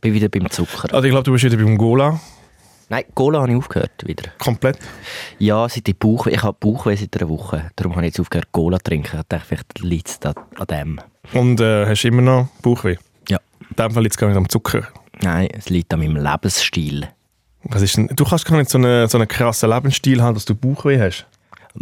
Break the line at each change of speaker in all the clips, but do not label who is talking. bin wieder beim Zucker.
Also ich glaube, du bist wieder beim Gola.
Nein, Cola habe ich aufgehört wieder.
Komplett.
Ja, seit ich Bauch, ich habe Bauchweh seit einer Woche. Darum habe ich jetzt aufgehört, Cola zu trinken. Ich dachte, vielleicht liegt es an an dem.
Und äh, hast immer noch Bauchweh.
Ja.
In dem Fall liegt es gar nicht am Zucker.
Nein, es liegt an meinem Lebensstil.
Was ist denn, du kannst gar nicht so einen, so einen krassen Lebensstil haben, dass du Bauchweh hast.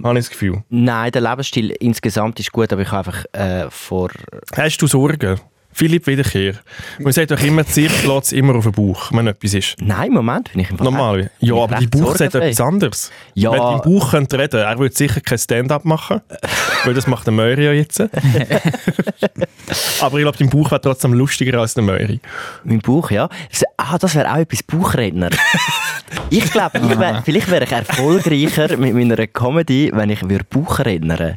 Habe ich das Gefühl.
Nein, der Lebensstil insgesamt ist gut, aber ich habe einfach äh, vor...
Hast du Sorgen? Philipp Wiederkehr. Man sagt doch immer, die Zirk lässt es immer auf den Bauch, wenn etwas ist.
Nein, im Moment bin ich im Fall...
Normal.
echt-
Ja,
bin ich
aber dein
recht
Bauch sagt
sorgenfrei.
etwas anderes.
Ja.
Wenn dein Bauch könnte reden, er würde sicher kein Stand-up machen, weil das macht der Möri ja jetzt. aber ich glaube, dein Bauch wäre trotzdem lustiger als der Möri.
Mein Bauch, ja. S- Ah, das wäre auch etwas Bauchredner. ich glaube, ich wär, vielleicht wäre ich erfolgreicher mit meiner Comedy, wenn ich würde Bauchrednern.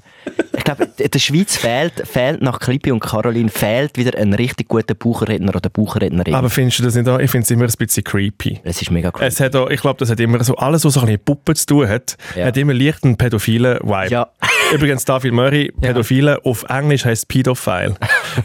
Ich glaube, d- der Schweiz fehlt, fehlt nach Klippi und Caroline fehlt wieder ein richtig guter Bauchredner oder Bauchrednerin.
Aber findest du das nicht auch? Ich finde es immer ein bisschen creepy.
es ist mega cool.
Es hat auch, ich glaube, das hat immer so, alles, was so ein bisschen Puppen zu tun hat,
Ja.
hat immer leicht einen pädophilen Vibe.
Ja.
Übrigens, David Murray, Pädophile auf Englisch heisst Pedophile.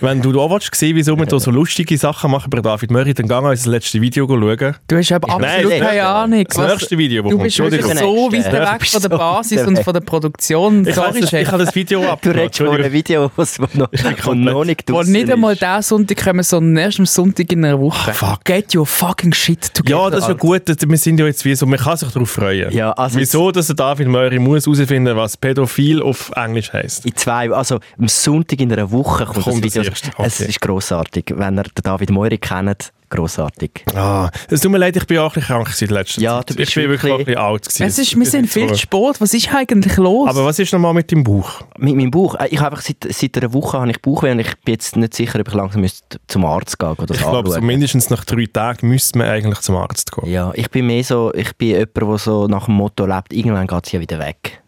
Wenn du da auch willst, sehen, wieso wir da so lustige Sachen machen bei David Murray, dann geh an unser letztes Video schauen.
Du hast aber
Nein,
absolut
das-
keine Ahnung.
Das
was-
nächste Video, das
Du bist
kommt.
wirklich
Entschuldigung.
so weit
Nächste. Ja, du
weg von
bist
der
so
Basis
weit
und
weg.
von der Produktion.
Ich, weiss
Sorry,
es- ich
Chef.
habe das Video
Du
abgenommen.
redest von einem
Entschuldigung.
Video, das noch, wo noch nicht
Wo
draussen
nicht einmal
ist.
diesen Sonntag kommen, sondern erst am Sonntag in einer Woche.
Ah, fuck.
Get your fucking shit together.
Ja, das ist ja
Alter.
gut, dass- wir sind ja jetzt wie so, man kann sich darauf freuen.
Ja, also
Wieso, dass der David Murray muss herausfinden, was Pädophil auf Englisch heisst.
In zwei, also am Sonntag in einer Woche kommt,
Kommt
das
das
Video.
erste,
Es
okay.
ist grossartig. Wenn ihr den David Moiri kennt, grossartig.
Ah, es tut mir leid, ich bin auch ein bisschen krank seit letzter
Ja,
Zeit.
du bist
ich bin wirklich
wirklich-
auch ein bisschen alt gewesen.
Es ist, wir sind viel zu spät. Was ist eigentlich los?
Aber was ist nochmal mit dem Buch?
Mit meinem Bauch. Äh, Ich habe einfach seit, seit einer Woche habe ich Bauchweh und ich bin jetzt nicht sicher, ob ich langsam müsste zum Arzt gehen oder das
Ich glaube, so
anschauen.
mindestens nach drei Tagen müsste man eigentlich zum Arzt gehen.
Ja, ich bin mehr so, ich bin jemand, der so nach dem Motto lebt, irgendwann geht es ja wieder weg.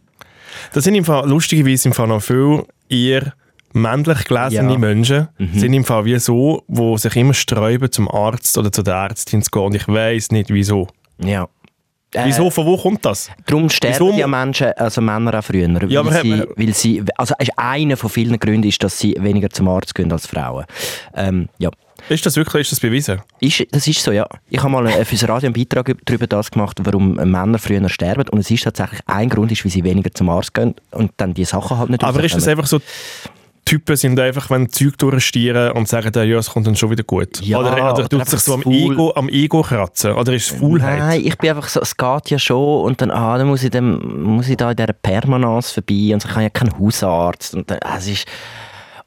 Das sind im Fall, lustigerweise im Fall noch viele eher männlich gelesene
Ja. Mhm.
Menschen, sind im Fall wie so, die sich immer sträuben, zum Arzt oder zu der Ärztin zu gehen. Und ich weiß nicht, wieso.
Ja. Äh,
Wieso, von wo kommt das?
Darum sterben
wieso-
ja Menschen, also Männer auch früher. Weil,
aber hat
sie,
man-
weil sie, also ist einer von vielen Gründen ist, dass sie weniger zum Arzt gehen als Frauen. Ähm, ja.
Ist das wirklich, ist das bewiesen?
Ist, das ist so, ja. Ich habe mal äh, für das Radio einen Beitrag üb- darüber das gemacht, warum äh, Männer früher sterben. Und es ist tatsächlich ein Grund, ist, wie sie weniger zum Arzt gehen und dann die Sachen halt nicht
Aber ist das
rauskommen.
einfach so, Typen sind einfach, wenn die Zeug durchstieren und sagen, ja, es kommt dann schon wieder gut.
Ja,
oder oder,
oder
tut
einfach
sich so am
faul.
Ego, am Ego kratzen. Oder ist es Faulheit?
Nein, ich bin einfach so, es geht ja schon und dann, ah, dann muss ich, dann, muss ich da in dieser Permanence vorbei und ich habe ja keinen Hausarzt und dann, ah, es ist...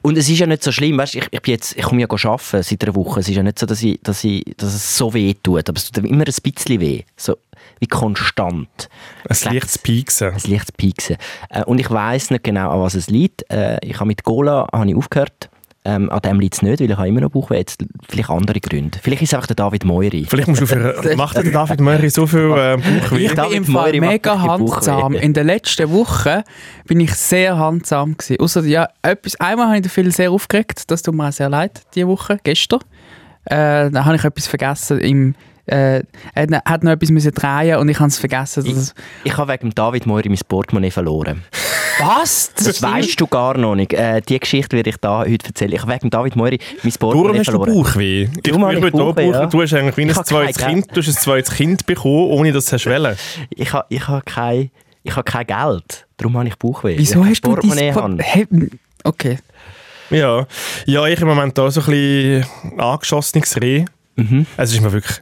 Und es ist ja nicht so schlimm, weißt, ich, ich, bin jetzt, ich komme ja arbeiten seit einer Woche, es ist ja nicht so, dass, ich, dass, ich, dass es so weh tut, aber es tut immer ein bisschen weh, so wie konstant.
Es liegt zu pieksen.
ein leichtes Pieksen. Äh, und ich weiß nicht genau, an was es liegt. Äh, ich habe mit Cola habe ich aufgehört. Ähm, an dem liegt es nicht, weil ich habe immer noch Bauchweh. Jetzt vielleicht andere Gründe. Vielleicht ist es einfach der David Moiri.
Vielleicht musst du für, macht der David Murray so viel äh, Bauchweh?
Ich bin
David
im Fall
Moiri macht
mega
wirklich Bauchweh.
handsam. In der letzten Woche bin ich sehr handsam gewesen. Außer ja, etwas. Einmal habe ich den Phil sehr aufgeregt. Das tut mir auch sehr leid. Die Woche, gestern, äh, da habe ich etwas vergessen. Im, äh, er hat- hat noch etwas müssen drehen und ich habe es vergessen. Dass,
Ich habe wegen dem David Moiri mein Portemonnaie verloren.
was?
Das weißt du gar noch nicht. Äh, die Geschichte werde ich da heute erzählen. Ich habe wegen dem David Moiri mein
Warum
Portemonnaie
hast du
verloren.
Bauchweh? Ich, ich
Darum habe ich
würde auch
Bauchweh,
Bauchweh.
ja.
Du hast eigentlich wie ein
Ich habe
zweites
kein
Kind, du hast ein zweites Kind bekommen, ohne dass du es wollen.
Ich habe ich habe kein, ich habe kein Geld. Darum habe ich Bauchweh.
Wieso
weil
hast
ich kein
du
Portemonnaie
dein...
habe.
Pap- Hey, Okay.
Ja. ja, ich im Moment auch so ein bisschen angeschossenes Reh.
Mhm.
Es ist mir wirklich...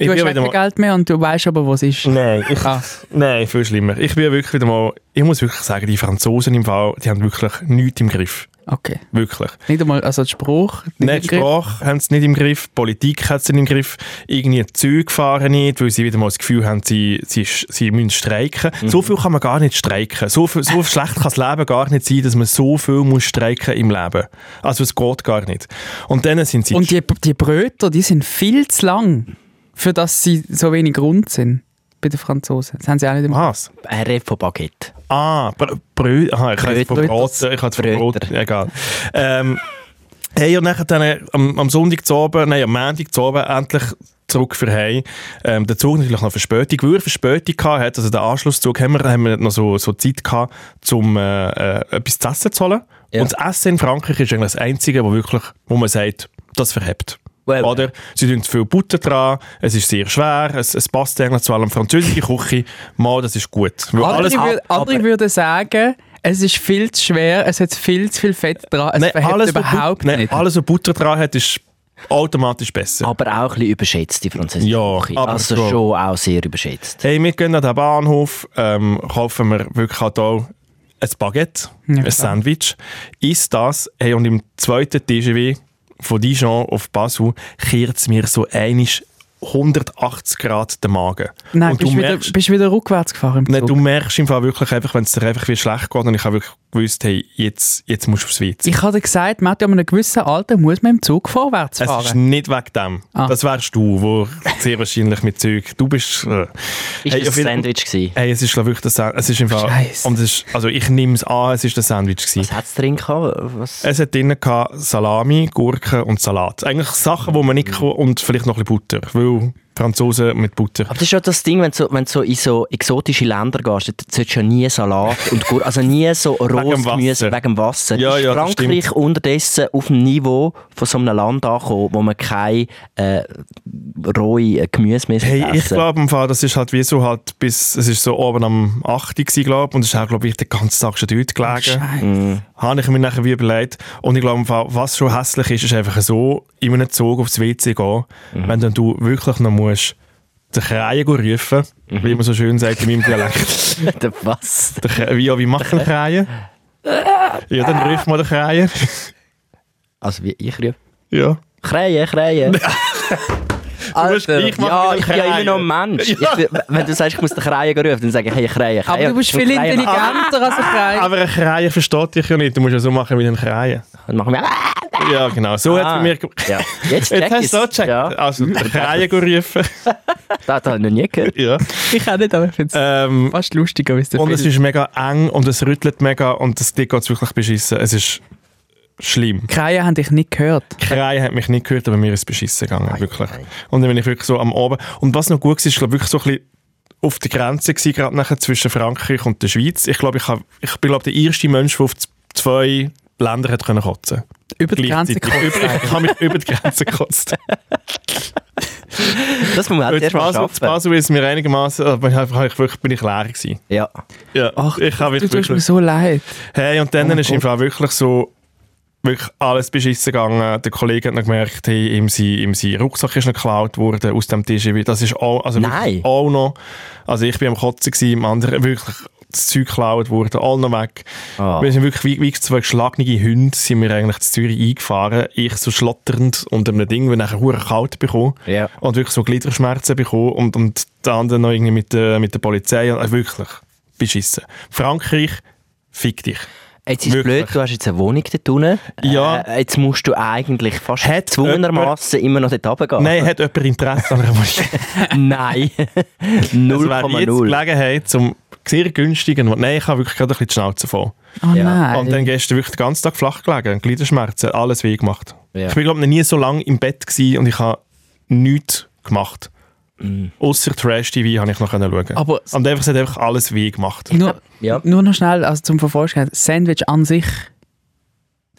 Ich
Du hast
bin wieder mal-
kein Geld mehr und du weißt aber, was es ist.
Nein, ich,
Ah.
nein, viel schlimmer. Ich bin wirklich wieder mal... Ich muss wirklich sagen, die Franzosen im Fall, die haben wirklich nichts im Griff.
Okay.
Wirklich.
Nicht einmal, also der Spruch. nicht
Nein,
im
die
Griff.
Sprache haben sie nicht im Griff, die Politik hat sie nicht im Griff, irgendwie die Züge fahren nicht, weil sie wieder mal das Gefühl haben, sie, sie, sie müssen streiken.
Mhm.
So viel kann man gar nicht streiken. So, viel, so schlecht kann das Leben gar nicht sein, dass man so viel muss streiken im Leben. Also es geht gar nicht. Und dann sind sie...
Und die, die Bröter, die sind viel zu lang, für dass sie so wenig rund sind. Bei den Franzosen. Das haben sie auch nicht im
Was?
Er redet von Baguette.
Ah, Br Brö Aha, ich habe es
Bröters.
verbraten. Ich habe es
Bröter.
verbraten. Egal. Ähm, hey, und nachher dann, äh, am, am Sonntag zu Abend, nein, am Montag zu Abend endlich zurück für heim. Ähm, der Zug natürlich noch Verspätung. Weil er Verspätung hatte, also den Anschlusszug, haben wir, haben wir noch so, so Zeit gehabt, um äh, äh, etwas zu essen zu holen.
Ja.
Und das Essen in Frankreich ist eigentlich das Einzige, wo, wirklich, wo man sagt, das verhebt.
Well.
Oder? Sie tun zu viel Butter dran, es ist sehr schwer, es, es passt eigentlich zu allem französische Küche. Mal, das ist gut. Weil
Andere,
alles,
würd, andere würden sagen, es ist viel zu schwer, es hat viel zu viel Fett dran, es
nein,
verhält
alles, was
überhaupt
Bu- nein,
nicht.
alles, was Butter dran hat, ist automatisch besser.
Aber auch ein bisschen überschätzt, die französische
Ja,
Küche.
aber
Also
schon.
schon auch sehr überschätzt.
Hey, wir gehen an den Bahnhof, ähm, kaufen wir wirklich halt auch ein Baguette,
Ja,
ein
klar.
Sandwich, isst das, hey, und im zweiten TGV von Dijon auf Basel kehrt es mir so einisch 180 Grad den Magen.
Nein,
und du
bist wieder,
merkst,
bist wieder rückwärts gefahren im
nein, du
Zug.
merkst im Fall wirklich einfach, wenn es dir einfach wie schlecht geht und ich habe wirklich gewusst, hey, jetzt, jetzt musst du aufs Weizen.
Ich habe dir gesagt, Matti, an einem gewissen Alter muss man im Zug vorwärts
Es ist
fahren.
nicht wegen dem.
Ah.
Das wärst du, wo sehr wahrscheinlich mit Zeug. Du bist. Äh,
Ist
Hey,
das
auf
ein
jeden-
Sandwich gewesen?
Hey, es ist glaub ich das Sandwich. Es ist im Fall.
Scheiße.
Und es ist, also ich nehme es an, es ist das Sandwich gewesen.
Was hat es drin gehabt? Was?
Es hat drinnen gehabt Salami, Gurken und Salat. Eigentlich Sachen, wo man
Mhm.
nicht kann und vielleicht noch ein bisschen Butter, weil Franzosen mit Butter.
Aber das ist ja das Ding, wenn du, so- wenn du so in so exotische Länder gehst, dann solltest du ja nie Salat und Gurken, also nie so rohes
dem Wasser.
Gemüse wegen dem Wasser.
Ja,
ist
ja, das
Frankreich unterdessen auf dem Niveau von so einem Land angekommen, wo man kein äh, rohe äh, Gemüse mehr
Hey,
essen
ich glaube im Fall, das ist halt wie so halt bis, es ist so oben am 8 Uhr gewesen, glaub, und es ist auch, glaube ich, den ganzen Tag schon dort gelegen.
Mm.
Habe ich mir nachher wie überlegt. Und ich glaube, im Fall, was schon hässlich ist, ist einfach so in einem Zug aufs WC gehen,
Mhm.
wenn dann du wirklich noch musst, den Kreien go rufen,
Mhm.
wie man so schön sagt in meinem Dialekt.
Der- Was?
Den Kre- wie, ja, wie macht man Kreien? Ja, dann ruft man den Kreien.
Also wie ich rühre.
ja.
Krähen, Krähen.
musst gleich machen
Ja,
mit
ich
dem
bin ja immer noch ein Mensch.
Ja.
Ich bin, wenn du sagst, ich muss den Krähen rufen, dann sage ich, hey, Krähen,
Aber
Krähen.
du bist
Und
viel
Krähen machen-
intelligenter als ich Kreis.
Aber ein Kreien versteht dich ja nicht. Du musst ja so machen wie ein Kreien.
Dann machen wir... Ah!
Ja, genau. So hat
Ah.
es mir... ge-
Ja. Jetzt, check
Jetzt hast du
ich's.
so gecheckt.
Ja,
Also, den Kreien go rufen.
das, das habe ich noch nie gehört.
ja.
Ich auch nicht, aber ich finde es
Ähm,
fast lustiger, wie es der
Und es
Film.
ist mega eng und es rüttelt mega und das Ding geht wirklich beschissen. Es ist schlimm.
Kreien haben dich nicht gehört.
Krei hat mich nicht gehört, aber mir ist beschissen gegangen, wirklich. Und dann bin ich wirklich so am Abend. Und was noch gut war, ist, glaube wirklich so ein bisschen auf der Grenze gewesen, gerade nachher zwischen Frankreich und der Schweiz. Ich glaube, ich, hab, ich bin glaube der erste Mensch, der auf z- zwei Länder hat können kotzen.
Über die Grenze
Gleichzeitig. Über- Ich habe mich über die Grenze gekotzt.
Das muss man halt erst
Jetzt
mal
Basel, zu
schaffen.
Basel ist mir einigermaßen, aber ich, hab- ich, wirklich bin ich leer gewesen.
Ja.
Ja,
Ach,
ich hab
Du
mich
tust
wirklich-
mir so leid.
Hey, und dann
Oh mein
ist im Fall wirklich so wirklich alles beschissen gegangen. Der Kollege hat noch gemerkt, hey, ihm sein, ihm sein Rucksack ist noch geklaut worden aus dem Tisch. Das ist auch, also
Nein.
wirklich auch noch. Also ich bin am Kotzen, gewesen, im anderen wirklich das Zeug geklaut worden, all noch weg.
Ah.
Wir sind wirklich wie, wie zwei geschlagene Hunde sind wir eigentlich zu Zürich eingefahren. Ich so schlotternd unter einem Ding, weil nachher hure kalt bekommen
Ja.
und wirklich so Gliederschmerzen bekommen und, und der andere noch irgendwie mit der, mit der Polizei. Also wirklich, beschissen. Frankreich, fick dich.
Jetzt ist es
Wirklich.
blöd, du hast jetzt eine Wohnung dort unten.
Ja.
Äh, jetzt musst du eigentlich fast
Ah. Hat
gezwungenermassen immer noch dort runtergehen.
Nein, hat jemand Interesse an einer Wohnung?
Nein.
Das wäre jetzt
0,0.
Gelegenheit zum sehr günstigen... Nein, ich habe wirklich gerade ein bisschen die Schnauze voll.
Oh
Ja.
nein.
Und dann gestern wirklich den ganzen Tag flach gelegen, Gliederschmerzen, alles weh gemacht.
Ja.
Ich bin, glaube ich, noch nie so lange im Bett gewesen und ich habe nichts gemacht. Außer Trash-TV habe ich noch können schauen.
Mhm. Aber-
und einfach, es hat einfach alles weh gemacht.
Nur,
Ja.
nur noch schnell, also zum Vervollständigen, das Sandwich an sich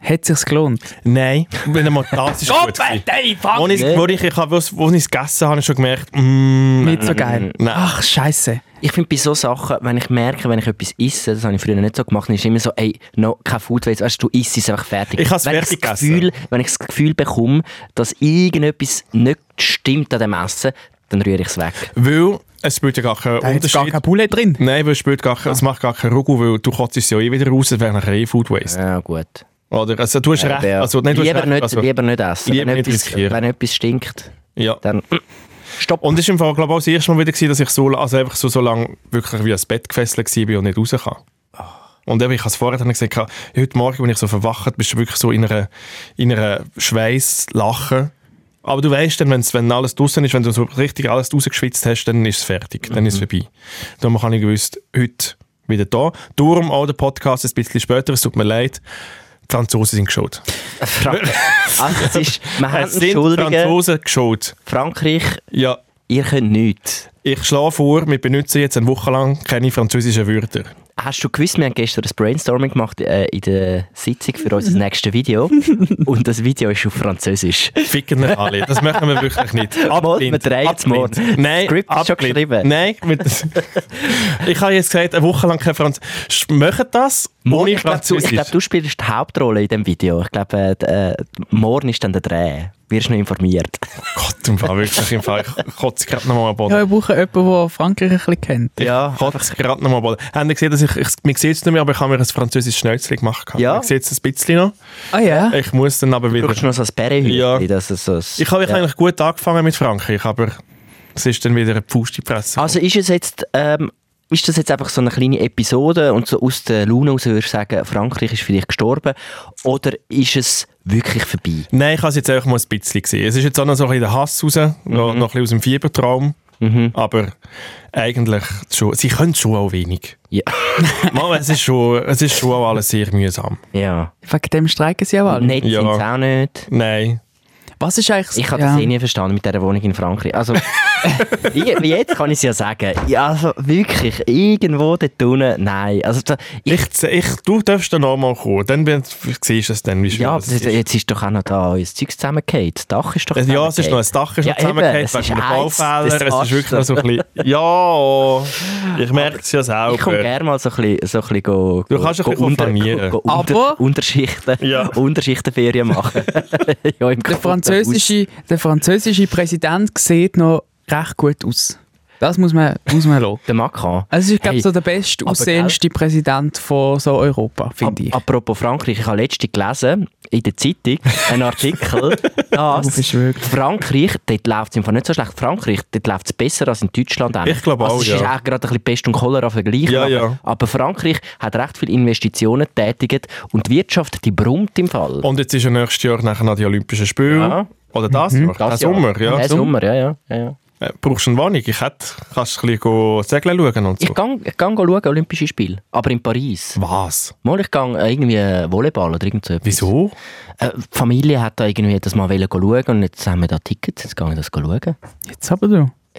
hat sich's gelohnt.
Nein, wenn einmal das ist gut gewesen. Wo ich, wo ich, ich, hab- wo ich, wo ich es gegessen habe, habe ich schon gemerkt, mm,
nicht so geil.
nein.
Ach, scheiße.
Ich finde bei so Sachen, wenn ich merke, wenn ich etwas esse, das habe ich früher nicht so gemacht, dann ist immer so, ey, no, kein Food Waste, weißt du, du isst es einfach fertig.
Ich hab's
Wenn
fertig
das Gefühl, Wenn ich das Gefühl bekomme, dass irgendetwas nicht stimmt an dem Essen, dann rühre ich es weg.
weil es spielt ja gar keinen
Da hat gar
Unterschied.
kein Poulet drin.
Nein, weil es, spielt gar, kein- es macht gar keinen Rugu, weil du kotzt es ja eh wieder raus, es wäre nachher eh Food Waste.
Ja, gut.
Oder? Also du hast recht.
Ja.
Also, nein, du hast
lieber,
recht.
nicht,
Also,
lieber nicht essen.
lieber
wenn,
nicht
etwas,
riskieren. Äh,
wenn etwas stinkt,
ja.
dann stopp.
Und es war im Fall, glaube ich, auch das erste Mal wieder, gewesen, dass ich so, la- also einfach so, so lange wirklich wie ans Bett gefesselt war und nicht raus kann. Und eben, ich habe es vorher dann gesagt, ja, heute Morgen, wenn ich so verwacht bist du wirklich so in einer, in einer Schweißlache. Aber du weißt dann, wenn's, wenn alles draußen ist, wenn du so richtig alles rausgeschwitzt hast, dann ist es fertig, dann ist es vorbei. Darum habe ich gewusst, heute wieder da. Darum auch der Podcast ein bisschen später, es tut mir leid. Die Franzosen sind geschuld.
Äh, Also, es ist, wir haben
Es sind die
Entschuldigen.
Franzosen geschuld.
Frankreich,
Ja,
ihr könnt nichts.
ich schlage vor, wir benutzen jetzt eine Woche lang keine französischen Wörter.
Hast du gewusst, wir haben gestern ein Brainstorming gemacht äh, in der Sitzung für unser nächstes Video. Und das Video ist auf Französisch.
Ficken wir alle, das machen wir wirklich nicht.
Mal, wir
Abblind,
drehen jetzt mal.
abblind. Nein,
Skript ist schon
abblind.
geschrieben.
Nein, mit, ich habe jetzt gesagt, eine Woche lang kein Französisch. Machen das
Mor,
ohne
ich glaube, du, ich
Französisch.
glaub, du spielst die Hauptrolle in diesem Video. Ich glaube, äh, d- äh, morgen ist dann der Dreh. Wirst noch informiert.
Gott, im Fall wirklich, im Fall, ich kotze gerade nochmal am Boden.
Ja, ich brauche jemanden, der Frankreich ein bisschen kennt.
Ja.
Kotz gerade nochmal Boden. Habt ihr gesehen, dass ich, ich man sieht es nicht mehr, aber ich habe mir ein französisches Schnäuzchen gemacht.
Ja.
Man sieht es ein bisschen noch.
Ah ja.
Ich muss dann aber
Du
wieder...
brauchst noch so ein Bärehütchen,
Ja.
dass es so ein-
Ich habe
ja.
eigentlich gut angefangen mit Frankreich, aber es ist dann wieder eine Pfust in die Fresse.
Also ist es jetzt... Ähm, ist das jetzt einfach so eine kleine Episode und so aus der Laune heraus würdest du sagen, Frankreich ist vielleicht gestorben oder ist es wirklich vorbei?
Nein, ich habe es jetzt einfach mal ein bisschen gesehen. Es ist jetzt auch noch so ein bisschen der Hass raus,
Mhm.
noch, noch ein bisschen aus dem Fiebertraum. Aber eigentlich schon, sie können schon auch wenig.
Ja.
Mal, es, ist schon, es ist schon auch alles sehr mühsam.
ja.
Wegen dem streiken sie ja alle.
Nett
Ja.
sind sie auch nicht.
Nein.
Was ist eigentlich...
Ich habe
ja.
das eh nie verstanden mit dieser Wohnung in Frankreich. Also, wie wie jetzt kann ich es ja sagen. Ja, also wirklich, irgendwo dort unten, nein. Also, da, ich,
Ich, ich, du darfst dann auch mal kommen, dann bin- siehst du es dann, wie schwer
ja, aber
das ist.
das, jetzt ist doch auch noch da euer Zeug zusammengefallen. Das Dach ist doch
Ja, es ist noch ein Dach ist noch
Ja, eben,
zusammengefallen,
es
wegen
ist
einem
eins, das
Baufehler. Es ist wirklich
Arschloch.
noch so ein bisschen... Ja, ich merke es ja
Ich komme
selber.
gerne mal so ein bisschen, so ein bisschen go,
Du
go-
kannst ein
go
bisschen flanieren.
go, go unter,
Aber-
Unterschichten,
Ja.
Unterschichtenferien machen. ja, im
Der französische, der französische Präsident sieht noch recht gut aus. Das muss man, muss man lassen.
Der Macron.
Also ich glaube,
Hey,
so der best aussehendste Präsident von so Europa, finde ich.
Ap- Apropos Frankreich, ich habe letztens gelesen, in der Zeitung, einen Artikel, dass
bist wirklich-
Frankreich, dort läuft es im Fall nicht so schlecht, Frankreich, dort läuft es besser als in Deutschland. eigentlich.
Ich glaube
also
auch,
es
ja.
ist auch gerade ein bisschen Pest und Cholera vergleichen,
Ja,
aber,
ja.
aber Frankreich hat recht viele Investitionen getätigt und die Wirtschaft, die brummt im Fall.
Und jetzt ist ja nächstes Jahr nachher noch die Olympischen Spiele.
Ja. Mhm.
Oder das Jahr? Das
Jahr.
Sommer, ja.
Der Sommer, ja, ja. ja, ja.
Äh, brauchst du eine Wohnung? Ich hätte, kannst du ein bisschen Segeln schauen und so.
Ich gehe ich gang schauen, Olympische Spiele, aber in Paris.
Was?
Mal, ich gehe äh, irgendwie äh, Volleyball oder irgend so etwas.
Wieso?
Äh, die Familie hat da irgendwie das mal wollen schauen und jetzt haben wir da Tickets, jetzt gehen wir das schauen.
Jetzt aber du.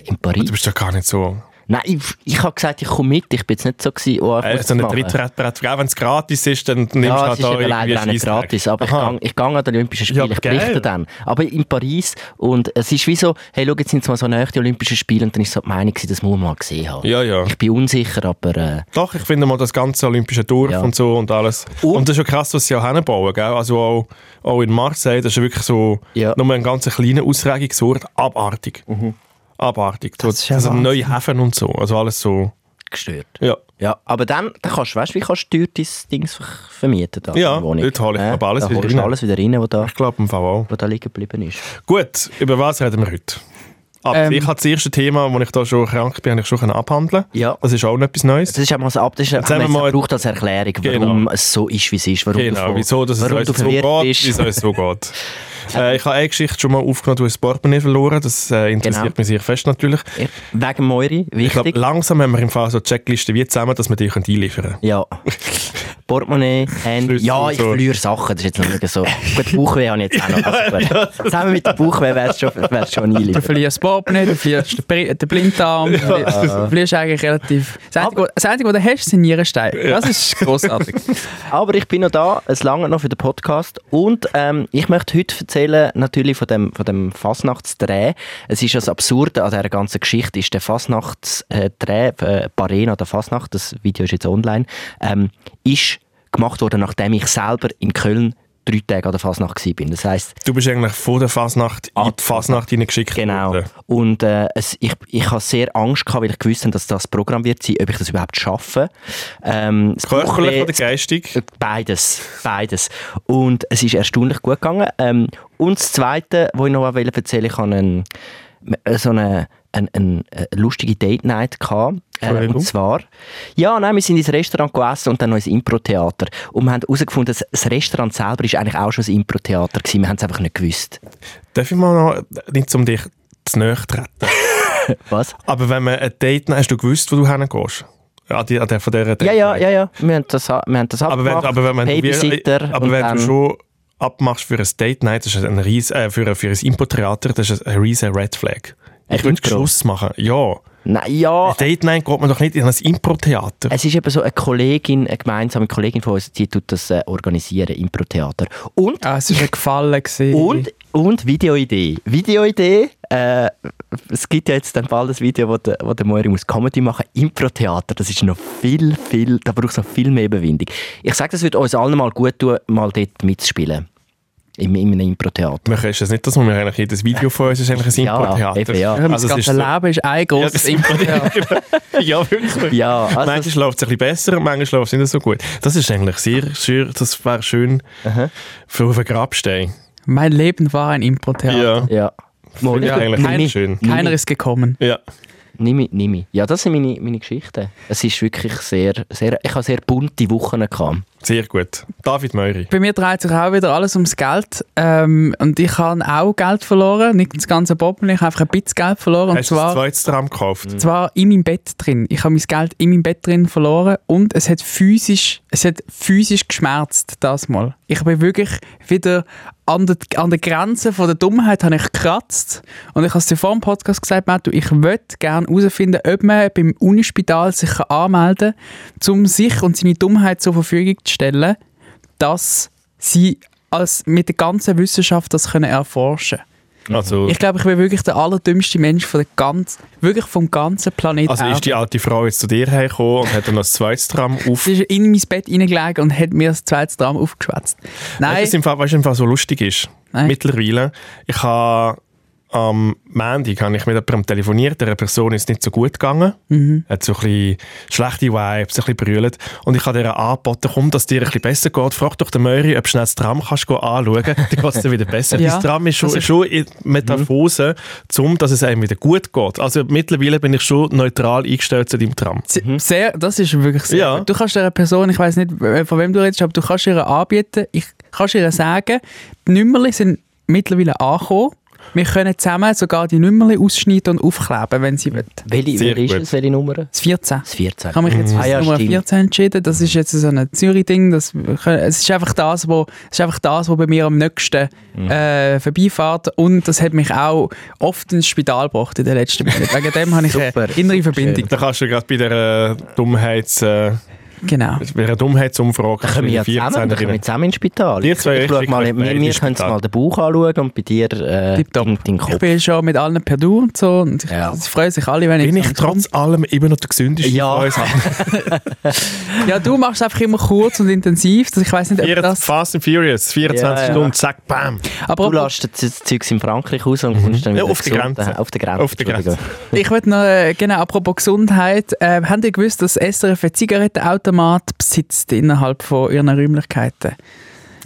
In
Du
Paris.
bist ja gar nicht so...
Nein, ich, ich habe gesagt, ich komme mit. Ich bin jetzt nicht so gewesen, oh, ich
Äh,
muss
so eine
machen.
Trittbrettbrett. Auch wenn es gratis ist, dann nimmst du
Ja,
halt
es ist
da
eben leider auch
irgendwie
nicht
Scheissdreck.
gratis, aber ich
Aha.
gang- ich gehe an die Olympischen
Ja,
Spiele, ich
geil.
berichte dann. Aber in Paris, und es ist wie so, hey, schau, jetzt sind es mal so nahe die Olympischen Spiele und dann ist so die Meinung, gewesen, das muss man mal gesehen haben.
Ja, ja.
Ich bin unsicher, aber äh,
Doch, ich finde mal das ganze olympische Dorf
Ja.
und so und alles.
Und-
Und, das ist schon krass, was sie auch hinbauen, gell? Also auch, auch in Marseille, das ist ja wirklich so
Ja. Mhm.
nur ein ganz kleiner Ausregungsort, abartig. Abartig. So,
Das ist ja
also
Wahnsinn.
neue Häfen und so, also alles so,
gestört.
ja.
Ja, aber dann, dann kannst du, weißt, wie kannst du teuer dein Ding ver- vermieten? Da,
Ja,
die Wohnung?
dort hole ich
Äh,
aber alles
da
wieder
holst du
rein.
alles wieder rein, was da,
Ich glaube im Fall auch.
wo da liegen geblieben ist.
Gut, über was reden wir heute? Aber
Ähm.
ich habe das erste Thema, wo ich da schon krank bin, habe ich schon können abhandeln
Ja.
Das ist auch noch etwas Neues.
Das ist einmal so ab, das ist, haben wir
haben wir
jetzt
mal-
gebraucht als Erklärung, warum es so ist, wie es ist, warum du,
Genau,
vor-
wieso dass es
warum
uns
du
so geht,
verwirrt bist.
wieso es so geht. äh, ich habe eine Geschichte schon mal aufgenommen, du hast das Portemonnaie verloren, das äh, interessiert
Genau.
mich sehr fest natürlich.
Ja, Wegen Moiri,
Ich glaube,
wichtig.
langsam haben wir im Fall so Checklisten wie zusammen, dass wir die können einliefern
ja. Portemonnaie, Handy.
Schlüssel
Ja,
und
ich
so.
verliere Sachen. Das ist jetzt noch nicht so. Gut, Bauchweh habe ich jetzt auch noch. Also, gut. Zusammen mit der Bauchweh wärst du schon, wär's schon
Du
einliefert.
verlierst das Portemonnaie, du verlierst den Pri- den Blinddarm, du verlierst- du verlierst eigentlich relativ... Das Einzige, was- das Einzige, was du hast, sind Nierensteine. Das ist grossartig.
Aber ich bin noch da. Es lange noch für den Podcast. Und ähm, ich möchte heute erzählen, natürlich von dem, von dem Fasnachtsdreh. Es ist das Absurde an dieser ganzen Geschichte, ist der Fasnachtsdreh, äh, Barena der Fasnacht, das Video ist jetzt online, ähm, ist gemacht worden, nachdem ich selber in Köln drei Tage an der Fasnacht war. Das heisst,
Du bist eigentlich vor der Fasnacht in die Fasnacht hineingeschickt
Ah. Genau.
worden.
Und äh, es, ich, ich hatte sehr Angst, gehabt, weil ich gewusst habe, dass das Programm wird sein, ob ich das überhaupt schaffe. Ähm, das
Körperlich
Bauchweh-
oder geistig?
Beides, beides. Und es ist erstaunlich gut gegangen. Ähm, und das Zweite, was ich noch erzählen wollte, ich hatte einen, äh, so eine, eine, eine, eine lustige Date-Night. gehabt. Äh,
Entschuldigung.
und zwar, ja, nein, wir sind ins Restaurant gegessen und dann noch ins Impro-Theater. Und wir haben herausgefunden, dass das Restaurant selber ist eigentlich auch schon ein Impro-Theater war. Wir haben es einfach nicht gewusst.
Darf ich mal noch, nicht um dich zu nahe treten,
Was?
aber wenn man ein Date nimmt, hast du gewusst, wo du hingehst? An, die, an der, von dieser Date
Ja, ja, ja, ja. Wir haben das, a- wir haben das
Aber wenn,
abgemacht.
aber wenn, wenn,
Babysitter.
du, aber
und
wenn
dann,
du schon abmachst für ein Date Night, das ist ein ries, äh, für, für ein Impro-Theater, das ist ein riesen Red Flag.
Ein
ich würde
Impro? Oh.
Schluss machen. Ja.
Nein, ja.
Ein Date Night geht man doch nicht in ein Impro-Theater.
Es ist eben so eine Kollegin, eine gemeinsame Kollegin von uns, die tut das äh, organisieren, Impro-Theater. Und,
Ah, es war ein Gefallen. gewesen.
und, und Videoidee. Videoidee, äh, es gibt ja jetzt dann bald ein Video, wo der, wo der Moiri muss Comedy machen Impro-Theater, das ist noch viel, viel, da braucht es noch viel mehr Überwindung. Ich sage, das würde uns allen mal gut tun, mal dort mitzuspielen. Im, in einem Impro-Theater.
Man ist es nicht, dass man eigentlich jedes Video von uns ist eigentlich ein
Ja,
Impro-Theater.
eben, ja.
Ja,
Also
das
es
ganze
ist so,
Leben ist ein
das-
grosses Impro-Theater.
ja, wirklich.
Ja, also-
manchmal läuft es ein bisschen besser und manchmal läuft es nicht so gut. Das ist eigentlich sehr, sehr das wäre schön für auf einen Grabstein.
mein Leben war ein Impro-Theater.
Ja. Mhm.
Ja. Mal,
Ja, eigentlich
nimm mich.
schön.
Keiner ist gekommen.
Ja.
Nimm ich, nimm ich. Ja, das sind meine, meine Geschichten. Es ist wirklich sehr, sehr, ich habe sehr bunte Wochen gehabt.
sehr gut. David Meury.
Bei mir dreht sich auch wieder alles ums Geld. Ähm, und ich habe auch Geld verloren. Nicht das ganze Bobbel, ich habe einfach ein bisschen Geld verloren. Und
Hast du das
zwar,
zweite Tram gekauft?
zwar in meinem Bett drin. Ich habe mein Geld in meinem Bett drin verloren. Und es hat physisch, es hat physisch geschmerzt, das mal. Ich bin wirklich wieder an der, an der Grenze von der Dummheit habe ich gekratzt. Und ich habe es dir vor dem Podcast gesagt, Matthew, ich möchte gerne herausfinden, ob man beim Unispital sich kann anmelden kann, um sich und seine Dummheit zur Verfügung zu stellen dass sie als mit der ganzen Wissenschaft das können erforschen
Also,
Mhm. Ich glaube, ich bin wirklich der allerdümmste Mensch von der ganz, wirklich vom ganzen Planeten
also ist die alte Frau jetzt zu dir hergekommen und hat dann noch das zweite Tram auf.
Sie ist in mein Bett reingelegt und hat mir das zweite Drama aufgeschwätzt.
Weißt du,
Nein,
was im Fall, weißt du, im Fall so lustig ist?
Äh.
Nein.
Mittlerweile. Ich habe am Montag habe ich mit jemandem telefoniert. Der Person ist nicht so gut gegangen.
Mhm.
Hat so ein bisschen schlechte Vibes, ein bisschen brüllt. Und ich habe ihr angeboten, komm, dass es dir ein bisschen besser geht. Frag doch den Möri, ob du schnell das Tram kannst gehen anschauen kannst. Dann geht es dir wieder besser.
Ja.
Das Tram ist schon,
Also-
schon in Metaphose, um, dass es einem wieder gut geht. Also mittlerweile bin ich schon neutral eingestellt zu deinem Tram.
se- sehr, das ist wirklich sehr.
Mhm. Ja.
gut. Du kannst einer Person, ich weiß nicht, w- von wem du redest, aber du kannst ihr anbieten, ich kannst ihr sagen, die Nümmerli sind mittlerweile angekommen. Wir können zusammen sogar die Nümmerli ausschneiden und aufkleben, wenn sie will.
Welche,
Sehr
welche ist
gut. Mhm.
es? Welche Nummer?
Das 14.
Das 14.
Ich habe mich jetzt für
Ah ja,
Nummer
stimmt.
14 entschieden. Das ist jetzt so ein Zürich-Ding. Das, es ist einfach das, wo, es ist einfach das, wo bei mir am nächsten
Mhm.
äh, vorbeifährt. Und das hat mich auch oft ins Spital gebracht in den letzten Monaten. Wegen dem habe ich eine
Super,
innere
super
Verbindung.
Da kannst du gerade bei der äh, Dummheits, äh,
Genau.
bei einer Dummheitsumfrage
Da können wir ja
bei den
zusammen, da
14er
können wir zusammen ins Spital.
Die zwei
ich schau
richtig
mal, wir
können beide
wir
ins
können uns
Spital.
mal den Bauch anschauen und bei dir äh,
Tipptopp.
deinen deinen
Ich
Kopf.
bin schon mit allen per Du und so. Und ich,
Ja.
Es freuen sich alle, wenn ich,
Bin ich
so komme.
trotz allem immer noch der gesündeste
Ja.
von uns allen?
Ja, du machst es einfach immer kurz und intensiv. Das- Ich weiß nicht, ob
Vier,
das...
Fast and Furious, 24
Ja, ja.
Stunden, zack, bam.
Du
Aber
lässt das- das Zeug in Frankreich raus und kommst dann
Mhm. Ja,
wieder
auf die
gesund-
Grenze.
Auf die Grenze.
Auf die Grenze.
Entschuldigung.
Ich wollte noch, äh, genau, apropos Gesundheit. Äh, habt ihr gewusst, dass SRF einen Zigarettenautomat besitzt innerhalb von ihren Räumlichkeiten?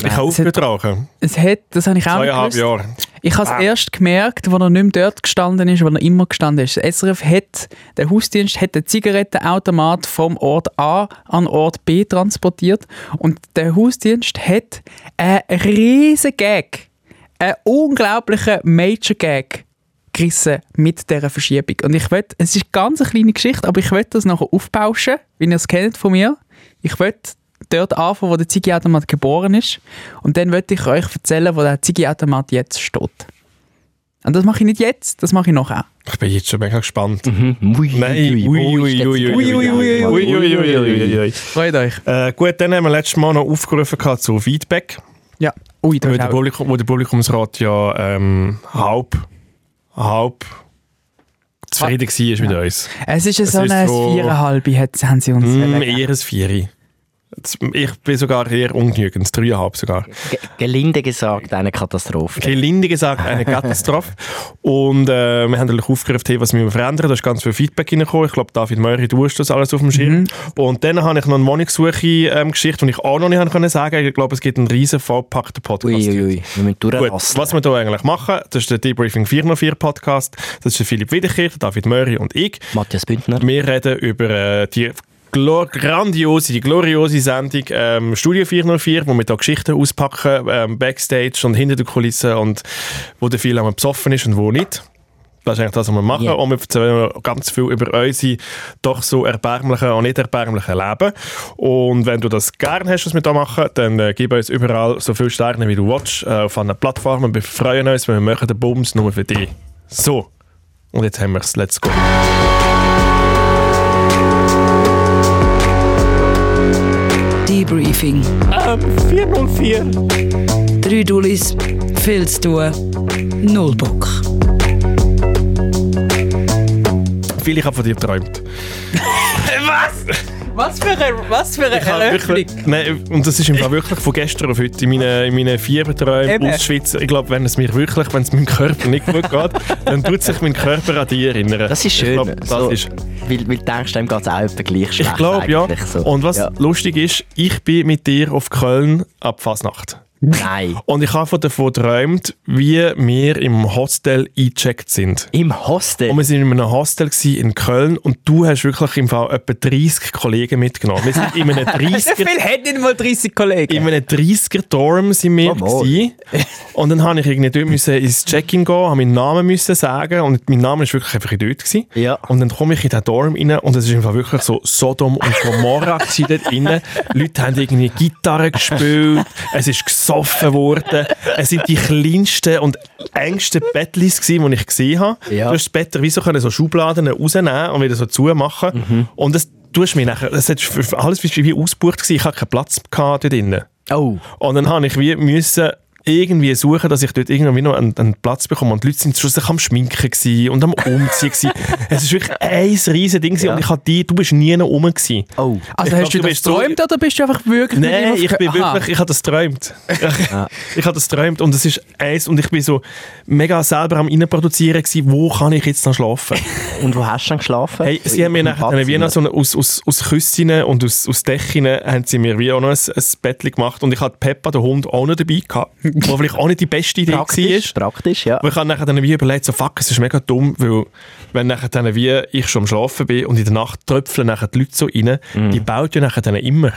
Ich habe
das hat-
aufgetragen.
Es hat, das habe ich auch nicht
Zweieinhalb
gewusst.
Jahre.
Ich habe es erst gemerkt, als er nicht mehr dort gestanden ist, wo er immer gestanden ist. Das SRF hat, der Hausdienst hat den Zigarettenautomat vom Ort A an Ort B transportiert und der Hausdienst hat einen riesen Gag, einen unglaublichen Major Gag gerissen mit dieser Verschiebung. Und ich will, es ist ganz eine kleine Geschichte, aber ich will das nachher aufbauschen, wie ihr es kennt von mir. Ich will dort anfangen, wo der Ziggy-Automat geboren ist. Und dann will ich euch erzählen, wo der Ziggy-Automat jetzt steht. Und das mache ich nicht jetzt, das mache ich nachher.
Ich bin jetzt schon mega gespannt.
Mhm. Ui,
Nein, ui,
wo
ui,
ist der
ui, ui, ui,
Zigarettenautomat?
ui, ui, ui, ui, ui, ui.
Freut euch.
Äh, Gut, dann haben wir letztes Mal noch aufgerufen gehabt zu Feedback,
Ja. Ui, da
weil
ist
der,
auch.
Publikum, wo der Publikumsrat ja ähm, halb, halb zufrieden war mit uns.
Es ist so
ist
eine
so-
viereinhalbe, hat- haben sie uns
Mm,
gesagt.
eher ein Vieri. Ich bin sogar eher ungenügend, dreieinhalb sogar.
Ge- Gelinde gesagt, eine Katastrophe.
Gelinde gesagt, eine Katastrophe. Und äh, wir haben natürlich aufgerufen, hey, was müssen wir verändern. Da ist ganz viel Feedback reingekommen. Ich glaube, David Möri, du hast das alles auf dem
Mhm.
Schirm. Und dann habe ich noch eine Wohnungssuche-Geschichte, die ich auch noch nicht habe können sagen Ich glaube, es gibt einen riesen vollpackten Podcast.
Ui, ui, ui. Wir müssen
Gut,
durchrasten.
was wir hier eigentlich machen, das ist der Debriefing 404 Podcast. Das ist der Philipp Wiederkehr, David Möri und ich.
Matthias Bündner.
Wir reden über äh, die glor grandiose, die gloriose Sendung ähm, Studio 404, wo wir da Geschichten auspacken, ähm, Backstage und hinter der Kulisse und wo der viel einmal besoffen ist und wo nicht. Das ist eigentlich das, was wir machen.
Ja.
Und wir erzählen ganz viel über unsere doch so erbärmlichen und nicht erbärmlichen Leben. Und wenn du das gerne hast, was wir hier machen, dann äh, gib uns überall so viele Sterne, wie du willst, äh, auf allen Plattformen. Wir freuen uns, weil wir machen den Bums nur für dich. So, und jetzt haben wir es. Let's go.
Debriefing.
Ähm, 404.
Drei Dullis, viel zu tun, null Bock.
Viel ich habe von dir geträumt.
Was für eine, was für eine
Ich habe wirklich, nein, und das ist im Fall wirklich von gestern auf heute in meinen, in meinen Fieberträumen
Eben.
ausschwitzen. Ich glaube, wenn es mir wirklich, wenn es meinem Körper nicht gut geht, dann tut sich mein Körper an dich erinnern.
Das ist
Ich
schön.
glaube, das
so,
ist
weil, weil du denkst, dem geht es auch etwa gleich schlecht.
Ich glaube, ja.
eigentlich, so.
Und was
Ja.
lustig ist, ich bin mit dir auf Köln ab Fasnacht.
Nein.
Und ich habe davon geträumt, wie wir im Hostel eingecheckt sind.
Im Hostel.
Und wir sind in einem Hostel gsi in Köln und du hast wirklich im Fall etwa 30 Kollegen mitgenommen. Wir sind in einem 30er
Viel hat nicht mal 30
in
Kollegen.
einem 30er Dorm sind wir
Oh, mooi.
gsi. und dann habe ich irgendwie dort müssen ins Check-in gehen, habe meinen Namen müssen sagen und mein Name ist wirklich einfach dort gsi.
Ja.
Und dann komme ich in den Dorm rein und es ist einfach wirklich so Sodom und Gomorra gsi dort innen. Leute haben irgendwie Gitarre gespielt, es ist gesoffen worden, es sind die kleinsten und engsten Bettlis gsi, die ich gesehen habe.
Ja.
Du hast das Bett wie so können so Schubladen rausnehmen und wieder so zumachen und das tust mir nachher, das hat für für alles wie wie ausgebucht gsi, ich hatte keinen Platz gehabt dort innen.
oh.
Und dann habe ich wie müssen irgendwie suchen, dass ich dort irgendwie noch einen, einen Platz bekomme. Und die Leute sind schlussendlich am Schminken gewesen und am Umziehen. gewesen. es ist wirklich ein riesiges Ding. gewesen
Ja.
Und ich hab die, du bist nie noch rum. Gewesen.
Oh.
Also
Ich glaub,
hast du
du
das
bist so-
geträumt oder bist du einfach wirklich mit ihm
Nein,
auf-
ich bin
Aha.
wirklich, ich habe das geträumt. Ich, ich habe das geträumt und es ist eins und ich bin so mega selber am Innenproduzieren gewesen, wo kann ich jetzt noch schlafen?
Und wo hast du denn geschlafen?
Hey, sie haben mir
Äh, Im
nachher
Badzimmer.
dann wie noch so eine, aus, aus, aus Küssinnen und aus, aus Dächern haben sie mir wie auch noch ein, ein Bettchen gemacht und ich hatte Peppa, den Hund, auch noch dabei gehabt, wo vielleicht auch nicht die beste Idee war.
praktisch, praktisch, ja.
Aber ich habe nachher dann wie überlegt, so fuck, es ist mega dumm, weil wenn nachher dann wie ich schon am Schlafen bin und in der Nacht tröpfeln nachher die Leute so rein, die baut ja nachher dann immer.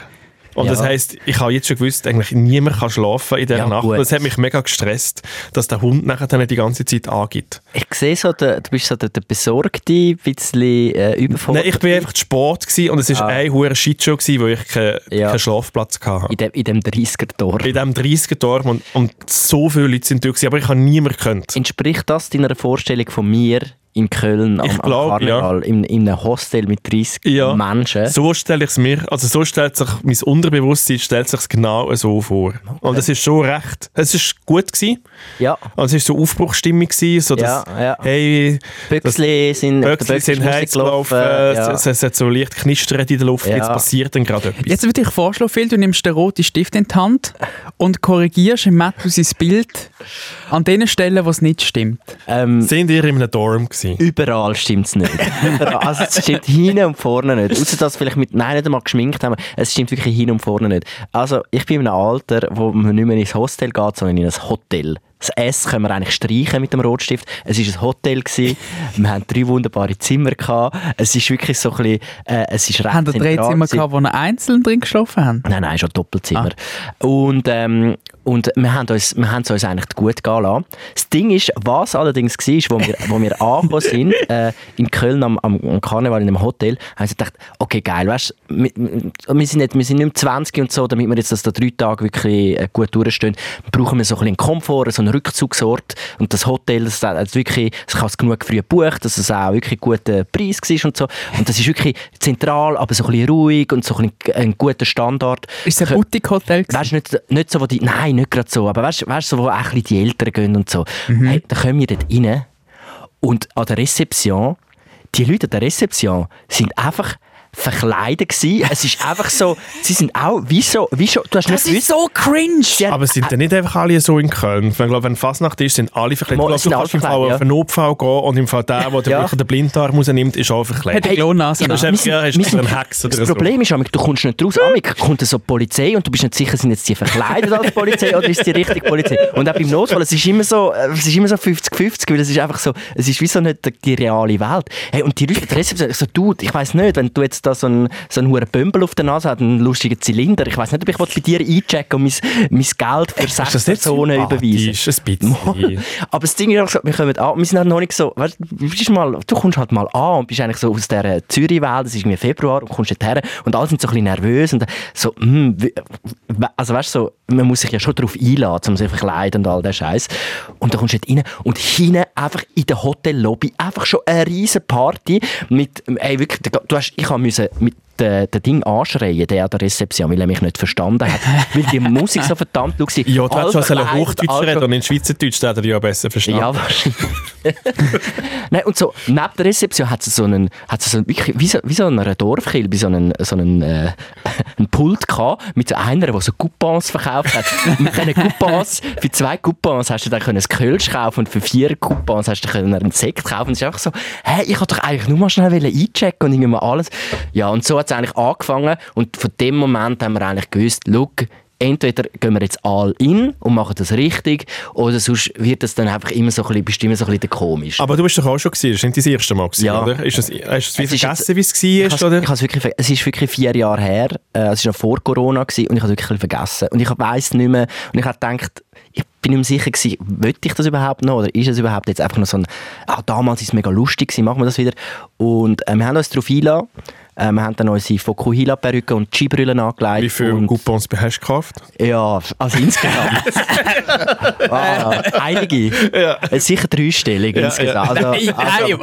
Und das
Mhm. Ja.
heisst, ich habe jetzt schon gewusst, eigentlich niemand kann schlafen in dieser
Ja,
Nacht.
gut.
Das hat mich mega gestresst, dass der Hund nachher dann die ganze Zeit angibt.
Ich sehe so, der, du bist so der, der besorgte, ein bisschen äh, überfordert.
Nein, ich war einfach zu Sport gewesen und es war
Ah.
ein hoher Shitshow, gewesen, wo ich keinen
Ja.
keinen Schlafplatz hatte.
in, dem, in dem 30er-Tor.
In diesem 30er-Dorm und, und so viele Leute sind da, gewesen, aber ich habe niemanden gekannt.
Entspricht das deiner Vorstellung von mir in Köln am,
Ich glaub,
am Karneval? In, in einem Hostel mit 30
Ja.
Menschen?
So stelle ich es mir, also so stellt sich mein Unterbewusstsein stellt sich genau so vor. Und es ist schon recht. Es ist gut gewesen.
Ja.
Also es ist so Aufbruchstimmung gewesen, so dass
Ja, ja.
hey,
Böckli sind,
Böckli sind heiß gelaufen,
Ja.
es, es hat so leicht knistert in der Luft,
Ja.
jetzt passiert dann gerade etwas.
Jetzt würde ich vorschlagen, Phil, du nimmst den roten Stift in die Hand und korrigierst im Matthew sein Bild an den Stellen, wo es nicht stimmt.
Ähm,
Sind ihr in einem Dorm gewesen?
Überall stimmt es nicht. Überall. also es stimmt hinten und vorne nicht. Außer dass vielleicht mit nein nicht einmal geschminkt haben. Es stimmt wirklich hinten und vorne nicht. Also ich bin in einem Alter, wo man nicht mehr ins Hostel geht, sondern in ein Hotel. Das S können wir eigentlich streichen mit dem Rotstift. Es war ein Hotel. Gewesen. Wir hatten drei wunderbare Zimmer. Gehabt. Es ist wirklich so ein bisschen... Äh, es ist recht
Haben wir drei
zentral
Zimmer
gewesen.
gehabt, wo wir einzeln drin geschlafen haben?
Nein, nein, schon Doppelzimmer. Und, ähm, und wir haben uns, wir haben es uns eigentlich gut gehen lassen. Das Ding ist, was allerdings war, ist, wo wir, wo wir angekommen sind, äh, in Köln am, am, am Karneval in einem Hotel, haben sie gedacht, okay, geil, weißt du, wir, wir, sind nicht, wir sind nicht mehr 20 und so, damit wir jetzt das da drei Tage wirklich äh, gut durchstehen, brauchen wir so ein bisschen einen Komfort, so einen Rückzugsort. Und das Hotel, das, äh, das wirklich, das kann es genug früh gebucht, dass es auch wirklich ein guter Preis war und so. Und das ist wirklich zentral, aber so ein bisschen ruhig und so ein, bisschen äh, ein guter Standard.
Ist es ein
Kö-
Boutique-Hotel? gewesen?
Weißt du, nicht, nicht so, wo die, nein, nicht gerade so, aber weißt du, so, wo auch ein bisschen die Eltern gehen und so.
Mhm.
Hey, dann kommen wir dort rein und an der Rezeption, die Leute an der Rezeption sind einfach verkleidet gewesen. Es ist einfach so, sie sind auch, wie so, wie so du hast
Das ist so cringe!
Aber
äh,
sind denn nicht einfach alle so in Köln? Ich glaube, wenn Fasnacht ist, sind alle verkleidet.
Mo-
Ich glaube,
sind alle
du kannst im Fall
verkleidet,
auf einen Notfall gehen und im Fall der, der
Ja.
wirklich den Blindarm rausnimmt, ist auch verkleidet.
Hat die Klonase
Das ist einfach, ja, ist ein Hex oder
Das
so.
Problem ist, Amik, du kommst nicht raus. Amik kommt dann so die Polizei und du bist nicht sicher, sind jetzt die verkleidet als Polizei oder ist die richtige Polizei. Und auch beim Notfall, es ist immer so, äh, es ist immer so 50-50, weil es ist einfach so, es ist wie so nicht die- die reale Welt. Hey, und die Leute, die Rezeption, ich so, Dude, ich weiss nicht, wenn du jetzt da so einen, so einen hohen Bömbel auf der Nase hast, einen lustigen Zylinder, ich weiss nicht, ob ich will bei dir einchecken und mein, mein Geld für sechs
das nicht
Personen überweisen.
sympathisch? Ein bisschen.
Aber das Ding ist, auch so, wir kommen an, wir sind halt noch nicht so, weißt, du, du bist mal, du kommst halt mal an und bist eigentlich so aus dieser Zürich-Welt, es ist irgendwie Februar und kommst dort her und alle sind so ein bisschen nervös und so, hm, wie- also weißt du, so, man muss sich ja schon darauf einladen, um sich verkleiden und all der Scheiß. Und dann kommst du dort rein und hinten einfach in der Hotellobby einfach schon eine riesen Party mit, ey wirklich, da- du hast, ich habe müssen mit den, den Ding anschreien, der an der Rezeption, weil er mich nicht verstanden hat. weil die Musik so verdammt laut war.
Ja, du hättest schon sollen
Alpha-
Hochdeutsch
Alpha-
reden und in Schweizerdeutsch hätte er ja besser verstanden.
also Ja, wahrscheinlich. Nein, und so, neben der Rezeption hat es so einen, hat es so einen wirklich, wie so, wie so einen Dorfkilbe, so einen, so einen, äh, einen Pult gehabt, mit so einer, der so Coupons verkauft hat. mit diesen Coupons, für zwei Coupons hast du dann können ein Kölsch kaufen und für vier Coupons hast du können einen Sekt kaufen. Und es ist einfach so, hä, ich wollte doch eigentlich nur mal schnell wollen einchecken und irgendwie mal alles. Ja, und so hat es eigentlich angefangen und von dem Moment haben wir eigentlich gewusst, look, entweder gehen wir jetzt all in und machen das richtig, oder sonst wird es dann einfach immer so ein bisschen, bestimmt so ein bisschen komisch.
Aber du bist doch auch schon gewesen, das war nicht dein erstes Mal, gewesen,
Ja.
oder? Ist das, hast du
Es
es
ist
wie vergessen, wie es
ich
war, oder?
habe es wirklich, ver- es ist wirklich vier Jahre her, äh, es war noch vor Corona gewesen, und ich habe es wirklich ein bisschen vergessen. Und ich weiss nicht mehr, und ich habe gedacht, ich bin nicht mehr sicher gewesen, will ich das überhaupt noch, oder ist es überhaupt jetzt einfach noch so ein, ah, damals ist es mega lustig gewesen, machen wir das wieder. Und äh, wir haben uns darauf eingeladen, äh, wir haben dann unsere Fokuhila-Perücke und Skibrille angelegt.
Wie viele
und-
Coupons hast du gekauft?
Ja, also insgesamt. ah, einige. Es ist Sicher dreistellig insgesamt. Also, also,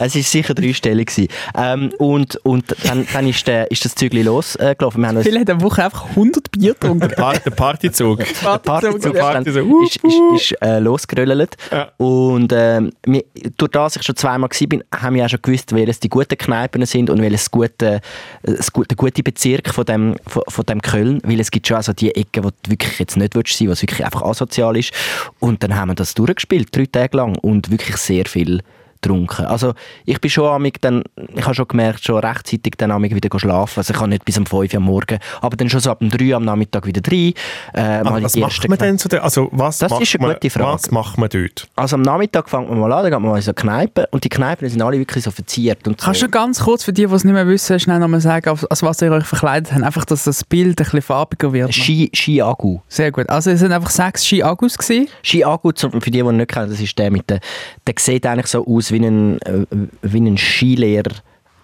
es ist sicher dreistellig. gewesen. Ähm, und, und dann, dann ist, der, ist das Zügli losgelaufen. Wir haben uns
Phil hat eine Woche einfach 100 Bier getrunken.
Der, Par der Partyzug.
Partyzug
Der
ist,
Party so, uh.
dann- ist, ist, ist äh, losgeröllert.
Ja.
Und ähm, wir, durch das ich schon zweimal war, haben wir auch schon gewusst, welches die guten Kneipen sind und welches gute, äh, das gute, der gute Bezirk von dem, von, von dem Köln. Weil es gibt schon also die Ecken, wo du wirklich jetzt nicht willst sein willst, was wirklich einfach asozial ist. Und dann haben wir das durchgespielt, drei Tage lang. Und wirklich sehr viel getrunken. Also ich bin schon amig dann, ich habe schon gemerkt, schon rechtzeitig dann amig wieder schlafen. Also ich kann nicht bis um 5 Uhr am Morgen, aber dann schon so ab um 3 Uhr am Nachmittag wieder rein. Äh, mal
Aber
in
Ah, was
die
macht
ersten
man
Kneipen.
denn zu der, also was
Das
macht
ist eine
man-
gute Frage.
Was macht man dort?
Also am Nachmittag fängt man mal an, dann geht man mal in so eine Kneipe und die Kneipen sind alle wirklich so verziert. Und so.
Kannst du ganz kurz für die, die es nicht mehr wissen, schnell nochmal sagen, auf- als was ihr euch verkleidet habt? Einfach, dass das Bild ein bisschen farbiger wird.
Ski, Ski-Agu.
Sehr gut. Also es sind einfach sechs Ski-Agus gewesen.
Ski-Agu, zum- für die, die ihn nicht kennen, das ist der mit der... Der sieht eigentlich so aus wie ein, äh, wie ein Skilehrer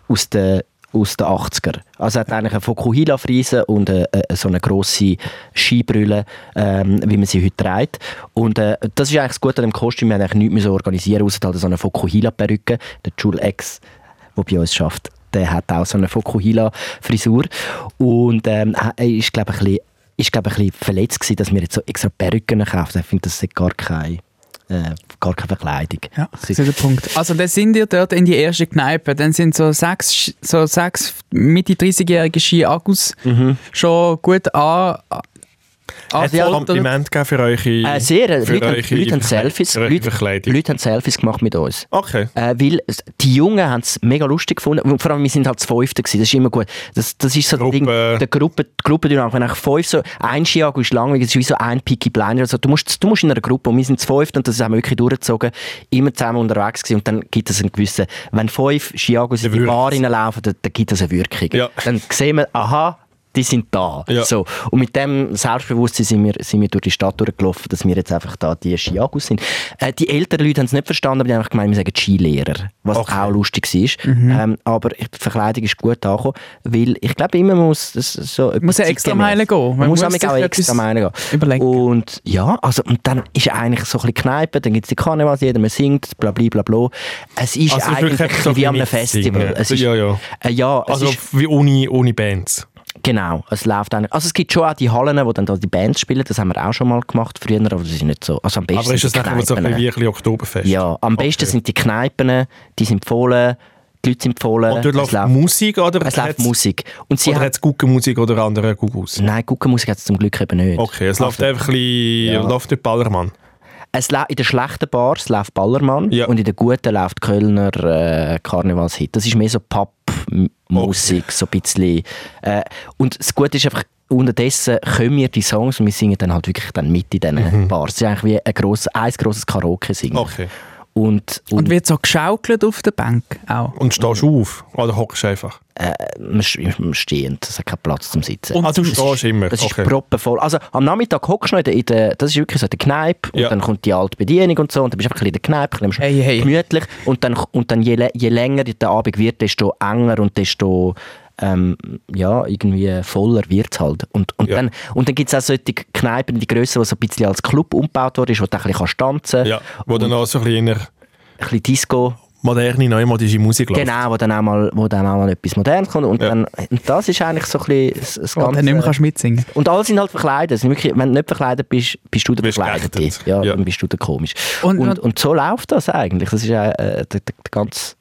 aus den aus den 80er. Also er hat eigentlich eine Fokuhila-Frise und eine, eine, so eine grosse Skibrille, ähm, wie man sie heute trägt. Und äh, das ist eigentlich das Gute an dem Kostüm, wir haben eigentlich nichts mehr so organisieren, außer halt so eine Fokuhila-Perücke. Der Jule X, der bei uns schafft, der hat auch so eine Fokuhila-Frisur und ähm, er ist, glaube ich, ein bisschen ist, glaube ich, ein bisschen verletzt gewesen, dass wir jetzt so extra Perücken kaufen. Ich finde, das ist gar keine, äh, gar keine Verkleidung.
Ja,
Das
das
ist-
ist der Punkt. Also dann sind ihr dort in die erste Kneipe. Dann sind so sechs, Sch- so sechs Mitte 30-jährige Ski-Agus schon gut an... an-
Hat es
Mhm. ja,
Kompliment gegeben für eure...
Äh, sehr. äh,
für
Leute, haben-
eure-
Leute, haben Selfies,
für eure
Leute,
Verkleidung.
Leute haben Selfies gemacht mit uns.
Okay.
Äh, weil es- die Jungen haben es mega lustig gefunden. Und Vor allem, wir sind halt das Fünfte gewesen. Das ist immer gut. Das, das ist so
Gruppe.
Ding, der Gruppe, die Gruppendynamik. Wenn auch fünf so, ein Skiago ist langweilig, es ist wie so ein Peaky Blinder. Also, du musst, du musst in einer Gruppe, und wir sind das Fünfte, und das haben wir wirklich durchgezogen, immer zusammen unterwegs gewesen. Und dann gibt es einen gewissen, wenn fünf Skiagos in die
Dann
Bar
wirkt's.
reinlaufen, dann, dann gibt es eine Wirkung.
Ja.
Dann sehen wir, aha, die sind da.
Ja.
So. Und mit dem Selbstbewusstsein sind wir, sind wir durch die Stadt durchgelaufen, dass wir jetzt einfach da die Skiagus sind. Äh, die älteren Leute haben es nicht verstanden, aber die haben einfach gemeint, wir sagen Skilehrer, was
Okay.
auch lustig war. Ähm, aber ich- die Verkleidung ist gut angekommen, weil ich glaube, immer muss das so etwas
Muss ja extra
zeitgemäß-
Meilen gehen. Man
Man muss
muss
auch
sich
auch
etwas
extra Meilen gehen.
überlegen.
Und ja, also und dann ist eigentlich so ein bisschen Kneipe, dann gibt es die Karnevals, jeder man singt, bla bla bla bla. Es ist
Also wirklich
eigentlich ein
so
bisschen wie an einem
mitsingen.
Festival. Es ist,
Ja, ja.
Äh, ja, es
Also
ist
wie ohne, ohne Bands.
Genau, es läuft eigentlich. Also es gibt schon auch die Hallen, wo dann da die Bands spielen, das haben wir auch schon mal gemacht früher, aber das ist nicht so. Also am besten
Aber ist das
sind die
nachher so ein bisschen
Kneipen.
wie ein bisschen Oktoberfest?
Ja, am besten sind die Kneipen, die sind voll, die Leute sind voll.
Und dort
es
läuft
läuft,
Musik oder
es läuft
hat's-
Musik. Und sie
Oder
hat,
hat es Guggenmusik oder andere Guggus?
nein, Guckenmusik hat es zum Glück eben nicht.
Okay, es läuft einfach ein bisschen, läuft nicht Ballermann.
Es lä- in den schlechten Bars läuft Ballermann
Ja.
und in den guten läuft Kölner äh, Karnevalshit. Das ist mehr so Pop-Musik, so ein bisschen. Äh, und das Gute ist einfach, unterdessen können wir die Songs und wir singen dann halt wirklich dann mit in diesen Bars. Es ist eigentlich wie ein, gross, ein grosses Karaoke singen.
Mhm. Okay.
Und, und,
Und wird so geschaukelt auf der Bank auch.
Und stehst du auf oder hockst einfach?
wir sch- wir stehen, es hat keinen Platz zum Sitzen.
Und also du stehst immer.
Das
okay.
ist proppenvoll. Also am Nachmittag hockst du noch in der, in der, das ist wirklich so in der Kneipe
Ja.
und dann kommt die alte Bedienung und so und dann bist du einfach ein bisschen in der Kneipe, ein bisschen
Hey, hey.
gemütlich und dann, und dann je, lä- je länger der Abend wird, desto enger und desto ähm, ja, irgendwie voller wird es halt. Und, und
Ja.
dann, und dann gibt es auch solche Kneipen, die grösser, die so ein bisschen Äh, als Club umgebaut worden ist, wo du ein bisschen kannst tanzen
Ja, wo dann auch so ein bisschen inner-
ein bisschen Disco
moderne, neumodische Musik läuft.
Genau, wo dann auch mal, wo dann auch mal etwas Modernes kommt. Und, dann, und das ist eigentlich so ein bisschen das, das
Und dann nicht mehr
Ganze.
kannst du mitsingen.
Und alle sind halt verkleidet. Es Sind wirklich, wenn du nicht verkleidet bist, bist du der
Bist
Verkleidete.
geächtet.
Ja,
Ja.
dann bist du der Komisch.
Und-
Und, und, so läuft das eigentlich. Das ist ja äh, der, der, der, ganze,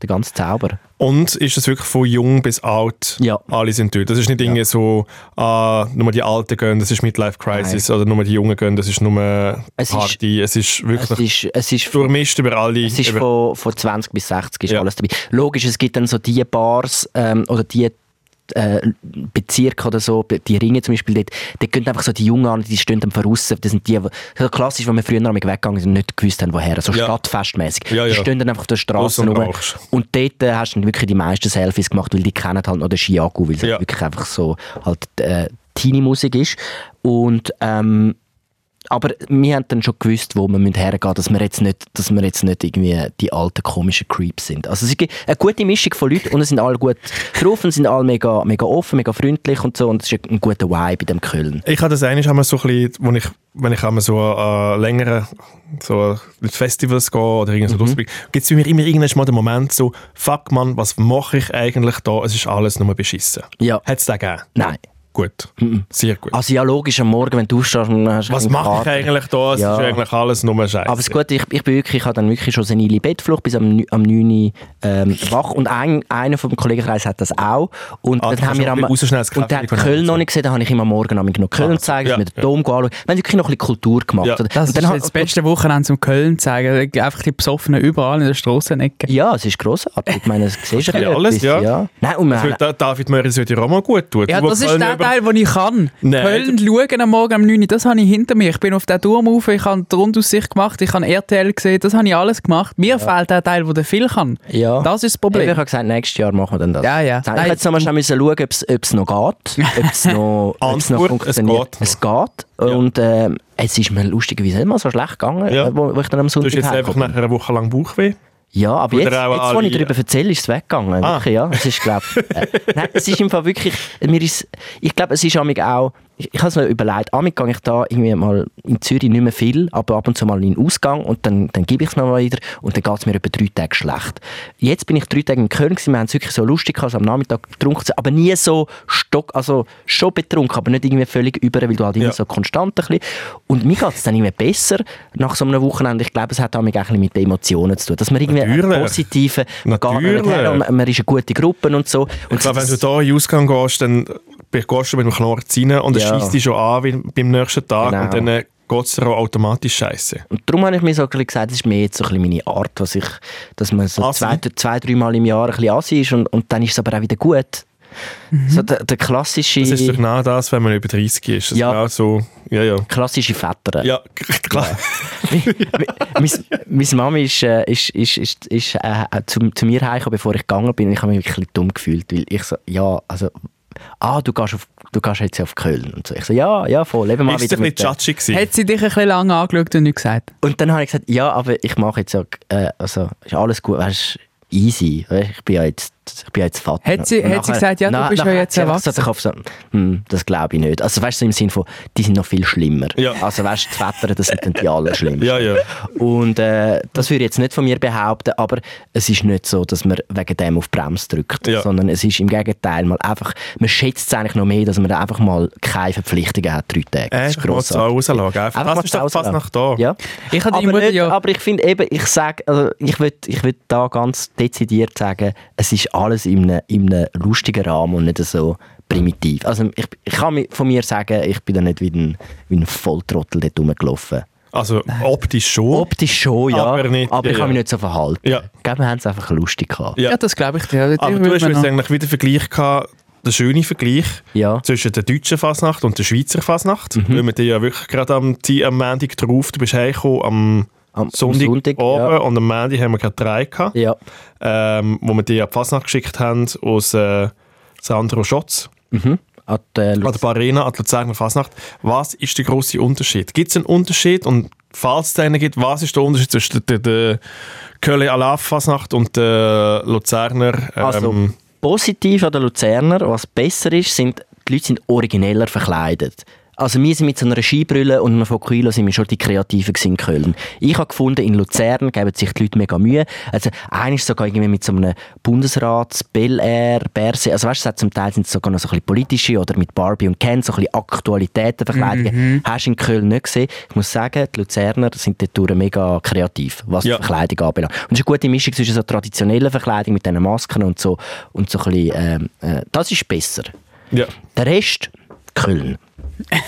der ganze Zauber.
Und ist das wirklich von jung bis alt?
Ja.
Alle sind dort. Das ist nicht irgendwie so, ah, nur die Alten gehen, das ist Midlife Crisis, oder nur die Jungen gehen, das ist nur
Es ist-
Party. es ist
Es
wirklich
ist, es ist
durchmischt über alle.
Es ist
über-
von, von 20 bis 60 ist
Ja.
alles dabei. Logisch, es gibt dann so die Bars ähm, oder die äh, Bezirke oder so, die Ringe zum Beispiel, dort, dort gehen einfach so die Jungen an, die stehen dann voraus. Das sind die, die so klassisch, wenn wir früher noch weggegangen sind, und nicht gewusst haben, woher. So
Ja.
stadtfestmäßig.
Ja, ja.
Die stehen dann einfach auf der Straße
Draussen
rum.
rauchst.
Und dort äh, hast du dann wirklich die meisten Selfies gemacht, weil die kennen halt noch den Chiago, weil es
Ja.
halt wirklich einfach so halt äh, Teenie-Musik ist. Und ähm, aber wir haben dann schon gewusst, wo wir hergehen müssen, dass wir jetzt nicht, dass wir jetzt nicht irgendwie die alten komischen Creeps sind. Also es ist eine gute Mischung von Leuten und es sind alle gut drauf und sind alle mega, mega offen, mega freundlich und so und es ist ein guter Vibe in dem Köln.
Ich habe das eigentlich einmal so ein bisschen, wo ich, wenn ich einmal so an längere so mit Festivals gehe oder irgendwie so mhm. gibt es bei mir immer irgendwann mal den Moment so, fuck man, was mache ich eigentlich da? Es ist alles nur beschissen.
Ja.
Hat es da gegeben?
Nein.
Gut. Sehr gut.
Also ja, logisch, am Morgen, wenn du aufstehst, dann hast du
was
einen
mache ich
Kater.
eigentlich da? Es
Ja.
ist eigentlich alles nur Scheiße.
Aber das Gute, ich, ich, bin wirklich, ich habe dann wirklich schon senile Bettflucht bis am, nü- am 9 Uhr ähm, wach. Und ein, einer vom Kollegenkreis hat das auch. Und
Ah, du
dann haben
kannst
wir
auch
am,
ein bisschen rausschneiden, das
und der hat
Kaffee-
Köln noch nicht gesehen, dann habe ich ihm am Morgen am noch Köln gezeigt,
ja,
ja, mit
ja.
dem Dom angeschaut. Wir haben wirklich noch ein bisschen Kultur gemacht.
Ja.
oder?
Das
Und
ist
dann
jetzt das beste Wochenende zum Köln zeigen. Einfach die Besoffenen überall in der Strassenecke.
Ja, es ist grossartig. Ich meine, es siehst du
Ja,
etwas,
alles, ja.
Nein, und wir
Das
haben,
würde- David Möhrer sollte dir auch mal gut tun.
Ja,
Du, wo
das ist
Köln
der
über-
Teil, den ich kann.
Nein.
Köln schauen am Morgen um 9 Uhr, das habe ich hinter mir. Ich bin auf den Turm rauf, ich habe die Rundaussicht gemacht, ich habe RTL gesehen, das habe ich alles gemacht. Mir fehlt der Teil, wo der viel kann.
ja.
Das ist das
Eben,
Problem.
ich habe gesagt, nächstes Jahr machen wir dann das.
Ja, ja.
Ich
Nein.
habe jetzt nochmal schnell müssen schauen, ob es- ob es noch geht. Ob es noch, ob's noch
Antwort,
funktioniert.
es
Es geht. Und ähm, es ist mir lustigerweise nicht mal so schlecht gegangen,
Ja.
äh, wo, wo ich dann am
Du hast
Sonntag
jetzt einfach
heimgekommen
nach einer Woche lang Bauchweh.
bin. Ja, aber jetzt,
auch
jetzt, wo
alle-
ich darüber erzähle, ist es weggegangen.
Ah.
Wirklich, ja. Es ist, glaub, äh, nein, es ist im Fall wirklich... Mir ist, ich glaube, es ist amig auch... Ich, ich habe es mir überlegt. Amig gehe ich da irgendwie mal in Zürich nicht mehr viel, aber ab und zu mal in den Ausgang und dann, dann gebe ich es mir mal wieder und dann geht es mir etwa drei Tage schlecht. Jetzt bin ich drei Tage in Köln gewesen, wir haben es wirklich so lustig gehabt, so am Nachmittag getrunken, zu sein, aber nie so stock... Also schon betrunken, aber nicht irgendwie völlig über, weil du halt immer
Ja.
so konstant ein bisschen... Und mir geht es dann irgendwie besser nach so einem Wochenende. Ich glaube, es hat amig auch ein bisschen mit den Emotionen zu tun. Dass man irgendwie einen
Natürlich.
positiven... Man geht
Natürlich.
nicht her und man, man ist eine gute Gruppe und so. Und
Ich glaube, wenn
das-
du da in den Ausgang gehst, dann gehst du mit dem Knorz rein und es
Ja.
schießt dich schon an wie beim nächsten Tag
Genau.
und dann äh, geht es dir auch automatisch scheiße.
und darum habe ich mir so ein bisschen gesagt, das ist mehr jetzt so ein bisschen meine Art, was ich, dass man so
Assi.
zwei, zwei drei Mal im Jahr ein bisschen assi ist und, und dann ist es aber auch wieder gut. So der, der klassische,
Das ist doch genau das, wenn man über 30 ist. Das
Ja.
ist auch so, ja, ja.
klassische Vetter.
Ja, klar.
Meine Mami ist, äh, ist, ist, ist, ist äh, zu, zu mir heimgekommen, bevor ich gegangen bin. Und ich habe mich wirklich dumm gefühlt, weil ich so, ja, also, ah, du gehst, auf, du gehst jetzt auf Köln. Und so. Ich so, ja, ja, voll, eben mal
Ist
wieder
doch
mit
nicht
der-
judgy gewesen.
Hat sie dich ein bisschen lange angeschaut und nichts gesagt?
Und dann habe ich gesagt, ja, aber ich mache jetzt ja, äh, also ist alles gut, weißt easy, weißt, ich bin ja jetzt, ich bin ja jetzt Vater.
Hat sie-
Und
hat sie gesagt, ja, du bist ja
nachher
jetzt
hat sie einfach gesagt, Ich hab so, hm, das glaube ich nicht. Also weißt du, so im Sinn von, die sind noch viel schlimmer.
Ja.
Also weißt du, die Väter, das sind dann die allerschlimmsten.
Ja, ja.
Und äh, das würde ich jetzt nicht von mir behaupten, aber es ist nicht so, dass man wegen dem auf die Bremse drückt,
Ja.
sondern es ist im Gegenteil mal einfach, man schätzt es eigentlich noch mehr, dass man einfach mal keine Verpflichtungen hat, drei Tage. Das ist
Einfach mal zu
grossartig.
rauslassen. Einfach.
Einfach
Das
mal
ist Äh, doch
die
fast
Pause
nach da.
lassen. Ja.
Ich habe deine
aber,
Mutter
nicht,
ja-
aber ich finde eben, ich sage, also ich würde ich würd da ganz dezidiert sagen, es ist alles in einem, in einem lustigen Rahmen und nicht so primitiv. Also ich, ich kann mi- von mir sagen, ich bin da nicht wie ein, wie ein Volltrottel dort rumgelaufen.
Also optisch schon.
Optisch schon, ja,
Aber nicht-
aber
ja,
ich habe
ja.
mich nicht so verhalten.
Ja.
Ich glaube, wir haben es einfach lustig gehabt.
Ja.
Ja, das glaube ich dir. Die
Aber
würde
du hast
man
jetzt
noch-
eigentlich wieder Vergleich gehabt, der schöne Vergleich
Ja.
zwischen der deutschen Fasnacht und der Schweizer Fasnacht.
Mhm.
Weil wir die ja wirklich gerade am, Zi- am Montag drauf, du bist heimgekommen am,
Am- am
Sonntag,
Sonntag,
oben
ja.
und am Montag haben wir gerade drei gehabt,
Ja.
ähm, wo wir die ja die Fasnacht geschickt haben aus äh, Sandro Schotz.
Mhm. An der Lu-
An der Barena, an der Luzerner Fasnacht. Was ist der grosse Unterschied? Gibt es einen Unterschied? Und falls es einen gibt, was ist der Unterschied zwischen der, der Köln Alaf Fasnacht und der Luzerner? Ähm,
Also, positiv an den Luzerner, was besser ist, sind die Leute sind origineller verkleidet. Also wir sind mit so einer Skibrille und einem Fokuhilo sind wir schon die Kreativen gewesen in Köln. Ich habe gefunden, in Luzern geben sich die Leute mega Mühe. Also eines sogar irgendwie mit so einem Bundesrats, Bel Air, Berse, also weißt du, es hat zum Teil sind es sogar noch so ein bisschen politische oder mit Barbie und Ken so ein bisschen Aktualitäten verkleidigen.
Mhm.
Hast du in Köln nicht gesehen. Ich muss sagen, die Luzerner sind dort durch mega kreativ, was
Ja.
die Verkleidung anbelangt. Und es ist eine gute Mischung zwischen so traditioneller Verkleidung mit diesen Masken und so, und so ein bisschen, ähm, äh, das ist besser.
Ja.
Der Rest, Köln.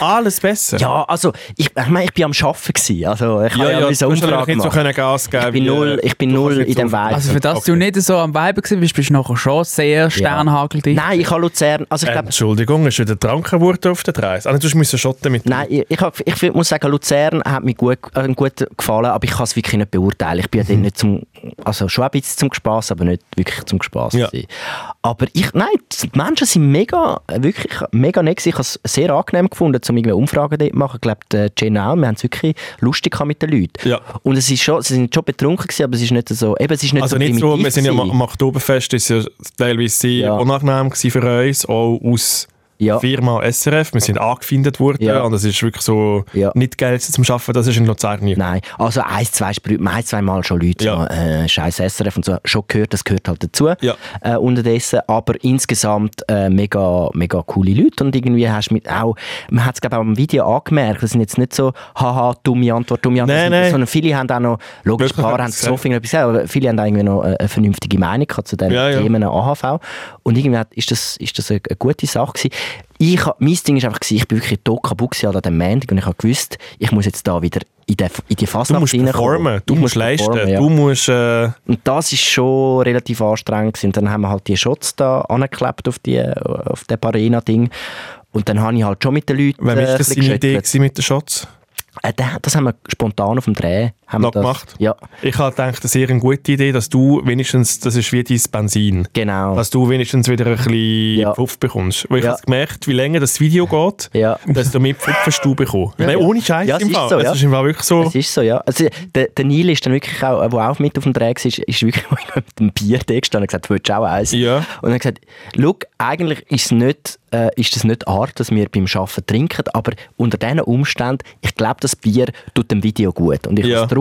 Alles besser.
Ja, also ich, ich meine, ich bin am Arbeiten gewesen, also ich habe ja,
du
diese
hast natürlich
Umfrage
nicht so
gemacht.
können Gas geben.
Ich bin
wie,
null,
äh,
ich bin
du kannst
null in
nicht
dem
so-
Vibe.
Also für das du nicht so am Weiben gewesen bist, bist du nachher schon sehr sternhageldicht.
Nein, ich habe Luzern, also ich
Äh,
glaube,
Entschuldigung, ist wieder tranken geworden auf der Reise. Ah, nein, du musst schotten mit
nein, ich, ich, hab- ich muss sagen, Luzern hat mir gut, äh, gut gefallen, aber ich kann es wirklich nicht beurteilen. Ich bin
Mhm.
dort nicht zum, also schon ein bisschen zum Spass, aber nicht wirklich zum Spass.
Ja.
gewesen. Aber ich, nein, die Menschen sind mega, wirklich mega nett gewesen. Ich habe es sehr angenehm gefunden, um irgendwie Umfragen dort zu machen. Ich glaube, die Jane auch, wir haben es wirklich lustig gehabt mit den Leuten.
Ja.
Und es ist schon, sie sind schon betrunken gewesen, aber es ist nicht so, eben, es ist nicht
Also
so
nicht so, wir
primitiv
sind ja am
gewesen.
am Oktoberfest, ist ja teilweise sehr
Ja.
unangenehm gewesen für uns, auch aus
Ja.
Firma SRF. Wir sind angefindet worden
Ja.
und es ist wirklich so
Ja.
nicht geil zum Arbeiten, das ist in Luzern nie.
Nein, also ein, zwei Sprüche, ein, zwei Mal schon Leute,
Ja.
so, äh, scheiß SRF und so, schon gehört, das gehört halt dazu
Ja.
äh, unterdessen, aber insgesamt äh, mega, mega coole Leute und irgendwie hast du mit auch, man hat es glaube auch im Video angemerkt, das sind jetzt nicht so haha, dumme Antwort, dumme Antwort,
Nein,
sondern-
nein.
sondern viele haben auch noch, logisch, ein
Wirklich
paar
hat
haben
es
so viel etwas gesagt, aber viele haben irgendwie noch äh, eine vernünftige Meinung gehabt zu den
Ja, ja.
Themen AHV und irgendwie hat, ist das, ist das eine, eine gute Sache gewesen. Ich, hab- mein Ding war einfach, gewesen, ich bin wirklich tot kaputt gewesen an diesem Montag und ich habe gewusst, ich muss jetzt da wieder in, den, in die Fasnacht
Du musst
reinkommen.
performen, du
Ich
musst
muss
leisten,
performen, ja.
du musst... Äh,
Und das ist schon relativ anstrengend. Gewesen. Dann haben wir halt die Shots da angeklebt auf, die, auf den Parena-Ding. Und dann habe ich halt schon mit den Leuten
wem
ein
ist das
bisschen
seine Idee
geschüttelt.
gewesen mit den Shots?
Äh, da- das haben wir spontan auf dem Dreh. Haben wir
Noch
das.
gemacht?
Ja,
Ich habe gedacht, das ist eine gute Idee, dass du wenigstens, das ist wie dein Benzin,
genau.
dass du wenigstens wieder ein bisschen
Ja.
Pfuff bekommst. Weil ich
Ja.
habe gemerkt, wie länger das Video geht,
Ja.
desto mehr Pfuff hast du bekommen. Nein, ohne Scheiß
Ja, es
im
ist
Fall.
so,
es
ja.
ist im Fall wirklich so.
Es ist so, ja. Also, der, der Neil ist dann wirklich auch, der auch mit auf dem Dreh war, ist, ist wirklich mit dem Bier da gestanden und gesagt, willst du auch eins?
Ja.
Und er hat gesagt, «Look, eigentlich ist, es nicht, äh, ist das nicht Art, dass wir beim Arbeiten trinken, aber unter diesen Umständen, ich glaube, das Bier tut dem Video gut.» Und ich
Ja.
habe es getrunken,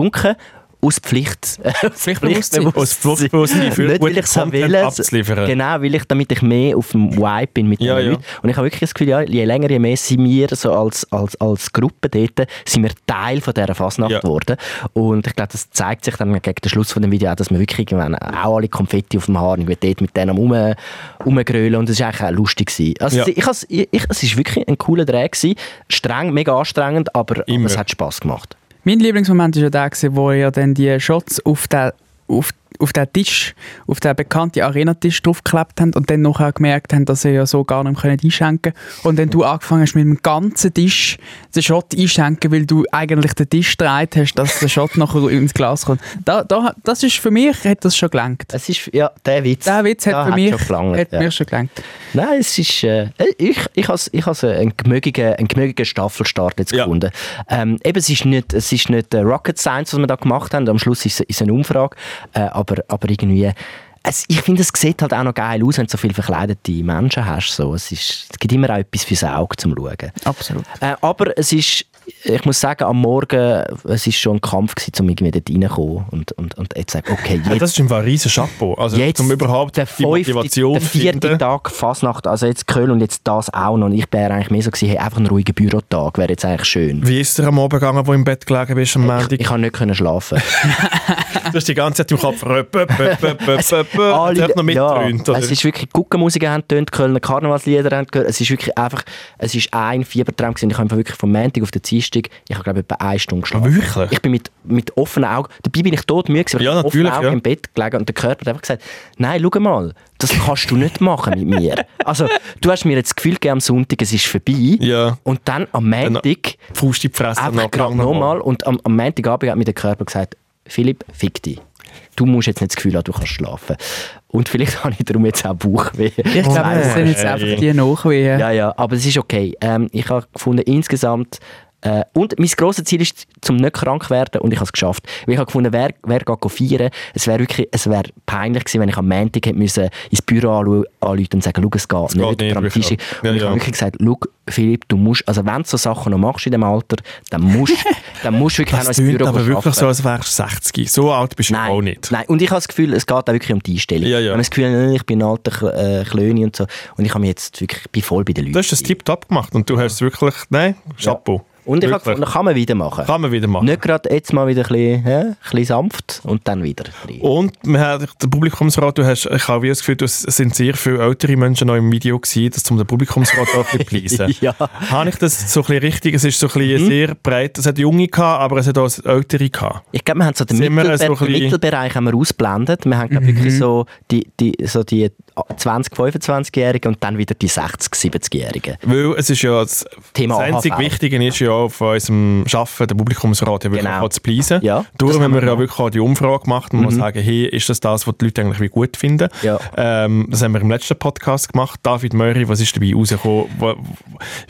aus Pflicht, äh,
Pflichtbewusstsein.
Aus Pflichtbewusstsein für
Nicht, weil
guten
ich's so
Content
will,
abzuliefern.
Genau, weil ich, damit ich mehr auf dem Vibe bin mit
Ja,
den
ja.
Leuten. Und ich habe wirklich das Gefühl, ja, je länger, je mehr sind wir so als, als, als Gruppe dort, sind wir Teil von dieser Fasnacht
Ja.
geworden. Und ich glaube, das zeigt sich dann gegen den Schluss von dem Video auch, dass wir wirklich irgendwann auch alle Konfetti auf dem Haar irgendwie dort mit denen rum, rumgrölen und es war eigentlich auch lustig. Gewesen. Also
Ja.
ich, has- ich, ich, es war wirklich ein cooler Dreh. Gewesen. Streng, mega anstrengend, aber, aber
Immer.
es hat Spass gemacht.
Mein Lieblingsmoment war ja der, gewesen, wo ihr dann die Shots auf den, auf, auf den Tisch, auf den bekannten Arenatisch draufgeklebt habt und dann nachher gemerkt habt, dass ihr ja so gar nicht mehr einschenken könnt. Und dann du angefangen hast, mit dem ganzen Tisch den Shot einschenken, weil du eigentlich den Tisch gedreht hast, dass der Shot nachher ins Glas kommt. Da, da, das ist für mich, hat das schon gelangt.
Es ist, ja, der Witz.
Der Witz hat
da
für mich,
schon gelangt,
hat
ja.
mir schon gelangt.
Nein, es ist, äh, ich, ich habe ich has einen gemögigen, einen gemögigen Staffelstart jetzt
Ja.
gefunden. Ähm, eben, es ist nicht, es ist nicht äh, Rocket Science, was wir da gemacht haben. Am Schluss ist es ist eine Umfrage. Äh, aber, aber irgendwie, es, ich finde, es sieht halt auch noch geil aus, wenn du so viele verkleidete Menschen hast. So. Es, ist, es gibt immer auch etwas fürs Auge zum Schauen.
Absolut.
Äh, aber es ist, ich muss sagen, am Morgen, es ist schon ein Kampf gewesen, um irgendwie dort reinzukommen und, und, und jetzt sagen, okay,
Ja,
jetzt
das ist im Fall ein riesen Chapeau. Also,
jetzt
um überhaupt
der
die
fünfte,
Motivation
der
zu
vierte
finden.
Tag Fasnacht, also jetzt Köln und jetzt das auch noch. Und ich wäre eigentlich mehr so gewesen, hey, einfach ein ruhiger Bürotag wäre jetzt eigentlich schön.
Wie ist es dir am Abend gegangen, wo du im Bett gelegen bist am Montag?
Ich kann nicht können schlafen.
Du hast die ganze Zeit im Kopf röp, röp, röp, röp, röp, röp.
Alle-
Jetzt hat noch mitgeräumt.
ja, es ist wirklich Guckenmusik haben tönt, Kölner Karnevalslieder haben gehört. Es ist wirklich einfach, es ist ein Fiebertraum gewesen. Ich habe einfach wirklich vom Montag auf den Dienstag, ich habe glaube ich etwa eine Stunde geschlafen.
Wirklich?
Ich bin mit, mit offenen Augen, dabei bin ich tot müde, gewesen, aber ich
Ja,
bin mit offenen
natürlich,
Augen
ja.
im Bett gelegen und der Körper hat einfach gesagt, nein, schau mal, das kannst du nicht machen mit mir. Also, du hast mir jetzt das Gefühl gegeben, am Sonntag, es ist vorbei.
Ja.
Und dann am Montag,
Faust in die Fresse.
einfach
noch,
gerade
noch mal.
nochmal, und am, am Montagabend hat mir der Körper gesagt, Philipp, fick dich. Du musst jetzt nicht das Gefühl haben, du kannst schlafen. Und vielleicht habe ich darum jetzt auch Bauchweh.
Ich glaube, das sind jetzt
ey.
einfach die Nachwehen.
Ja, ja, aber es ist okay. Ähm, ich habe gefunden, insgesamt Äh, und mein grosses Ziel ist, zum nicht krank zu werden und ich habe es geschafft. Weil ich habe gefunden, wer, wer geht feiern, es wäre wirklich, es wäre peinlich gewesen, wenn ich am Montag hätte müssen ins Büro anru- anrufen und sagen, schau, es geht
geht
nicht,
nicht,
am
wirklich
Tisch.
nicht.
Und
Ja,
ich habe
ja.
wirklich gesagt, schau, Philipp, du musst, also wenn du so Sachen noch machst in dem Alter, dann musst, dann musst du wirklich auch
Das
noch ins
tönt
Büro
aber
gehen
wirklich so,
arbeiten.
als wärst du 60. So alt bist du
Nein,
auch nicht.
nein, und ich habe das Gefühl, es geht auch wirklich um die Einstellung.
Ja, ja.
Ich habe das Gefühl, ich bin ein alter Kl- äh, Klöni und so. Und ich habe mich jetzt wirklich ich bin voll bei den Leuten.
Du hast das tiptop gemacht und du hast wirklich, nein, Chapeau.
und ich habe
Wirklich.
gefunden, kann man wieder machen.
Kann man wieder machen.
Nicht gerade jetzt mal wieder ein bisschen, hä, ein bisschen sanft und dann wieder rein.
Und wir haben den Publikumsrat, du hast, ich habe wie das Gefühl, du- es sind sehr viele ältere Menschen noch im Video gewesen, das um den Publikumsrat auch ein bisschen pleasen.
Ja. Mhm.
Habe ich das so ein bisschen richtig? Es ist so ein bisschen sehr breit. Es hat Junge gehabt, aber es hat auch ältere gehabt.
Ich glaube, wir haben so den
Sind wir
Mittelber
so ein bisschen- Mhm.
Mittelbereich haben wir ausblendet. Wir haben glaub, wirklich so die, die, so die 20-, 25-Jährigen und dann wieder die 60-, 70-Jährigen.
Weil es ist ja das,
Thema
das einzig
AHV.
Wichtige ist ja auf unserem Schaffen, der Publikumsrat ja wirklich
Genau.
auch zu pleasen.
Ja,
Darum
das
haben
haben wir
wir ja
gemacht.
wirklich auch die Umfrage gemacht, um mal zu sagen, hey, ist das das, was die Leute eigentlich wie gut finden?
Ja.
Ähm, das haben wir im letzten Podcast gemacht. David Möri, was ist dabei rausgekommen? Wo-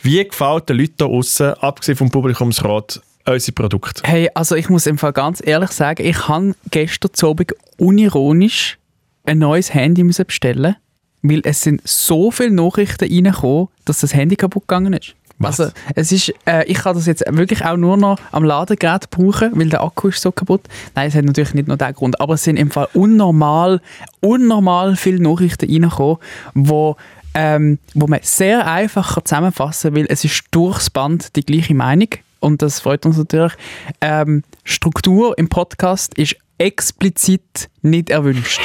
Wie gefällt den Leuten da aussen, abgesehen vom Publikumsrat, unsere Produkte?
Hey, also ich muss im Fall ganz ehrlich sagen, ich habe gestern Abend unironisch ein neues Handy müssen bestellen, weil es sind so viele Nachrichten reingekommen, dass das Handy kaputt gegangen ist.
Was?
Also es ist, äh, ich kann das jetzt wirklich auch nur noch am Ladegerät brauchen, weil der Akku ist so kaputt. Nein, es hat natürlich nicht nur den Grund, aber es sind im Fall unnormal, unnormal viele Nachrichten reingekommen, wo, ähm, wo man sehr einfach kann zusammenfassen kann, weil es ist durchs Band die gleiche Meinung und das freut uns natürlich. Ähm, Struktur im Podcast ist explizit nicht erwünscht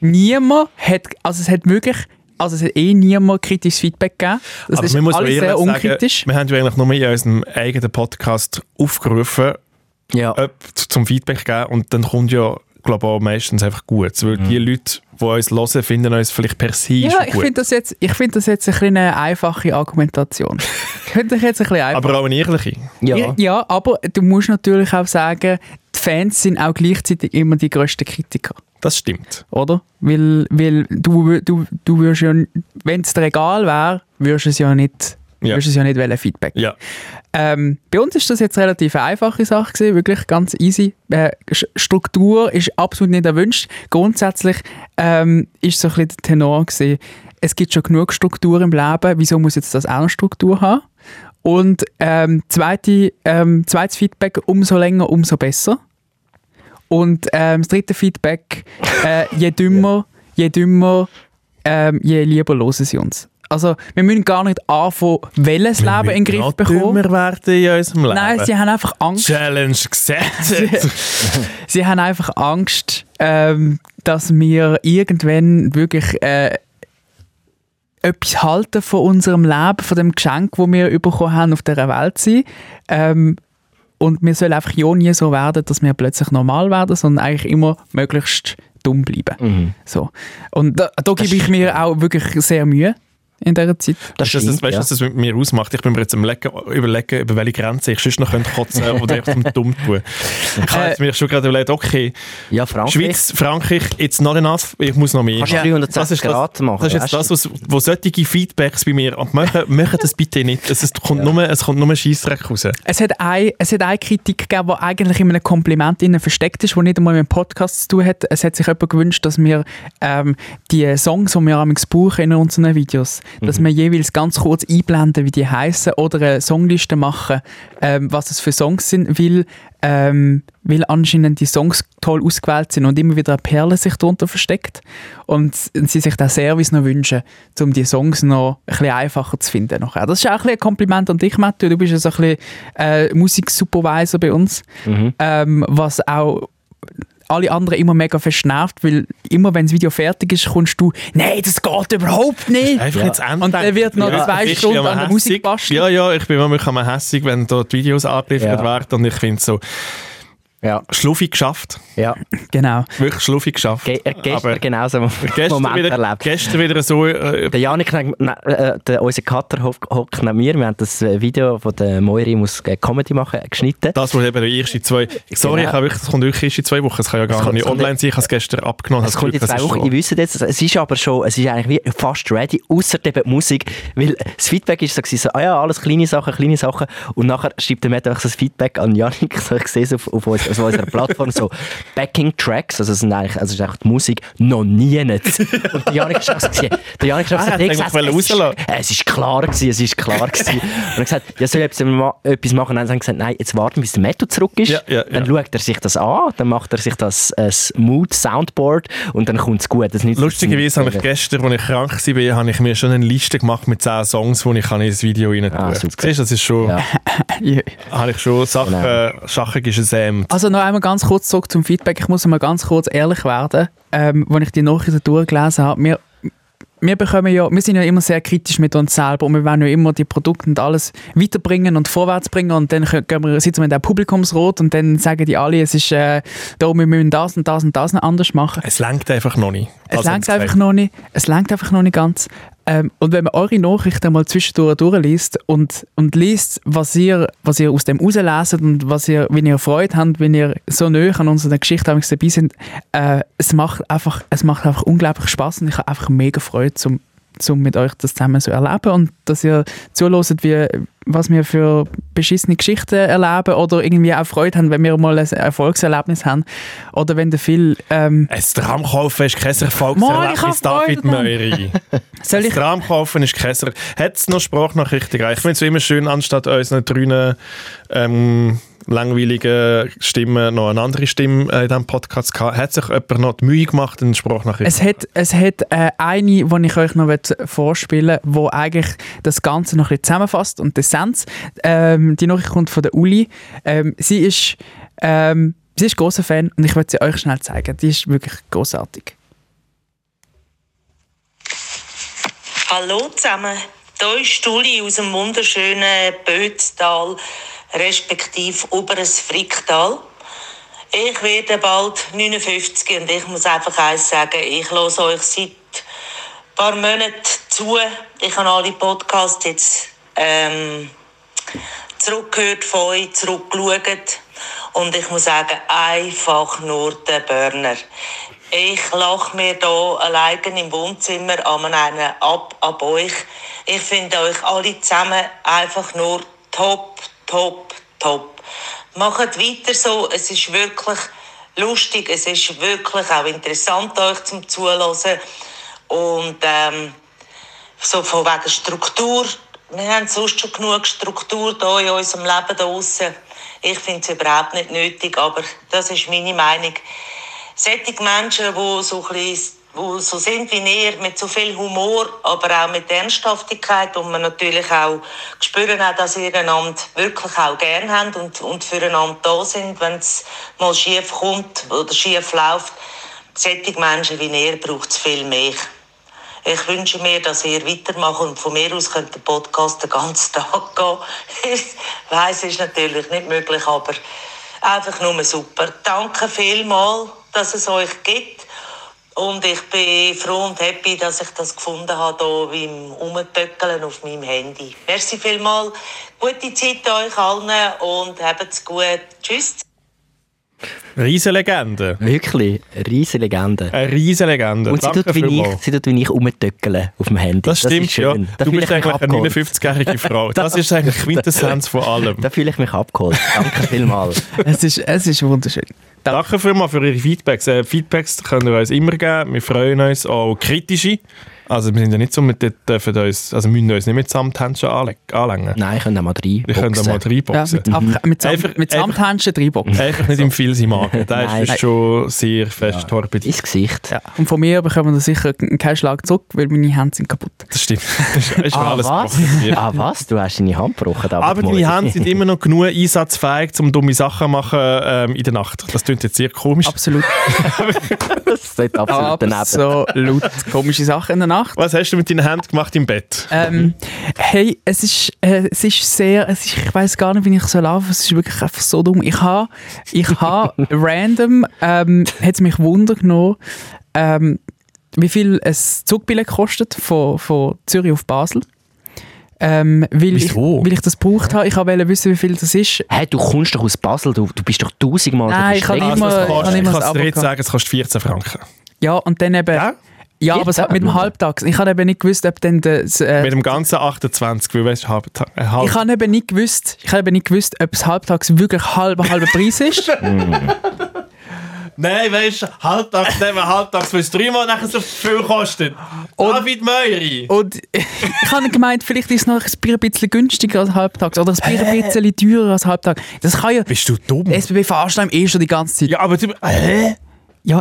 niemand hat, also es hat wirklich, also es hat eh niemand kritisches Feedback gegeben. Das
Aber
ist
man muss
alles
ehrlich
sehr
sagen,
unkritisch.
wir haben ja eigentlich nur in unserem eigenen Podcast aufgerufen,
Ja.
ob z- äh, zum Feedback geben und dann kommt ja glaube auch meistens einfach gut, weil
Mhm.
die Leute, die uns hören, finden uns vielleicht per se
ja,
schon
ich
gut.
finde das jetzt, ich finde das jetzt ein bisschen eine einfache Argumentation. Könnte ich jetzt ein bisschen einfach.
Aber auch eine ehrliche.
Ja.
Ja. ja, aber du musst natürlich auch sagen, die Fans sind auch gleichzeitig immer die grössten Kritiker.
Das stimmt.
oder? Weil, weil du, du, du würdest ja, wenn es dir egal wäre, würdest du es ja nicht,
Ja.
würdest du es ja nicht wollen, Feedback.
Ja.
Ähm, bei uns ist das jetzt relativ eine einfache Sache gewesen, wirklich ganz easy. Äh, Sch- Struktur ist absolut nicht erwünscht. Grundsätzlich ähm, ist so ein bisschen der Tenor gewesen, es gibt schon genug Struktur im Leben, wieso muss jetzt das auch eine Struktur haben? Und ähm, zweite, ähm, zweites Feedback, umso länger, umso besser. Und ähm, das dritte Feedback, äh, je dümmer, je dümmer, ähm, je lieber hören sie uns. Also wir müssen gar nicht anfangen, welches Leben in den
Wir müssen
Griff
noch
bekommen.
dümmer werden in unserem Leben.
Nein, sie haben einfach Angst.
Challenge gesetzt.
Sie haben einfach Angst, ähm, dass wir irgendwann wirklich äh, etwas halten von unserem Leben, von dem Geschenk, wo wir bekommen haben auf dieser Welt sind. Ähm, und wir sollen einfach ja nie so werden, dass wir plötzlich normal werden, sondern eigentlich immer möglichst dumm bleiben.
Mhm.
So. Und da, da gebe ich mir auch wirklich sehr Mühe in dieser Zeit.
Das
Weißt du,
stimmt,
was
ja.
das mit mir ausmacht? Ich bin mir jetzt am Lecken, überlegen, über welche Grenze ich sonst noch könnte kotzen oder einfach zum dumm tun. Ich habe
Äh,
jetzt mir schon gerade überlegt, okay,
ja, Frankreich.
Schweiz, Frankreich, it's not enough, ich muss noch mehr.
Kannst du 360 Grad
das,
machen,
Das ist jetzt
weißt
das, was, wo solche Feedbacks bei mir machen, machen das bitte nicht. Es, es, kommt, nur, es kommt nur Scheissdreck raus.
Es hat, ein, es hat eine Kritik gegeben, die eigentlich in einem Kompliment innen versteckt ist, die nicht einmal mit dem Podcast zu tun hat. Es hat sich jemand gewünscht, dass wir ähm, die Songs, die wir am brauchen in unseren Videos, dass wir jeweils ganz kurz einblenden, wie die heißen oder eine Songliste machen, ähm, was es für Songs sind, weil, ähm, weil anscheinend die Songs toll ausgewählt sind und immer wieder eine Perle sich darunter versteckt. Und sie sich den Service noch wünschen, um die Songs noch ein bisschen einfacher zu finden. Nachher. Das ist auch ein, bisschen ein Kompliment an dich, Matthew. Du bist ja so ein bisschen äh, Musiksupervisor bei uns, ähm, was auch alle anderen immer mega verschnervt, weil immer, wenn das Video fertig ist, kommst du, nein, das geht überhaupt nicht.
Einfach
Ja.
jetzt enden.
Und dann wird noch zwei
ich bin
Stunden
immer
an der
hässig.
Musik basteln.
Ja, ja, ich bin manchmal hässig, wenn da die Videos angeliefert
Ja.
werden und ich finde so,
Ja,
Schluffig geschafft.
ja.
Genau.
Wirklich schluffig geschafft.
Ge äh,
Aber
gestern genau so einen
gestern
Moment
wieder,
erlebt.
gestern wieder so. Äh,
Der Janik, neben- ne- äh, der, unser Cutter hock- hockt neben mir. Wir haben das äh, Video, wo der Moiri muss äh, Comedy machen, äh, geschnitten.
das, was eben die erste zwei. Sorry,
Genau.
ich habe wirklich, das kommt wirklich erst in zwei Wochen. Es kann ja
Es
gar
kommt-
nicht
es kommt-
online sein. Ich habe es gestern abgenommen.
Es
Habe
kommt
Glück,
in zwei
dass es
Wochen,
schon-
ich wüsste jetzt, es ist aber schon, es ist eigentlich wie fast ready, außer eben die Musik, weil das Feedback ist so, gewesen, so ah ja, alles kleine Sachen, kleine Sachen und nachher schreibt der Matt einfach so das Feedback an Janik, so, ich sehe es auf, auf, uns- auf unserer Plattform, so Backing Tracks, also es sind eigentlich, also es ist eigentlich die Musik noch nie nicht. Und der Janik ist auch so, gewesen, der Janik ist auch so,
Ah,
der
hat
gesagt,
einfach
es, ist,
rauslassen.
Äh, es ist klar gewesen, es ist klar gewesen. Und er hat gesagt, ja, soll ich etwas ma- etwas machen? Und dann haben sie gesagt, nein, jetzt warten, bis der Matt zurück ist,
Ja, ja,
dann
ja.
schaut er sich das an, dann macht er sich das äh, Mood Soundboard und dann kommt es gut. Das nützt
Lustigerweise habe ich gestern, als ich krank war, habe ich mir schon eine Liste gemacht mit 10 Songs, die ich in das Video rein tue.
Ah,
Ah,
super.
Siehst du, das ist schon,
Ja.
habe ich schon Sachen,
Genau.
Sachen gesämt.
Also noch einmal ganz kurz zurück zum Feedback. Ich muss mal ganz kurz ehrlich werden. Ähm, als ich die Nachrichten durchgelesen habe, wir, wir, bekommen ja, wir sind ja immer sehr kritisch mit uns selber und wir wollen ja immer die Produkte und alles weiterbringen und vorwärts bringen und dann können- gehen wir, sitzen wir in der Publikumsrot und dann sagen die alle, es ist äh, da, wir müssen das und das und das noch anders machen.
Es lenkt einfach noch nicht.
Es
Also,
langt
haben sie
einfach noch nicht. Es langt einfach noch nicht ganz. Ähm, und wenn man eure Nachrichten mal zwischendurch durchliest und, und liest, was ihr, was ihr aus dem rauslesen und was ihr, wenn ihr Freude habt, wenn ihr so näher an unserer Geschichte damals dabei sind, äh, es, macht einfach, es macht einfach unglaublich Spaß und ich habe einfach mega Freude, zum, zum mit euch das zusammen so erleben und dass ihr zuhört, wie, was wir für beschissene Geschichten erleben oder irgendwie auch Freude haben, wenn wir mal ein Erfolgserlebnis haben oder wenn der Phil... Ähm,
Ein Tram kaufen ist kein
Mann, ich
Erfolgserlebnis,
hab
David
Freude dran.
Meury.
soll
Ein
ich
Tram kaufen ist kein Erfolg. Hat es noch Sprachnachrichten gegeben? Ich finde es immer schön, anstatt unseren drünen ähm, langweiligen Stimmen noch eine andere Stimme äh, in diesem Podcast zu haben. Hat sich jemand noch die Mühe gemacht, eine Sprachnachricht
Es hat, es hat äh, eine, die ich euch noch wollt vorspielen will, wo eigentlich das Ganze noch ein bisschen zusammenfasst und die Essenz. Ähm, die Nachricht kommt von der Uli. Ähm, sie ist, ähm, sie ist großer Fan und ich will sie euch schnell zeigen. Die ist wirklich großartig.
Hallo zusammen, hier ist Uli aus dem wunderschönen Bötztal, respektive Oberes Fricktal. Ich werde bald 59 und ich muss einfach eins sagen, ich höre euch seit ein paar Monaten zu. Ich habe alle Podcasts jetzt ähm, zurückgehört von euch, zurückgeschaut. Und ich muss sagen, einfach nur der Burner. Ich lache mir hier allein im Wohnzimmer an einen ab, ab euch. Ich finde euch alle zusammen einfach nur top, top, top. Macht weiter so, es ist wirklich lustig, es ist wirklich auch interessant, euch zum Zuhören. Und ähm, so von wegen Struktur. Wir haben sonst schon genug Struktur da in unserem Leben draußen. Ich finde es überhaupt nicht nötig, aber das ist meine Meinung. Solche Menschen, die so, ein bisschen, die so sind wie ihr, mit so viel Humor, aber auch mit Ernsthaftigkeit und man natürlich auch spüren, auch, dass ihr einander wirklich auch gern habt und, und füreinander da sind, wenn es mal schief kommt oder schief läuft. Solche Menschen wie ihr braucht es viel mehr. Ich wünsche mir, dass ihr weitermacht und von mir aus könnte der Podcast den ganzen Tag gehen. Ich weiss, es ist natürlich nicht möglich, aber einfach nur super. Danke vielmals, dass es euch gibt. Und ich bin froh und happy, dass ich das gefunden habe, hier beim Umtöckeln auf meinem Handy. Merci vielmals. Gute Zeit euch allen und habt's gut. Tschüss.
Riesenlegende.
Wirklich, riesige Legende.
Eine Riesenlegende.
Und sie
Danke
tut, wie
vielmals.
ich, sie tut wie ich rumtöckeln auf dem Handy. ist
Das stimmt, ja.
schön. Da
Du
fühle
bist
ich mich
eigentlich eine
abgeholt.
59-jährige Frau. Das ist eigentlich Quintessenz von allem.
Da fühle ich mich abgeholt. Danke vielmals.
Es ist, es ist wunderschön.
Danke vielmals für Ihre Feedbacks. Äh, Feedbacks können wir uns immer geben. Wir freuen uns auch kritische. Also wir sind ja nicht so, wir dürfen uns, also müssen uns nicht mit Samthändchen anle- anlängen.
Nein, ich könnte auch mal rein.
Wir können da mal
Ja,
reinboxen.
mit, Ab- mit, Sam-
Mhm. Einfach-
mit
einfach- Mhm.
Samthändchen reinboxen.
Einfach nicht im Filsi magen. Der
Nein.
ist schon sehr fest torpediert.
Ins Gesicht.
Ja. Und von mir bekommen wir sicher keinen Schlag zurück, weil meine Hände sind kaputt.
Das stimmt. Das ist schon alles
Ah, was?
provoziert.
ah, was? Du hast deine Hand gebrochen. David
Aber
Moiri.
deine Hände sind immer noch genug einsatzfähig, um dumme Sachen zu machen ähm, in der Nacht. Das klingt jetzt sehr komisch.
Absolut.
Das ist absolut daneben.
Absolut komische Sachen in der Nacht.
Was hast du mit deinen Händen gemacht im Bett?
Ähm, hey, es ist, äh, es ist sehr, es ist, ich weiß gar nicht, wie ich so laufe. Es ist wirklich einfach so dumm. Ich habe, ich habe random, ähm, hat mich Wunder genommen, ähm, wie viel ein Zugbillett kostet von, von Zürich auf Basel. Ähm, weil, ich,
Wieso?
weil ich das gebraucht habe. Ich wollte wissen, wie viel das ist.
Hey, du kommst doch aus Basel, du, du bist doch tausendmal davon
Nein, ich kann
schlecht.
nicht mal-
es
ich
kostet,
habe
Also, ich
immer das
kann
Abo
dir jetzt
gehabt.
sagen, es kostet 14 Franken.
Ja, und dann eben.
Ja?
Ja, aber es hat mit dem Halbtag. Ich habe eben nicht gewusst, ob dann das. Äh,
Mit dem ganzen 28, weil weißt du, halb, äh, halb.
ich habe eben nicht gewusst, ich habe eben nicht gewusst, ob es halbtags wirklich halber halber Preis ist.
Nein, weißt du, halbtags nehmen, halbtags, weil es dreimal nachher so viel kostet. David Meury.
Und ich habe gemeint, vielleicht ist es noch ein Bier ein bisschen günstiger als halbtags oder ein Bier ein bisschen teurer als halbtags. Das kann ja.
Äh. Bist du dumm?
Die SBB Fahrstein eh schon die ganze Zeit. Ja,
ja, aber du, hä?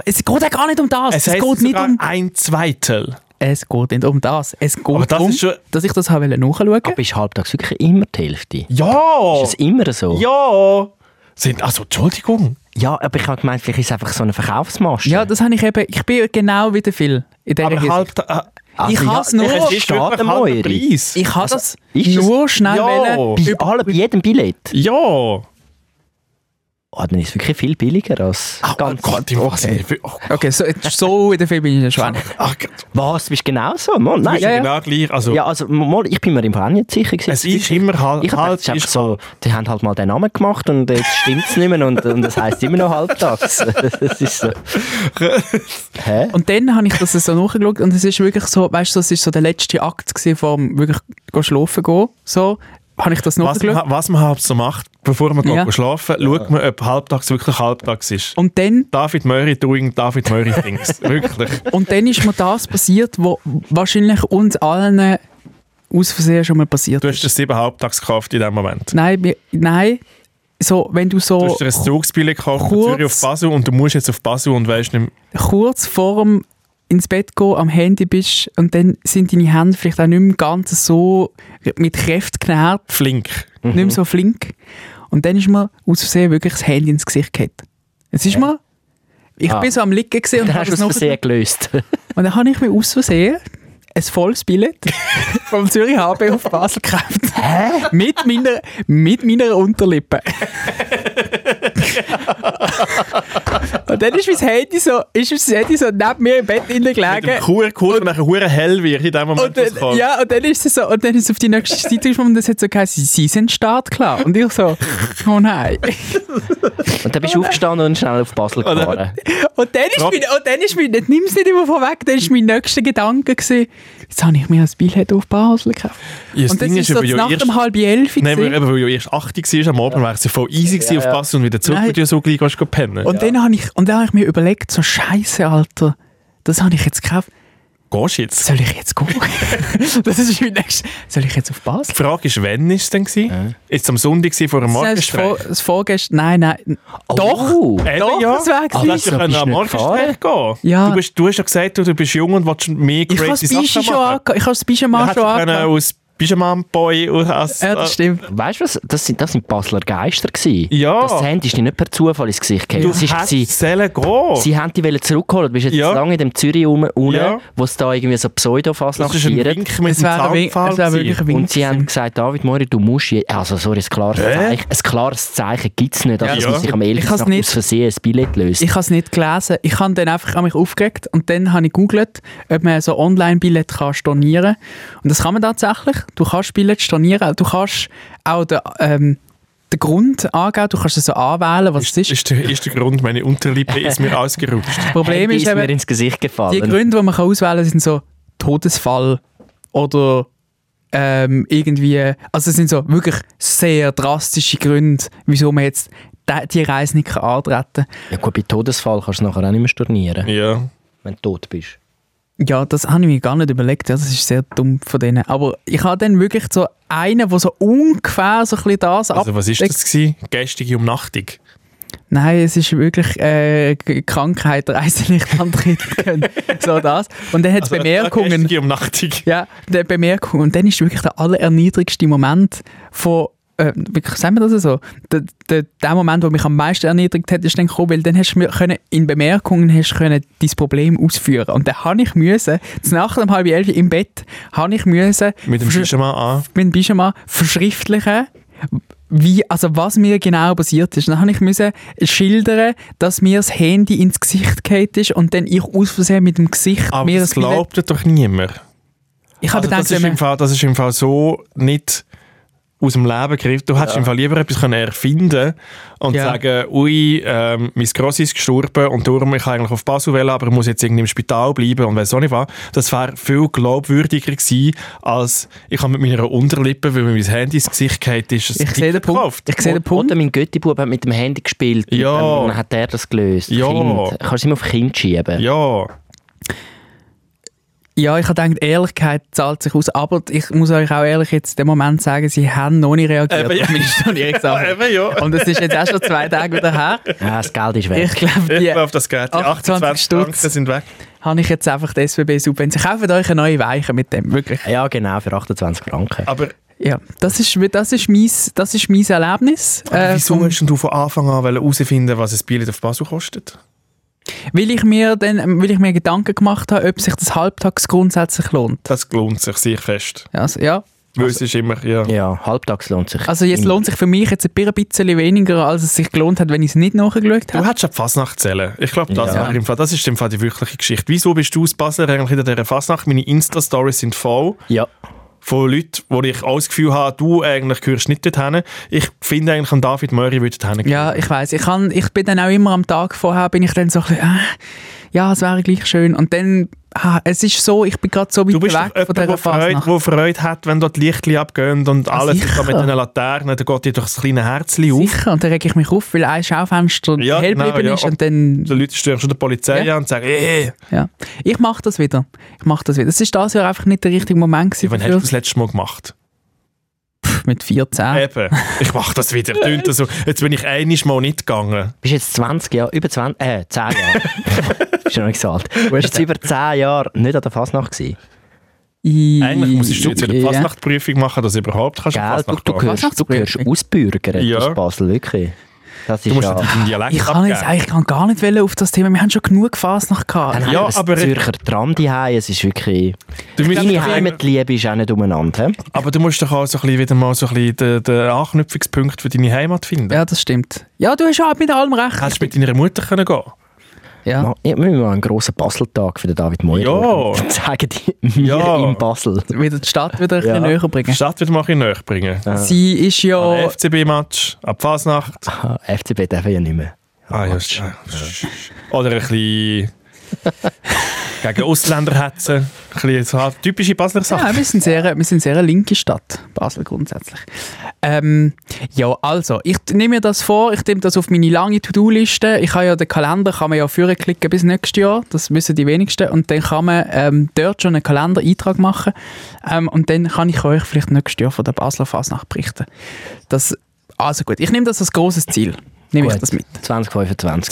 es geht ja gar nicht um das. Es,
es heisst
geht nicht
sogar
um.
ein Zweitel.
Es geht nicht um das. Es geht
Aber das
darum,
ist schon-
dass ich das habe nachschauen wollte.
Aber ist halbtags wirklich immer die Hälfte?
Ja!
Ist es immer so?
Ja! Sind, also, Entschuldigung.
Ja, aber ich habe gemeint, vielleicht ist es einfach so eine Verkaufsmasche.
Ja, das habe ich eben. Ich bin genau wie der Phil in dieser
Aber halt- äh,
Hinsicht.
halbtags.
Also
ich
ja,
hab's nur-
Es
Es
ist steht
wirklich
am
halber
Euro.
Preis.
Ich habe das
ist es-
nur schnell
Also, Ja.
wollen.
Bei allem, bei jedem Billett.
Ja!
Ah, dann ist es wirklich viel billiger als ganz...
Ah, oh Gott, ich weiß nicht. wie- Oh,
Okay, so, so in der Film bin ich schon.
ach, Gott.
Was, bist du genau so? Mann,
Du
nein.
bist
Ja,
ja
ja.
genau gleich. Also,
also mal, ich bin mir im Fall auch nicht sicher gewesen.
es ist immer halb.
Ich hab gedacht,
halb
es ist einfach
ist
so, die haben halt mal den Namen gemacht und jetzt stimmt es nicht mehr und, und das heisst immer noch halbtags. das ist so. Hä?
Und dann habe ich das so nachgeschaut und es ist wirklich so, weißt du, das ist so der letzte Akt gewesen, vom wirklich go schlafen gehen. So habe ich das
was,
nachgeschaut.
man, was man halt so macht, bevor man
Ja.
ja. schlafen geht, schaut man, ob halbtags wirklich halbtags ist.
Und dann,
David Murray doing David Murray Things. Wirklich.
und dann ist mir das passiert, was wahrscheinlich uns allen aus Versehen schon mal passiert
Du hast
ist.
das sieben halbtags gekauft in dem Moment.
Nein, wir- nein, so, wenn du
Du
so
hast dir ein Zugsbillett gekauft von
Oh, Kurz.
Zürich auf Basel und du musst jetzt auf Basel und weißt nicht mehr,
kurz vorm ins Bett gehen, am Handy bist und dann sind deine Hände vielleicht auch nicht mehr ganz so mit Kräften genährt,
flink.
Mhm.
nicht mehr so flink. Und dann ist mir aus Versehen wirklich das Handy ins Gesicht gehabt. Es ist mir, ich
Äh. Ah.
bin so am Liegen gewesen und
Dann hast
habe
du
das
es
noch
versehen gelöst.
Und dann habe ich mir aus Versehen ein volles Billett vom Zürich HB auf Basel gekauft. Hä? Mit meiner, mit meiner Unterlippe. und dann ist mein Handy so, ist mein Handy so neben mir im Bett innen
Mit dem
gelegen.
Kurkurs, der nachher hure hell wird in dem
Und
Moment, wo es
dann,
kommt.
ja, und dann ist es so, und dann ist es auf die nächste Seite gesprungen und es hat so geheißen, sie sind startklar. Und ich so, oh nein.
Und dann bist du aufgestanden und schnell auf Basel gefahren.
Und dann ist mein, und dann ist mein, nimm es nicht immer vorweg, dann ist mein nächster Gedanke gewesen, jetzt habe ich mir ein Billett auf Basel gekauft.
Ja, das
Und das
Ding
ist so
aber ja
nach
erst-
dem halb elf
Nein, weil
gewesen.
eben, weil du erst 80 war am Abend, wäre es ja voll easy gewesen auf Basel und wieder zurück,
Nein.
weil du ja so gleich gehst gehen pennen.
Und dann habe ich, und dann habe ich mir überlegt, so Scheiße, Alter, das habe ich jetzt gekauft.
Gehst jetzt?
Soll ich jetzt gucken? das ist mein nächstes. Soll ich jetzt auf Basel?
Die Frage ist, wann war es denn? Gewesen? Ist es am Sonntag gewesen, vor dem
das, Vor,
Morgenstreik?
das Vorgestern. Nein, nein. Doch!
Oh.
Eben,
Doch, das wär
Ah,
gewesen.
hast
Wieso
du können
bist du
am
nicht
Morgenstreik gehen
Ja.
Du, bist, du hast ja gesagt, du, du bist jung und willst mehr
Ich habe das
crazy Sachen
Bischi schon
machen.
ange- ich habe das Bischema
Hättest
schon
du können
angefangen.
aus Pyjama-Boy und äh, aus...
Ja, das stimmt.
Weißt du was? Das sind, das sind Basler Geister. Gewesen.
Ja.
Das Handy ist dir nicht per Zufall ins Gesicht
Du
gefallen. Es ist-
hättest
Sie,
sollen gehen.
sie haben dich wollen zurückholen. Du bist jetzt
Ja.
zu lange in dem Zürich rum, unten,
Ja.
wo es da irgendwie so Pseudo-Fasnacht
das ist ein Wink mit
Es
dem
wäre ein Wink- es wäre wirklich
Zaunpfahl.
ein Wink
Und sie haben
gewesen.
gesagt, David Mori, du musst je, Also, sorry, ein klares Zeichen. Ein klares Zeichen gibt es nicht, also,
Ja.
dass man sich am
Ich
ehesten
kann's
aus
nicht-
Versehen ein Billett löst.
Ich habe es nicht gelesen. Ich habe dann einfach an mich aufgeregt und dann habe ich gegoogelt, ob man so Online-Billett kann stornieren kann. Und das kann man tatsächlich. Du kannst Billett stornieren. Du kannst auch den, ähm, den Grund angeben. Du kannst es so anwählen, was es ist.
Ist der, ist der Grund, meine Unterlippe ist mir ausgerutscht.
Das Problem
Handy
ist
ist mir
eben,
ins Gesicht
die
gefallen.
Gründe, die man kann auswählen kann, sind so Todesfall oder ähm, irgendwie... Also es sind so wirklich sehr drastische Gründe, wieso man jetzt de- die Reise nicht kann antreten kann.
Ja gut, bei Todesfall kannst du es nachher auch nicht mehr stornieren,
Ja.
wenn du tot bist.
Ja, das habe ich mir gar nicht überlegt. Ja, das ist sehr dumm von denen. Aber ich habe dann wirklich so einen, der so ungefähr so ein bisschen das
Also was ist
abdeckt.
das gewesen? Gestrige Umnachtung.
Nein, es ist wirklich äh, G- Krankheit, Reise nicht antreten können. so das. Und dann hat es
Also, eine
Bemerkungen.
Gestrige Umnachtung.
Ja, der Bemerkung. Und dann ist wirklich der allererniedrigste Moment von äh, wirklich, sagen wir das so, der, der, der Moment, der mich am meisten erniedrigt hat, ist dann gekommen, weil dann hast du mir können, in Bemerkungen hast du können dein Problem ausführen Und dann habe ich müssen, zu Nacht um halb elf im Bett, habe ich müssen,
Mit dem
versch-
Schischemann an.
mit dem Bischema verschriftlichen, wie, also was mir genau passiert ist. Dann habe ich müssen schildern, dass mir das Handy ins Gesicht gehalten ist und dann ich aus Versehen mit dem Gesicht
Aber
mir
das
Billett-
glaubt dir doch niemand.
Ich habe
Also das,
gedacht,
ist
wenn
im
man-
Fall, das ist im Fall so nicht aus dem Leben gegriffen. Du hättest im Fall lieber etwas können erfinden und
Ja.
sagen, ui, ähm, mein Grossi ist gestorben und darum ich kann eigentlich auf Basel wählen, aber ich muss jetzt irgendwie im Spital bleiben und weiss auch nicht was. Das wäre viel glaubwürdiger gewesen, als ich habe mit meiner Unterlippe, weil mir mein Handy ins Gesicht gehalten ist, ein
Ich sehe den
Ticket
Punkt.
gekauft.
Ich sehe den Punkt.
Oder mein Göttibub hat mit dem Handy gespielt Ähm, und
Ja.
dann- dann hat er das gelöst.
Ja.
Kind. Kannst du immer auf Kind schieben.
Ja,
Ja, ich habe gedacht, Ehrlichkeit zahlt sich aus, aber ich muss euch auch ehrlich jetzt in dem Moment sagen, sie haben noch nicht reagiert.
Eben, ja.
auf meine Stornierungssache.
Eben, ja.
Und es ist jetzt auch schon zwei Tage wieder her.
Ah, das Geld ist
Ich
weg.
glaube,
ich
die
glaube, das geht. Die
28
28
Stutz.
Franken sind weg.
habe ich jetzt einfach die SBB subventioniert. Sie kaufen euch eine neue Weiche mit dem, wirklich.
Ja, genau, für 28 Franken.
Aber
Ja, das ist, das ist, mein, das ist mein Erlebnis. äh,
wieso
vom-
hast du von Anfang an herausfinden, was ein Billett auf Basel kostet?
weil, ich mir dann, weil ich mir Gedanken gemacht habe, ob sich das Halbtags grundsätzlich lohnt.
Das lohnt sich sehr fest.
Also, ja.
Weil es ist immer, ja.
Ja, halbtags lohnt sich.
also
Hm.
jetzt lohnt sich für mich jetzt ein bisschen weniger, als es sich gelohnt hat, wenn ich es nicht nachgeschaut
Du
habe.
hättest ja die Fasnacht zählen. Ich glaube, das,
Ja.
wäre im Fall- das ist im Fall die wirkliche Geschichte. Wieso bist du aus Basel eigentlich hinter dieser Fasnacht? Meine Insta-Stories sind voll
ja.
von Leuten, wo ich auch das Gefühl habe, du eigentlich gehörst nicht dorthin. Ich finde eigentlich, an David Murray würde dorthin gehen.
Ja, ich weiß. Ich, kann, ich bin dann auch immer am Tag vorher, bin ich dann so ein bisschen, ah, ja, es wäre gleich schön. Und dann, ah, es ist so, ich bin gerade so weit
Du bist doch
weg von
jemand, der
dieser
Freude,
Fasnacht. Ah,
wo Freude hat, wenn dort die Lichtli abgehen und alles
sicher.
ist da mit den Laternen, da geht dir doch das kleine Herzli auf.
Sicher, und dann reg ich mich auf, weil ein Schaufenster
Ja,
hell
genau,
geblieben
ja.
ist und dann
Die Leute stören schon der Polizei
Ja.
an und sagen, eh,
Ja. Ich mache das wieder. Ich mache das wieder. Es ist das Jahr einfach nicht der richtige Moment gewesen.
wann hast du
dafür.
das letzte Mal gemacht?
Pff, mit 14.
Eben, ich mache das wieder. Tönt das so. Jetzt bin ich einiges Mal nicht gegangen.
Bist jetzt 20 Jahre, über 20, äh, 10 Jahre. Ist ja noch nicht so alt. Du warst jetzt über 10 Jahre nicht an der Fasnacht gewesen.
I-
Äh, Eigentlich musstest du jetzt wieder
Ja.
Fastnachtprüfung machen, dass du überhaupt kannst
Gell? Du,
Fastnacht
du,
machen.
gehörst, du gehörst ausbürgern
Ja.
aus Basel, wirklich. Das ist
Du musst
ja...
ja. deinen Dialekt
Ich kann jetzt
abgeben.
eigentlich gar nicht wollen auf das Thema. Wir haben schon genug Fasnacht
Dann
gehabt.
haben
Ja,
wir das
aber-
Zürcher Tram daheim, es ist wirklich...
Du musst-
Deine Heimatliebe ist auch nicht umeinander. hä?
Aber du musst doch auch so ein bisschen wieder mal so ein bisschen den, den Anknüpfungspunkt für deine Heimat finden.
Ja, das stimmt. Ja, du hast auch mit allem recht.
Hättest du mit deiner Mutter können gehen
Ja.
Ma- Ich müssen mal einen grossen Baseltag für den David Moyer
Ja.
organisieren. Sagen die mir
Ja.
in Basel.
Wieder die Stadt wieder ein
Ja.
bisschen näher
Die
bringen.
Stadt wieder mal ein bisschen näher bringen.
Sie ist ja.
Äh, An FCB-Match, ab Fasnacht.
Ah, FCB darf ich ja nicht mehr.
Ah, ja, sch- sch- Oder ein bisschen gegen Ausländer hetzen. Ein bisschen so halt typische Basler Sachen.
Ja, wir sind sehr, wir sind sehr eine linke Stadt, Basel grundsätzlich. Ähm, ja, also, ich nehme mir das vor, ich nehme das auf meine lange To-Do-Liste. Ich habe ja den Kalender, kann man ja führen klicken bis nächstes Jahr, das wissen die wenigsten. Und dann kann man ähm, dort schon einen Kalendereintrag machen. Ähm, und dann kann ich euch vielleicht nächstes Jahr von der Basler Fasnacht berichten. Das, also gut, ich nehme das als großes Ziel. Nehme ich
Gut.
das mit.
2025.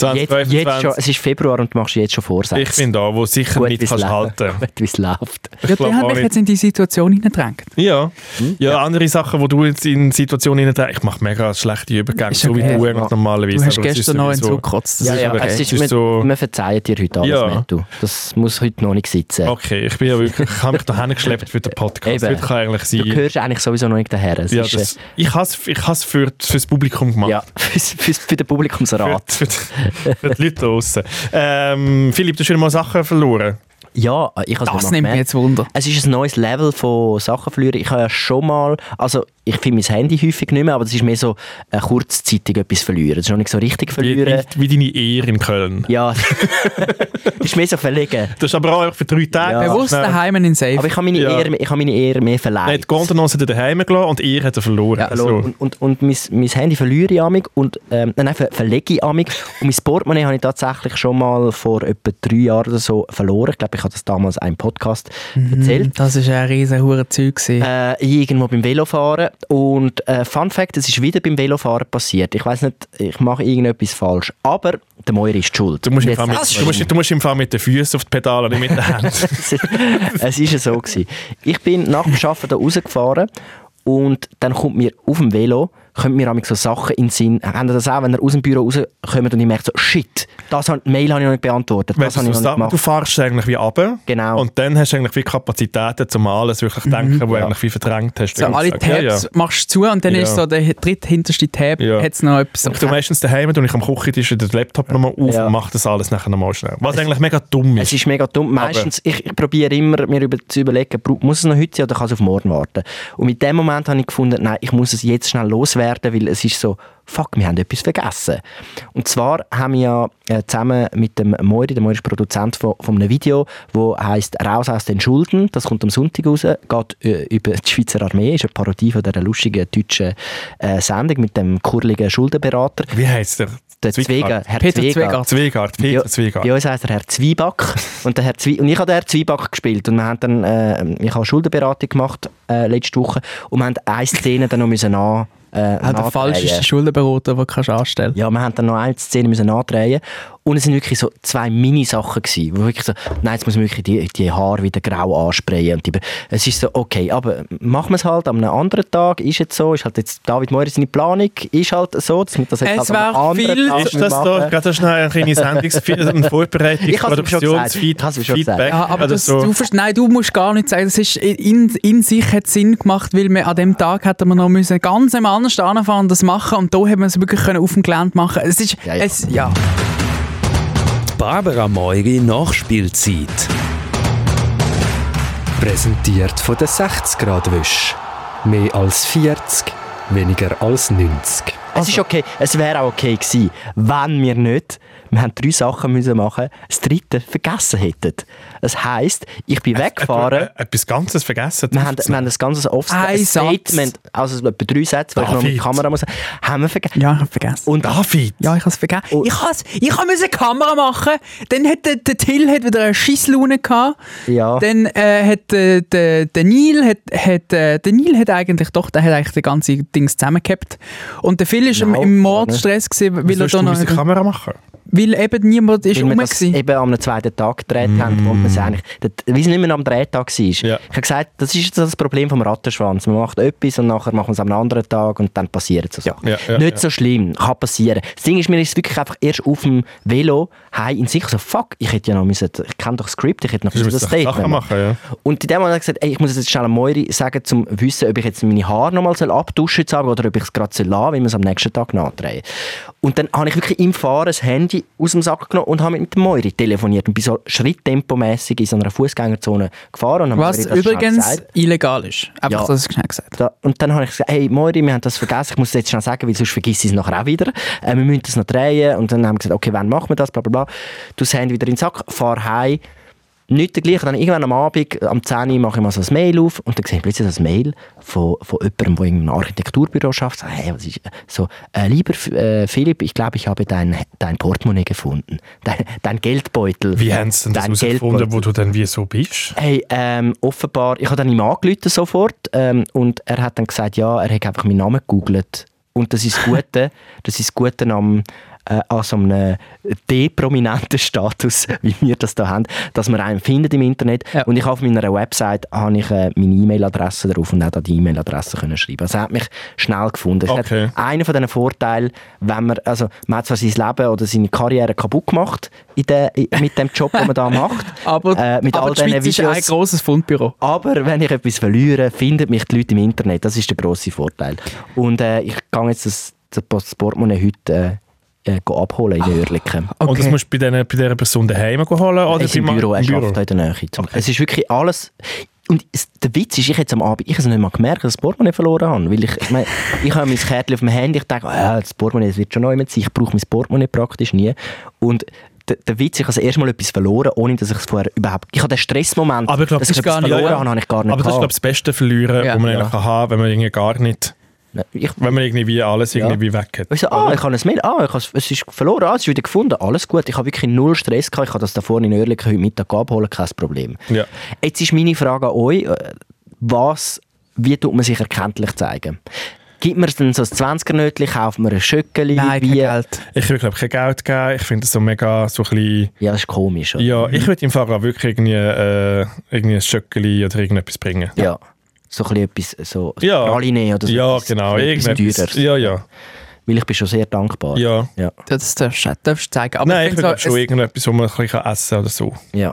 Jetzt,
2025.
jetzt schon, es ist Februar und du machst jetzt schon Vorsätze.
Ich bin da, wo sicher
Gut,
nicht
wie's
kannst
läuft.
halten.
Gut, wie es läuft.
Ja, der
glaub
hat
auch
mich
nicht.
jetzt in die Situation hineingedrängt.
Ja.
Hm?
ja, andere Sachen, wo du jetzt in Situationen hinein Ich mache mega schlechte Übergänge,
Ist
so wie
okay.
du eigentlich normalerweise.
Du hast
aber es ist
gestern noch einen
sowieso-
zugekotzt. das
Ja,
ist
ja,
okay.
Es ist,
Es ist
wir,
so-
wir verzeihen dir heute alles,
Ja.
Mattu. Das muss heute noch nicht sitzen.
Okay, ich bin ja wirklich, ich habe mich da hingeschleppt für den Podcast.
Eben.
Heute kann eigentlich
Du
sein.
gehörst eigentlich sowieso noch nicht daher. Es
Ja,
ist, äh,
das, ich habe es ich has für, fürs Publikum gemacht.
ja für's- für's- für den
Für,
Publikumsrat.
für, die- für die Leute draußen. Ähm, Philipp, du hast wieder mal Sachen verloren.
Ja, äh, ich habe
Das nimmt mich jetzt Wunder.
Es ist ein neues Level von Sachen verlieren. Ich habe ja schon mal, also ich finde mein Handy häufig nicht mehr, aber das ist mehr so äh, kurzzeitig etwas verlieren. Das ist noch nicht so richtig
Wie,
verlieren.
wie, wie deine Ehre in Köln.
Ja, das ist mehr so verlegen.
Das ist aber auch für drei Tage.
Ja.
Bewusst daheim in den Safe.
Aber ich habe meine,
Ja.
Ehre, ich habe meine Ehre mehr
Nein,
verleiht.
die Kontenance hat er daheim gelassen und ihr hat er verloren.
Ja,
Also,
Und, und, und mein, mein Handy verliere ich amig und ähm, nein, ver verlege ich amig. Und mein Portemonnaie habe ich tatsächlich schon mal vor etwa drei Jahren oder so verloren. Ich glaube, ich habe das damals in einem Podcast
Mhm.
erzählt.
Das war ein riesen hure Zeug. gewesen.
Äh, irgendwo beim Velofahren. Und äh, Fun Fact, es ist wieder beim Velofahren passiert. Ich weiß nicht, ich mache irgendetwas falsch. Aber der Moir ist die schuld.
du, musst im
Jetzt-
Fall mit,
Das
du, musst, du musst im Fall mit den Füßen auf die Pedale, nicht mit den Händen.
es war so. Gewesen. Ich bin nach dem Arbeiten da rausgefahren Und dann kommt mir auf dem Velo, kommt mir manchmal so Sachen in den Sinn. Habt ihr das auch, wenn ihr aus dem Büro rauskommt und ich merke so, shit, das hab, Mail habe ich noch nicht beantwortet, das
Weißt
habe ich noch
du, was
nicht
da-
gemacht.
du fährst eigentlich wie runter
Genau. Mhm.
und dann hast du eigentlich wie Kapazitäten, zum alles wirklich denken, wo du eigentlich wie verdrängt hast.
So,
den
alle
ganzen Tag. Ja,
Tabs machst du zu und dann
Ja.
ist so der dritthinterste Tab,
Ja.
hat es noch etwas.
Ich tue meistens daheim und ich am Küchentisch den Laptop nochmal auf
Ja.
und mache das dus alles nachher nochmal schnell. Was eigentlich mega dumm
Es
ist.
ist mega dumm. Meistens, ich, ich probiere immer, mir über, zu überlegen, bra- muss es noch heute sein oder kann es auf morgen warten? Und mit dem Moment habe ich gefunden, nein, ich muss es jetzt schnell loswerden, weil es ist so, fuck, wir haben etwas vergessen. Und zwar haben wir ja äh, zusammen mit dem Moiri, der Moiri ist Produzent von, von einem Video, wo heißt «Raus aus den Schulden», das kommt am Sonntag raus, geht äh, über die Schweizer Armee, ist eine Parodie von dieser lustigen deutschen äh, Sendung mit dem kurligen Schuldenberater,
Wie heißt der?
der Zwieger, Herr
Peter
Zwieger.
Zwieger.
Zwiegart,
Ja,
Peter Zwiegart.
Bei uns heisst er Herr Zwieback. Und, der Herr Zwie und ich habe den Herr Zwieback gespielt. Und wir haben dann, äh, ich habe Schuldenberatung gemacht äh, letzte Woche und wir haben eine Szene dann noch müssen an, äh,
Auch der
andrehen.
falscheste Schuldenberater, den du kannst anstellen
Ja, wir haben dann noch eine Szene müssen andrehen und es sind wirklich so zwei Mini-Sachen gewesen, wo wirklich so, nein, jetzt muss man wirklich die, die Haare wieder grau ansprayen und die, es ist so, okay, aber machen wir es halt an einem anderen Tag, ist jetzt so, ist halt jetzt David Moyer seine Planung, ist halt so, dass wir das jetzt
Es
halt an einem
wäre
anderen
viel-
Tag
Ist das
machen.
da gerade schnell ein kleines Sendungsfeedback, ein Vorbereitungs-
Ich hab's ihm schon gesagt. Ich hab's ihm schon gesagt.
Produktionsfeedback?
Ja, aber
oder
das, du, verst- nein, du musst gar nicht sagen, das ist in, in sich hat Sinn gemacht, weil wir an dem Tag hätten wir noch müssen ganz jemand anders anfangen und das machen und da hätten wir es wirklich können auf dem Gelände machen. Es ist,
Ja, ja.
Es, ja.
Barbara Meugi Nachspielzeit. Präsentiert von der 60 Grad Wisch. Mehr als 40, weniger als 90.
Es
Also.
ist okay, es wäre auch okay gewesen, wenn wir nicht, wir haben drei Sachen müssen machen, das dritte vergessen hätten. Es heisst, ich bin weggefahren,
Äh, Etwas Ganzes vergessen.
wir haben, wir haben ein ganzes
Ein
offenes
Satz.
Statement, also etwa drei Sätze, weil ich noch mit
David.
der Kamera muss, haben wir vergessen.
ja, ich habe vergessen.
Und
David!
Ja, ich habe es vergessen.
Oh.
Ich habe ich hab eine Kamera machen. Dann hat der, der Till hat wieder eine Scheisslaune gehabt.
Ja.
Dann äh, hat äh, der, der Neil hat, hat, äh, der Neil hat eigentlich doch, der hat eigentlich die ganze Dings zusammengehabt. Und der Phil ist im,
Nein,
im
gar
Mordstress gewesen, weil
Wieso
er
hast du
da noch,
unsere Kamera machen?
weil eben niemand ist
weil wir
rum
das
gewesen.
eben am zweiten Tag gedreht haben, wo wir es eigentlich, dort- weil es nicht mehr am Drehtag war.
Mm. Ja.
Ich habe gesagt, das ist jetzt das Problem vom Rattenschwanz. Man macht etwas und nachher machen wir es am anderen Tag und dann passieren so Sachen.
Ja, ja,
nicht
ja.
so schlimm, kann passieren. Das Ding ist, mir ist es wirklich einfach erst auf dem Velo heim in sich so, fuck, ich hätte ja noch müssen, ich kenne doch das Skript, ich hätte noch
Du
müssen
musst
das
doch Sachen
Statement
machen, ja.
und in dem Moment habe ich gesagt, ey, ich muss es jetzt schnell am Moiri sagen, um zu wissen, ob ich jetzt meine Haare nochmal abduschen soll oder ob ich es gerade lassen soll, weil wir es am nächsten Tag nachdrehen. Und dann habe ich wirklich im Fahren das Handy aus dem Sack genommen und habe mit dem Moiri telefoniert und bin so schritttempomässig in so einer Fußgängerzone gefahren. Und habe
Was
Moiri das schnell
übrigens
gesagt.
illegal ist. Einfach,
Ja.
dass ich es schnell gesagt habe.
Da, und dann habe ich gesagt, hey Moiri, wir haben das vergessen, ich muss es jetzt schnell sagen, weil sonst vergiss ich es nachher auch wieder. Äh, wir müssen das noch drehen. Und dann haben wir gesagt, okay, wann machen wir das, bla bla bla. Du das Handy wieder in den Sack, fahr heim. Nicht der gleiche. Dann irgendwann am Abend, am 10 Uhr, mache ich mal so ein Mail auf und dann sehe ich plötzlich das Mail von, von jemandem, der in einem Architekturbüro schafft. So, hey, was ist, so äh, lieber äh, Philipp, ich glaube, ich habe dein, dein Portemonnaie gefunden. Dein, dein Geldbeutel.
Wie haben sie denn das
Dein
herausgefunden,
Geldbeutel.
wo du dann wie so bist?
Hey, ähm, offenbar, ich habe dann ihm angerufen sofort ähm, und er hat dann gesagt, ja, er hat einfach meinen Namen gegoogelt. Und das ist das Gute, das ist das Gute am, äh, an so einem deprominenten Status, wie wir das da haben, dass man einen findet im Internet.
Ja.
Und ich habe auf meiner Website habe ich, äh, meine E-Mail-Adresse drauf und auch da die E-Mail-Adresse können schreiben. Also er hat mich schnell gefunden. Das
Okay.
hat einer von diesen Vorteilen, wenn man, also man hat zwar sein Leben oder seine Karriere kaputt gemacht in der, i- mit dem Job, den man da macht.
Aber,
Äh, mit
aber
all
die Schweiz
diesen
ist ein
Videos.
grosses Fundbüro.
Aber wenn ich etwas verliere, finden mich die Leute im Internet. Das ist der grosse Vorteil. Und äh, ich gehe jetzt das, das Post- Portemonnaie heute äh, äh, go abholen in den Örliken.
Und das musst du bei, denen, bei dieser Person daheim holen? Oder
Es ist im
bei-
Büro, er arbeitet in der Nähe. zum- Es ist wirklich alles... Und es, der Witz ist, ich jetzt am Abend, ich habe es nicht mal gemerkt, dass ich das Portemonnaie verloren habe. Weil ich, ich, meine, ich habe mein Kärtchen auf dem Handy, ich denke, ah, das Portemonnaie das wird schon noch jemand sein. Ich brauche mein Portemonnaie praktisch nie. Und der, der Witz, ich habe das erste Mal etwas verloren, ohne dass ich es vorher überhaupt... Ich habe den Stressmoment,
Aber ich glaube,
dass
das
ich
ist
etwas
gar nicht-
verloren
ja.
habe, habe ich gar nicht
Aber das ist, glaube ich, das beste Verlieren,
Ja.
was man
Ja.
eigentlich kann haben wenn man irgendwie gar nicht,
gehabt. ich,
wenn man irgendwie alles irgendwie weg hat.
Ich so, ah, ich habe es Mail, ah, ich habe es ist verloren, ah, es ist wieder gefunden, alles gut. Ich habe wirklich null Stress gehabt, ich habe das da vorne in Oerlikon heute Mittag abholen, kein Problem.
Ja.
Jetzt ist meine Frage an euch, äh, was, wie tut man sich erkenntlich zeigen? Gibt man denn so ein 20er-Nötchen, kauft man ein Schöckeli?
Nein, kein
wie?
Geld.
Ich würde, glaube ich, kein Geld geben. Ich finde das so mega so ein bisschen...
Ja, das ist komisch, oder?
Ja, ich würde im Fall auch wirklich irgendwie, äh, irgendwie ein Schöckeli oder irgendetwas bringen.
Ja. so ein bisschen etwas, so
Ja.
Praline oder so.
Ja,
etwas-
genau.
Etwas
Irgendetwas.
Teures.
Ja, ja.
Weil ich bin schon sehr dankbar.
ja.
Ja,
Das darfst du darfst du zeigen. Aber
Nein, ich
find's
glaube
auch-
schon irgendetwas, wo man ein bisschen essen kann oder so.
ja.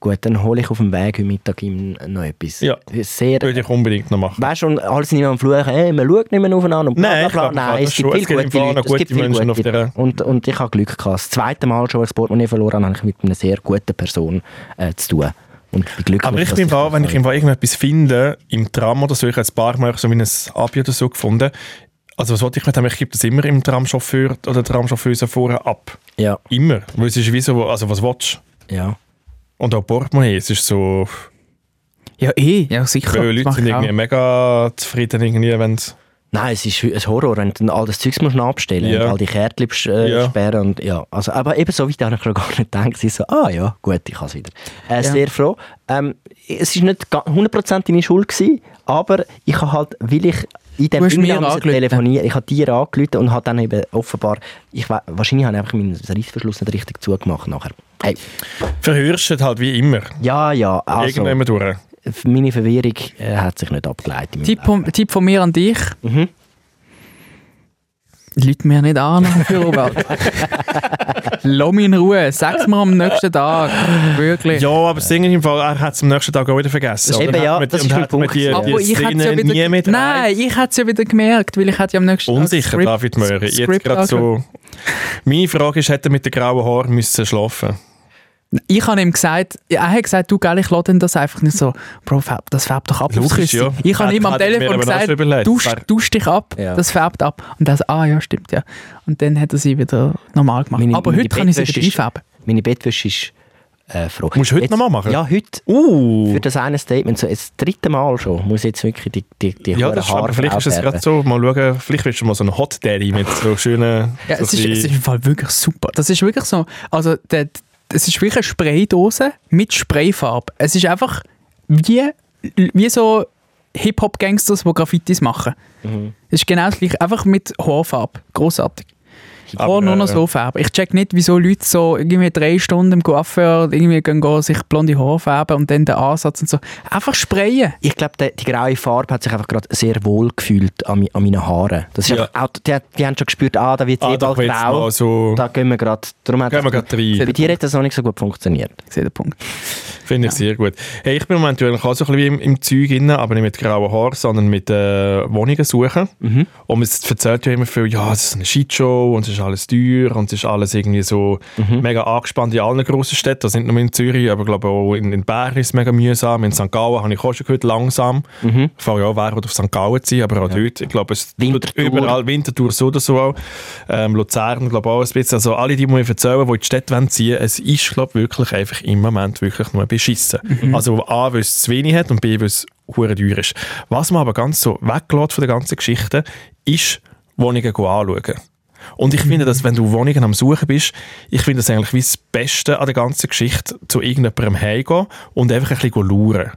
Gut, dann hole ich auf dem Weg heute Mittag ihm noch etwas.
Ja.
Sehr,
Würde ich unbedingt noch machen.
weißt du, und alle sind immer am Fluchen, hey, man schaut nicht mehr aufeinander und bla,
Nein,
bla,
ich
bla.
glaub, man kann
Nein, es
das
gibt
schon.
viele
Es
gute Leute,
gibt im Fall noch
es gibt
gute
viele
Menschen
gute.
auf der-
und, und ich habe Glück gehabt. Das zweite Mal schon, als ich das Portemonnaie verloren habe, habe ich mit einer sehr guten Person äh, zu tun. Und ich bin glücklich,
Aber ich
dass
bin im Fall,
das
wenn ich
habe.
im Fall irgendetwas finde, im Tram oder so, ich habe ein paar Mal so wie ein Abi oder so gefunden. Also was wollte ich mit dem? Ich gebe das immer im Tramchauffeur oder Tramchauffeuse vorher ab.
Ja,
Immer. Weil es ist wie so, also was willst
ja.
du? Und auch Portemonnaie, es ist so...
Ja, eh. Ja, sicher.
Viele Leute
Das mach
sind
ich auch.
irgendwie mega zufrieden, irgendwie, wenn sie...
Nein, es ist ein Horror, wenn du dann all das Zeugs musst abstellen
Ja.
und all die Kärtchen äh,
Ja.
sperren. Und, ja. also, aber eben so weit habe ich noch gar nicht gedacht. Es ist so, ah ja, gut, ich kann es wieder. Äh, Sehr froh. Ähm, es war nicht ga- 100% deine Schuld, gewesen, aber ich habe halt, weil ich in
Du
dem
hast mir
Bündel musste
angerufen.
telefonieren ich habe dir angerufen und habe dann eben offenbar, ich, we- wahrscheinlich habe ich einfach meinen Reissverschluss nicht richtig zugemacht nachher. Hey,
Verhörst halt wie immer.
ja, ja, also,
Irgendjemand durch.
meine Verwirrung äh, hat sich nicht abgeleitet. in meinem
Tipp von, Tipp von mir an dich.
Mhm.
Leute mir nicht an für Robert. Lass mich in Ruhe. Sag's mir am nächsten Tag. Wirklich.
Ja, aber das Ding ist im Fall, er hat es am nächsten Tag auch wieder vergessen.
Das ist
Oder
eben,
hat
ja,
man-
das
und
ist mein
hat man
Punkt.
Die,
Aber
die
ich hat's
Szene nie mit
Nein, ich hätte es ja wieder gemerkt, weil ich hätte ja am nächsten Tag
Unsicher,
Skript-
David Möhrer. Jetzt
Skript
gerade
angeschaut.
so. Meine Frage ist, hätte er mit den grauen Haaren müssen schlafen
Ich habe ihm gesagt, er hat gesagt, du gell, ich lasse denn das einfach nicht so, Bro, färb- das färbt doch ab. das
Logisch,
Küssi.
ja.
Ich habe
Hat-
ihm am
hat er mir
Telefon
aber auch
gesagt,
schon überlegt.
dusch,
Wär-
dusch dich ab,
Ja.
das färbt ab. Und er so, ah ja, stimmt, ja. Und dann hat er sie wieder normal gemacht.
Meine-
Aber
meine
heute kann ich sie wieder
Bettwäsche ist-
einfärben.
Meine Bettwäsche ist äh, froh.
Musst du heute
Jetzt-
noch mal machen?
Ja, heute.
Uh!
Für das eine Statement, so jetzt das dritte Mal schon, muss ich jetzt wirklich die, die, die
Ja,
hohen
das ist, aber vielleicht ist es
aufwerten.
gerade so. Mal schauen, vielleicht willst du mal so einen Hot Daddy mit so schönen.
Ja,
so
es, ist,
ein
es ist
bisschen-
im Fall wirklich super. Das ist wirklich so, also der, es ist wirklich eine Spraydose mit Sprayfarbe. Es ist einfach wie, wie so Hip-Hop-Gangsters, die Graffitis machen.
Mhm.
Es ist genau das gleiche, einfach mit Haarfarbe. Grossartig.
Aber,
Vor nur noch
äh,
so Farbe. Ich check nicht, wieso Leute so irgendwie drei Stunden im Coiffeur irgendwie gehen, gehen sich blonde Haare färben und dann den Ansatz und so. Einfach sprayen.
Ich glaube, die graue Farbe hat sich einfach gerade sehr wohl gefühlt an, mi- an meinen Haaren. Das ist
Ja.
einfach, auch, die, hat- die haben schon gespürt, ah, da wird es
Ah,
eh
da
bald
wird's
grau.
mal so-
Da gehen wir gerade. Darum hat
Gehen wir
das-
gerade rein.
Bei dir hat das noch nicht so gut funktioniert.
Ich sehe den Punkt.
Finde ich sehr gut. Hey, ich bin momentan auch so ein bisschen wie im, im Zeug drin, aber nicht mit grauen Haaren, sondern mit äh, Wohnungen suchen. Und es erzählt ja immer viel, ja, es ist eine Shitshow und es ist alles teuer und es ist alles irgendwie so mega angespannt in allen grossen Städten. Also nicht nur in Zürich, aber ich glaube auch in, in Bern ist es mega mühsam. In St. Gallen habe ich auch schon gehört, langsam. Mhm. Vor ja, wer will auf St. Gallen sein, aber auch dort. Ich glaube, es tut
Winterthur.
überall Winterthur so oder so auch. Ähm, Luzern, glaube ich, auch ein bisschen. Also alle, die mir erzählen, die in die Stadt wollen ziehen wollen, es ist, glaube ich, wirklich einfach im Moment wirklich nur beschissen. Also A, weil es zu wenig hat und B, weil es hure teuer ist. Was man aber ganz so weglässt von der ganzen Geschichte, ist Wohnungen go anschauen. Und ich finde, dass wenn du Wohnungen am Suchen bist, ich finde das eigentlich wie das Beste an der ganzen Geschichte, zu irgendjemandem heimgehen und einfach ein bisschen go schauen.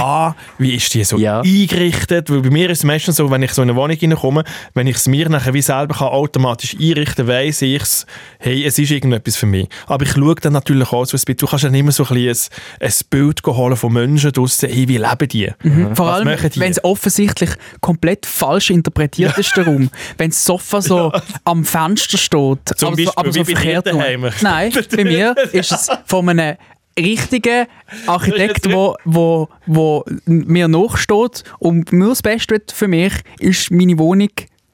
A, wie ist die so
Ja.
eingerichtet? Weil bei mir ist es meistens so, wenn ich so in eine Wohnung reinkomme, wenn ich es mir nachher wie selber kann, automatisch einrichten kann, weiss ich es, hey, es ist irgendetwas für mich. Aber ich schaue dann natürlich auch so ein bisschen, du kannst dann immer so ein, bisschen ein, ein Bild holen von Menschen draussen, hey, wie leben die?
Mhm. Vor
Was
allem,
machen die?
wenn es offensichtlich komplett falsch interpretiert ist, der Raum. Wenn das Sofa so am Fenster steht,
Zum
aber,
Beispiel,
so, aber
wie
so
bei dir
verkehrt rum.
daheim.
Nein, bei mir ist es von einem richtigen Architekt, wo, wo, wo mir nachsteht und mir das Beste wird für mich ist meine Wohnung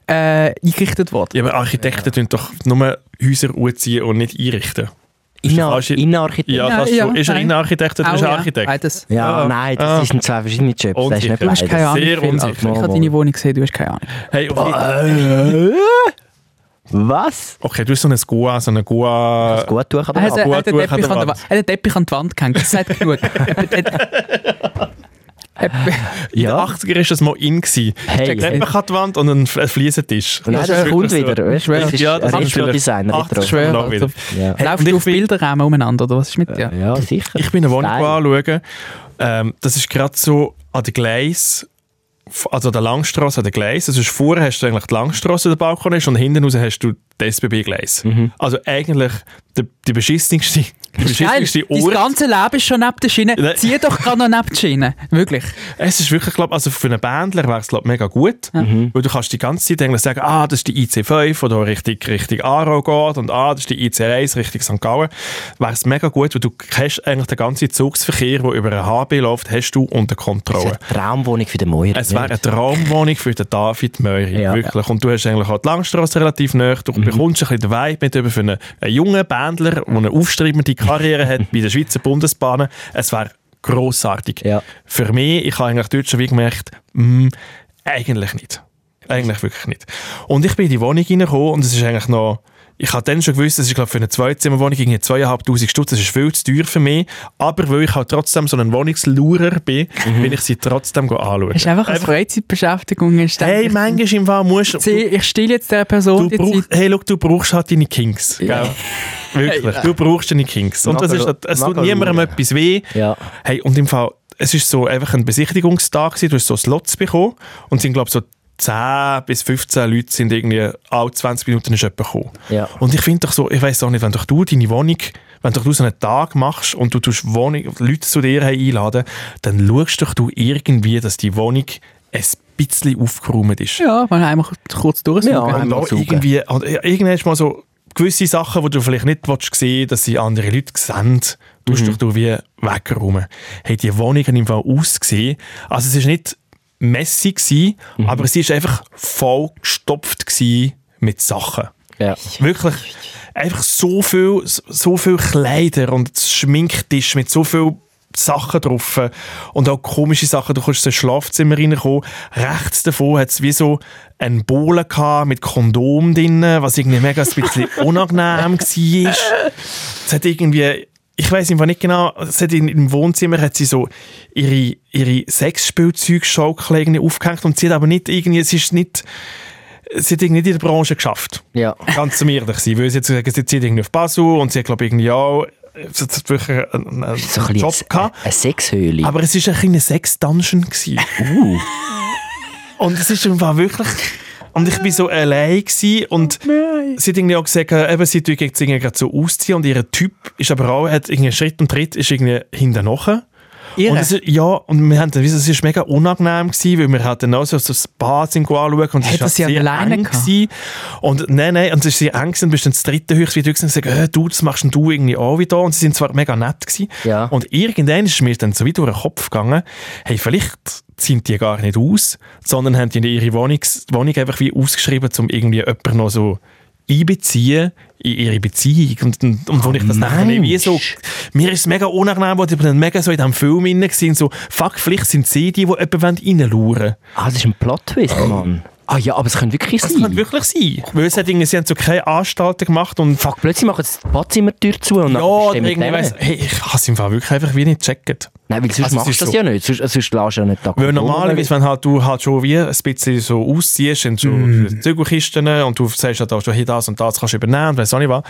äh, eingerichtet worden.
Ja, aber Architekten tun doch nur Häuser anziehen und nicht einrichten. Ist der
Inner-
falsche-
Innenarchitekt.
Ja,
Ja,
das
ja,
so. Ist er
nein.
Innenarchitekt oder
Auch,
ist er
ja,
Architekt?
beides.
Ja,
Ah,
nein,
ah.
das sind zwei verschiedene Jobs. Das ist nicht
Unsicher.
Du hast
beides.
keine Ahnung.
Sehr
viel.
unsicher. Ah,
Ich habe deine Wohnung gesehen, du hast keine Ahnung.
Hey, auf jeden-
Äh, Was?
okay, du hast so eine Goa, so eine Goa...
Gut, du kannst
Er hat,
Ah,
er
gut,
hat den
gut, an
Teppich
der
an der
Wand.
Wand. Er hat den Teppich an die Wand gehängt. Das sagt genug.
In den
Ja.
80er war das mal in. Gewesen.
Hey.
Ein Teppich an die Wand und ein F- ein Fliesentisch.
Nein, das
ist
kommt
wirklich
wieder. Weißt, du,
Ja,
das ist
ja, das ist
Retro-Design.
vielleicht-
Retro.
Ach,
Schwer,
Noch wieder.
also,
Ja.
Hey,
Läufst
und
du
ich
auf
bin-
Bilderrahmen umeinander oder was ist mit
Äh,
dir?
ja, sicher.
Ich bin eine Wohnung
Style.
anschauen. Ähm, das ist gerade so an den Gleis, f- also an der Langstrasse, an den Gleis. Also vorher hast du eigentlich die Langstrasse, der
Mhm.
Balkon ist, und hinten raus hast du das SBB-Gleis. Also eigentlich der, die beschissenste Das ist
Geil,
wichtigste
dein
Ort.
ganze Leben ist schon neben der Schiene.
Nein.
Zieh doch gerade noch neben der Schiene. Wirklich.
Es ist wirklich, glaub, also für einen Bandler wäre es glaub, mega gut, weil du kannst die ganze Zeit eigentlich sagen, ah, das ist die IC5 oder richtig Richtung Aarau geht und ah, das ist die IC1 Richtung St. Gallen. Wäre es mega gut, weil du hast eigentlich den ganzen Zugsverkehr, der über eine HB läuft, hast du unter
Das
Kontrolle.
wäre die Traumwohnung für den Moira.
Es wäre eine Traumwohnung für den David Möri,
Ja. Mhm.
wirklich. Und du hast eigentlich auch die Langstrasse relativ nah. Du bekommst ein bisschen den Vibe mit über für einen, einen jungen Bändler, der eine aufstrebende Karriere hat bei den Schweizer Bundesbahnen. Es wäre grossartig.
Ja.
Für mich, ich habe eigentlich dort schon wie gemerkt, mm, eigentlich nicht. Eigentlich wirklich nicht. Und ich bin in die Wohnung reingekommen und es ist eigentlich noch... Ich habe dann schon gewusst, das ist glaube ich, für eine Zweizimmerwohnung irgendwie 2'500 Stutz, das ist viel zu teuer für mich. Aber weil ich halt trotzdem so ein Wohnungslurer bin,
Mhm.
bin ich sie trotzdem anschauen.
Ist einfach eine Freizeitbeschäftigung. Ist
Hey, manchmal im Fall musst du...
ich, ich stille jetzt der Person
du
die
brauch,
Zeit.
hey, schau, du brauchst halt deine Kings. Gell? Wirklich, du brauchst deine Kings. Und das ist, halt,
Nachher-
es tut
nachher
niemandem
schauen.
etwas weh.
Ja.
Hey, und im Fall, es ist so einfach ein Besichtigungstag gewesen, du hast so Slots bekommen und es sind, glaube ich, so 10 bis 15 Leute sind irgendwie alle 20 Minuten ist jemand gekommen.
Ja.
Und ich finde doch so, ich weiß auch nicht, wenn doch du deine Wohnung, wenn doch du so einen Tag machst und du tust Wohnung, Leute zu dir heim einladen, dann schaust doch du irgendwie, dass die Wohnung ein bisschen aufgeräumt ist.
Ja, mal einmal kurz durchsuchen.
Ja.
Und
Einmal
auch
saugen.
irgendwie, und irgendwann ist mal so gewisse Sachen, die du vielleicht nicht willst, sehen dass sie andere Leute sehen, tust mhm. du wie wegräumen. Hey, die Wohnung hat im Fall ausgesehen. Also es ist nicht messy, gewesen, aber sie ist einfach vollgestopft gewesen mit Sachen.
Ja.
Wirklich einfach so viel, so viel Kleider und Schminktisch mit so viel Sachen drauf und auch komische Sachen. Du kannst ins Schlafzimmer reinkommen. Rechts davon hat es wie so einen Bohlen gehabt mit Kondom drin, was irgendwie mega ein bisschen unangenehm war. Es hat irgendwie, ich weiß einfach nicht genau, es hat in, im Wohnzimmer hat sie so ihre, ihre Sexspielzeugschaukel irgendwie aufgehängt und sie hat aber nicht irgendwie, es ist nicht, sie hat irgendwie nicht in der Branche geschafft
Ja.
ganz zum ehrlich sein, weil sie jetzt gesagt sie zieht irgendwie auf Basel und sie hat glaube ich irgendwie auch äh, sie hat wirklich einen, einen
So ein
Job
bisschen eine,
gehabt.
eine Sexhöhle.
Aber es war ein kleiner Sex-Dungeon. gewesen.
uh.
Und es ist einfach wirklich... Und ich war so allein gewesen und
Oh
sie hat irgendwie auch gesagt, äh, eben, sie tut jetzt irgendwie gerade so ausziehen und ihr Typ ist aber auch, hat irgendwie Schritt und Tritt ist irgendwie hinten nachher.
Irre.
Und es, ist- ja, und wir haben dann, es war mega unangenehm, gewesen, weil wir halt dann auch so das Bad sind anschauen und
Hat
es war
das sie
sehr
alleine
eng.
gehabt?
Gewesen. Und nein, nein, und es ist sehr eng gewesen, und bist dann das dritte höchst wieder und gesagt, äh, du, das machst denn du irgendwie auch wieder. Und sie sind zwar mega nett gewesen.
Ja.
Und irgendwann ist mir dann so wie durch den Kopf gegangen, hey, vielleicht ziehen die gar nicht aus, sondern haben die ihre Wohnung, Wohnung einfach wie ausgeschrieben, um irgendwie jemanden noch so einbeziehen in ihre Beziehung. Und, und, und wo ich das nachher nicht wie so...
Mensch.
Mir ist es mega unangenehm, weil ich dann mega so in diesem Film drin war, so, fuck, vielleicht sind sie die, die jemanden reinluren wollen.
Ah, das ist ein Plot-Twist, Mann. Ah ja, aber es könnte wirklich
Das
sein.
Äh.
Hm.
könnte wirklich sein. Weil es hat irgendwie, sie haben so keine Anstalten gemacht und...
Fuck, Ah, plötzlich machen sie die Badzimmertür zu und
Ja,
dann
oder
stehen wir
irgendwie, weiss,
drin.
hey, ich habe es im Fall wirklich einfach wie nicht gecheckt.
Nein, weil sonst
Also, es
machst
ist
du das
so.
ja nicht. Sonst, äh, sonst lässt du ja nicht da.
Weil normalerweise, wenn halt du halt schon wie ein bisschen so ausziehst in so
Hm.
Zügelkisten und du sagst halt auch schon, hey, das und das kannst du übernehmen und weiss auch nicht was.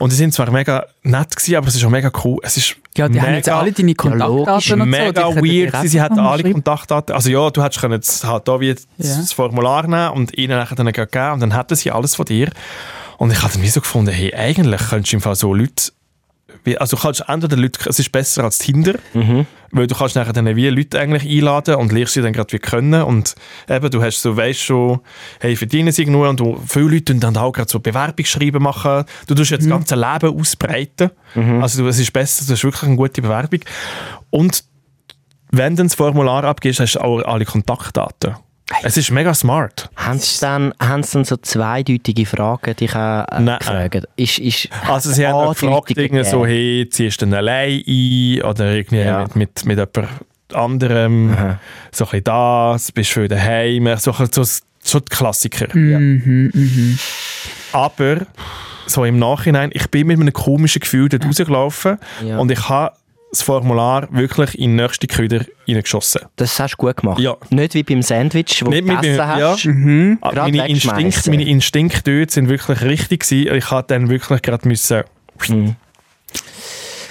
Und die sind zwar mega nett gewesen, aber es ist auch mega cool. Es ist
Ja, die
mega,
haben jetzt alle deine
logisch.
Kontaktdaten und so.
mega
die können dir
weird gewesen. Sie hatten
Rechnung
alle
schreiben.
Kontaktdaten. Also ja, du hättest können jetzt halt da wie das
Ja.
Formular nehmen und ihnen nachher dann gleich geben und dann hätten sie alles von dir. Und ich habe dann wie so gefunden, hey, eigentlich könntest du im Fall so Leute wie- also kannst entweder Leute, es ist besser als Tinder, weil du kannst nachher dann wie Leute eigentlich einladen und lernst sie dann gerade wie können und eben, du hast so, weißt schon, hey, verdienen sie genug und du, viele Leute tun dann auch gerade so Bewerbungsschreiben machen, du tust jetzt das ganze Leben ausbreiten, also du, es ist besser, das ist wirklich eine gute Bewerbung und wenn du das Formular abgibst, hast du auch alle Kontaktdaten. Es ist mega smart.
Haben sie dann, haben sie dann so zweideutige Fragen dich auch äh,
Nein.
gefragt? Ist, ist
Also sie haben
Ah,
auch gefragt,
Andeutungen
irgendwie so,
gegeben?
hey, ziehst du denn allein ein oder irgendwie
Ja.
mit, mit, mit jemand anderem, so ein bisschen das, bist du wieder daheim, so, ein- so, so die Klassiker. Aber so im Nachhinein, ich bin mit einem komischen Gefühl dort rausgelaufen
Ja.
und ich habe das Formular wirklich in den nächsten Köder reingeschossen.
Das hast du gut gemacht.
Ja.
Nicht wie beim Sandwich, wo
Nicht
du
mit
gegessen
dem-
hast.
ja. Ah,
Gerade
Meine Instinkte,
wegschmeissen.
meine Instinkte dort sind wirklich richtig gewesen. Ich hatte dann wirklich gerade müssen...
Mhm.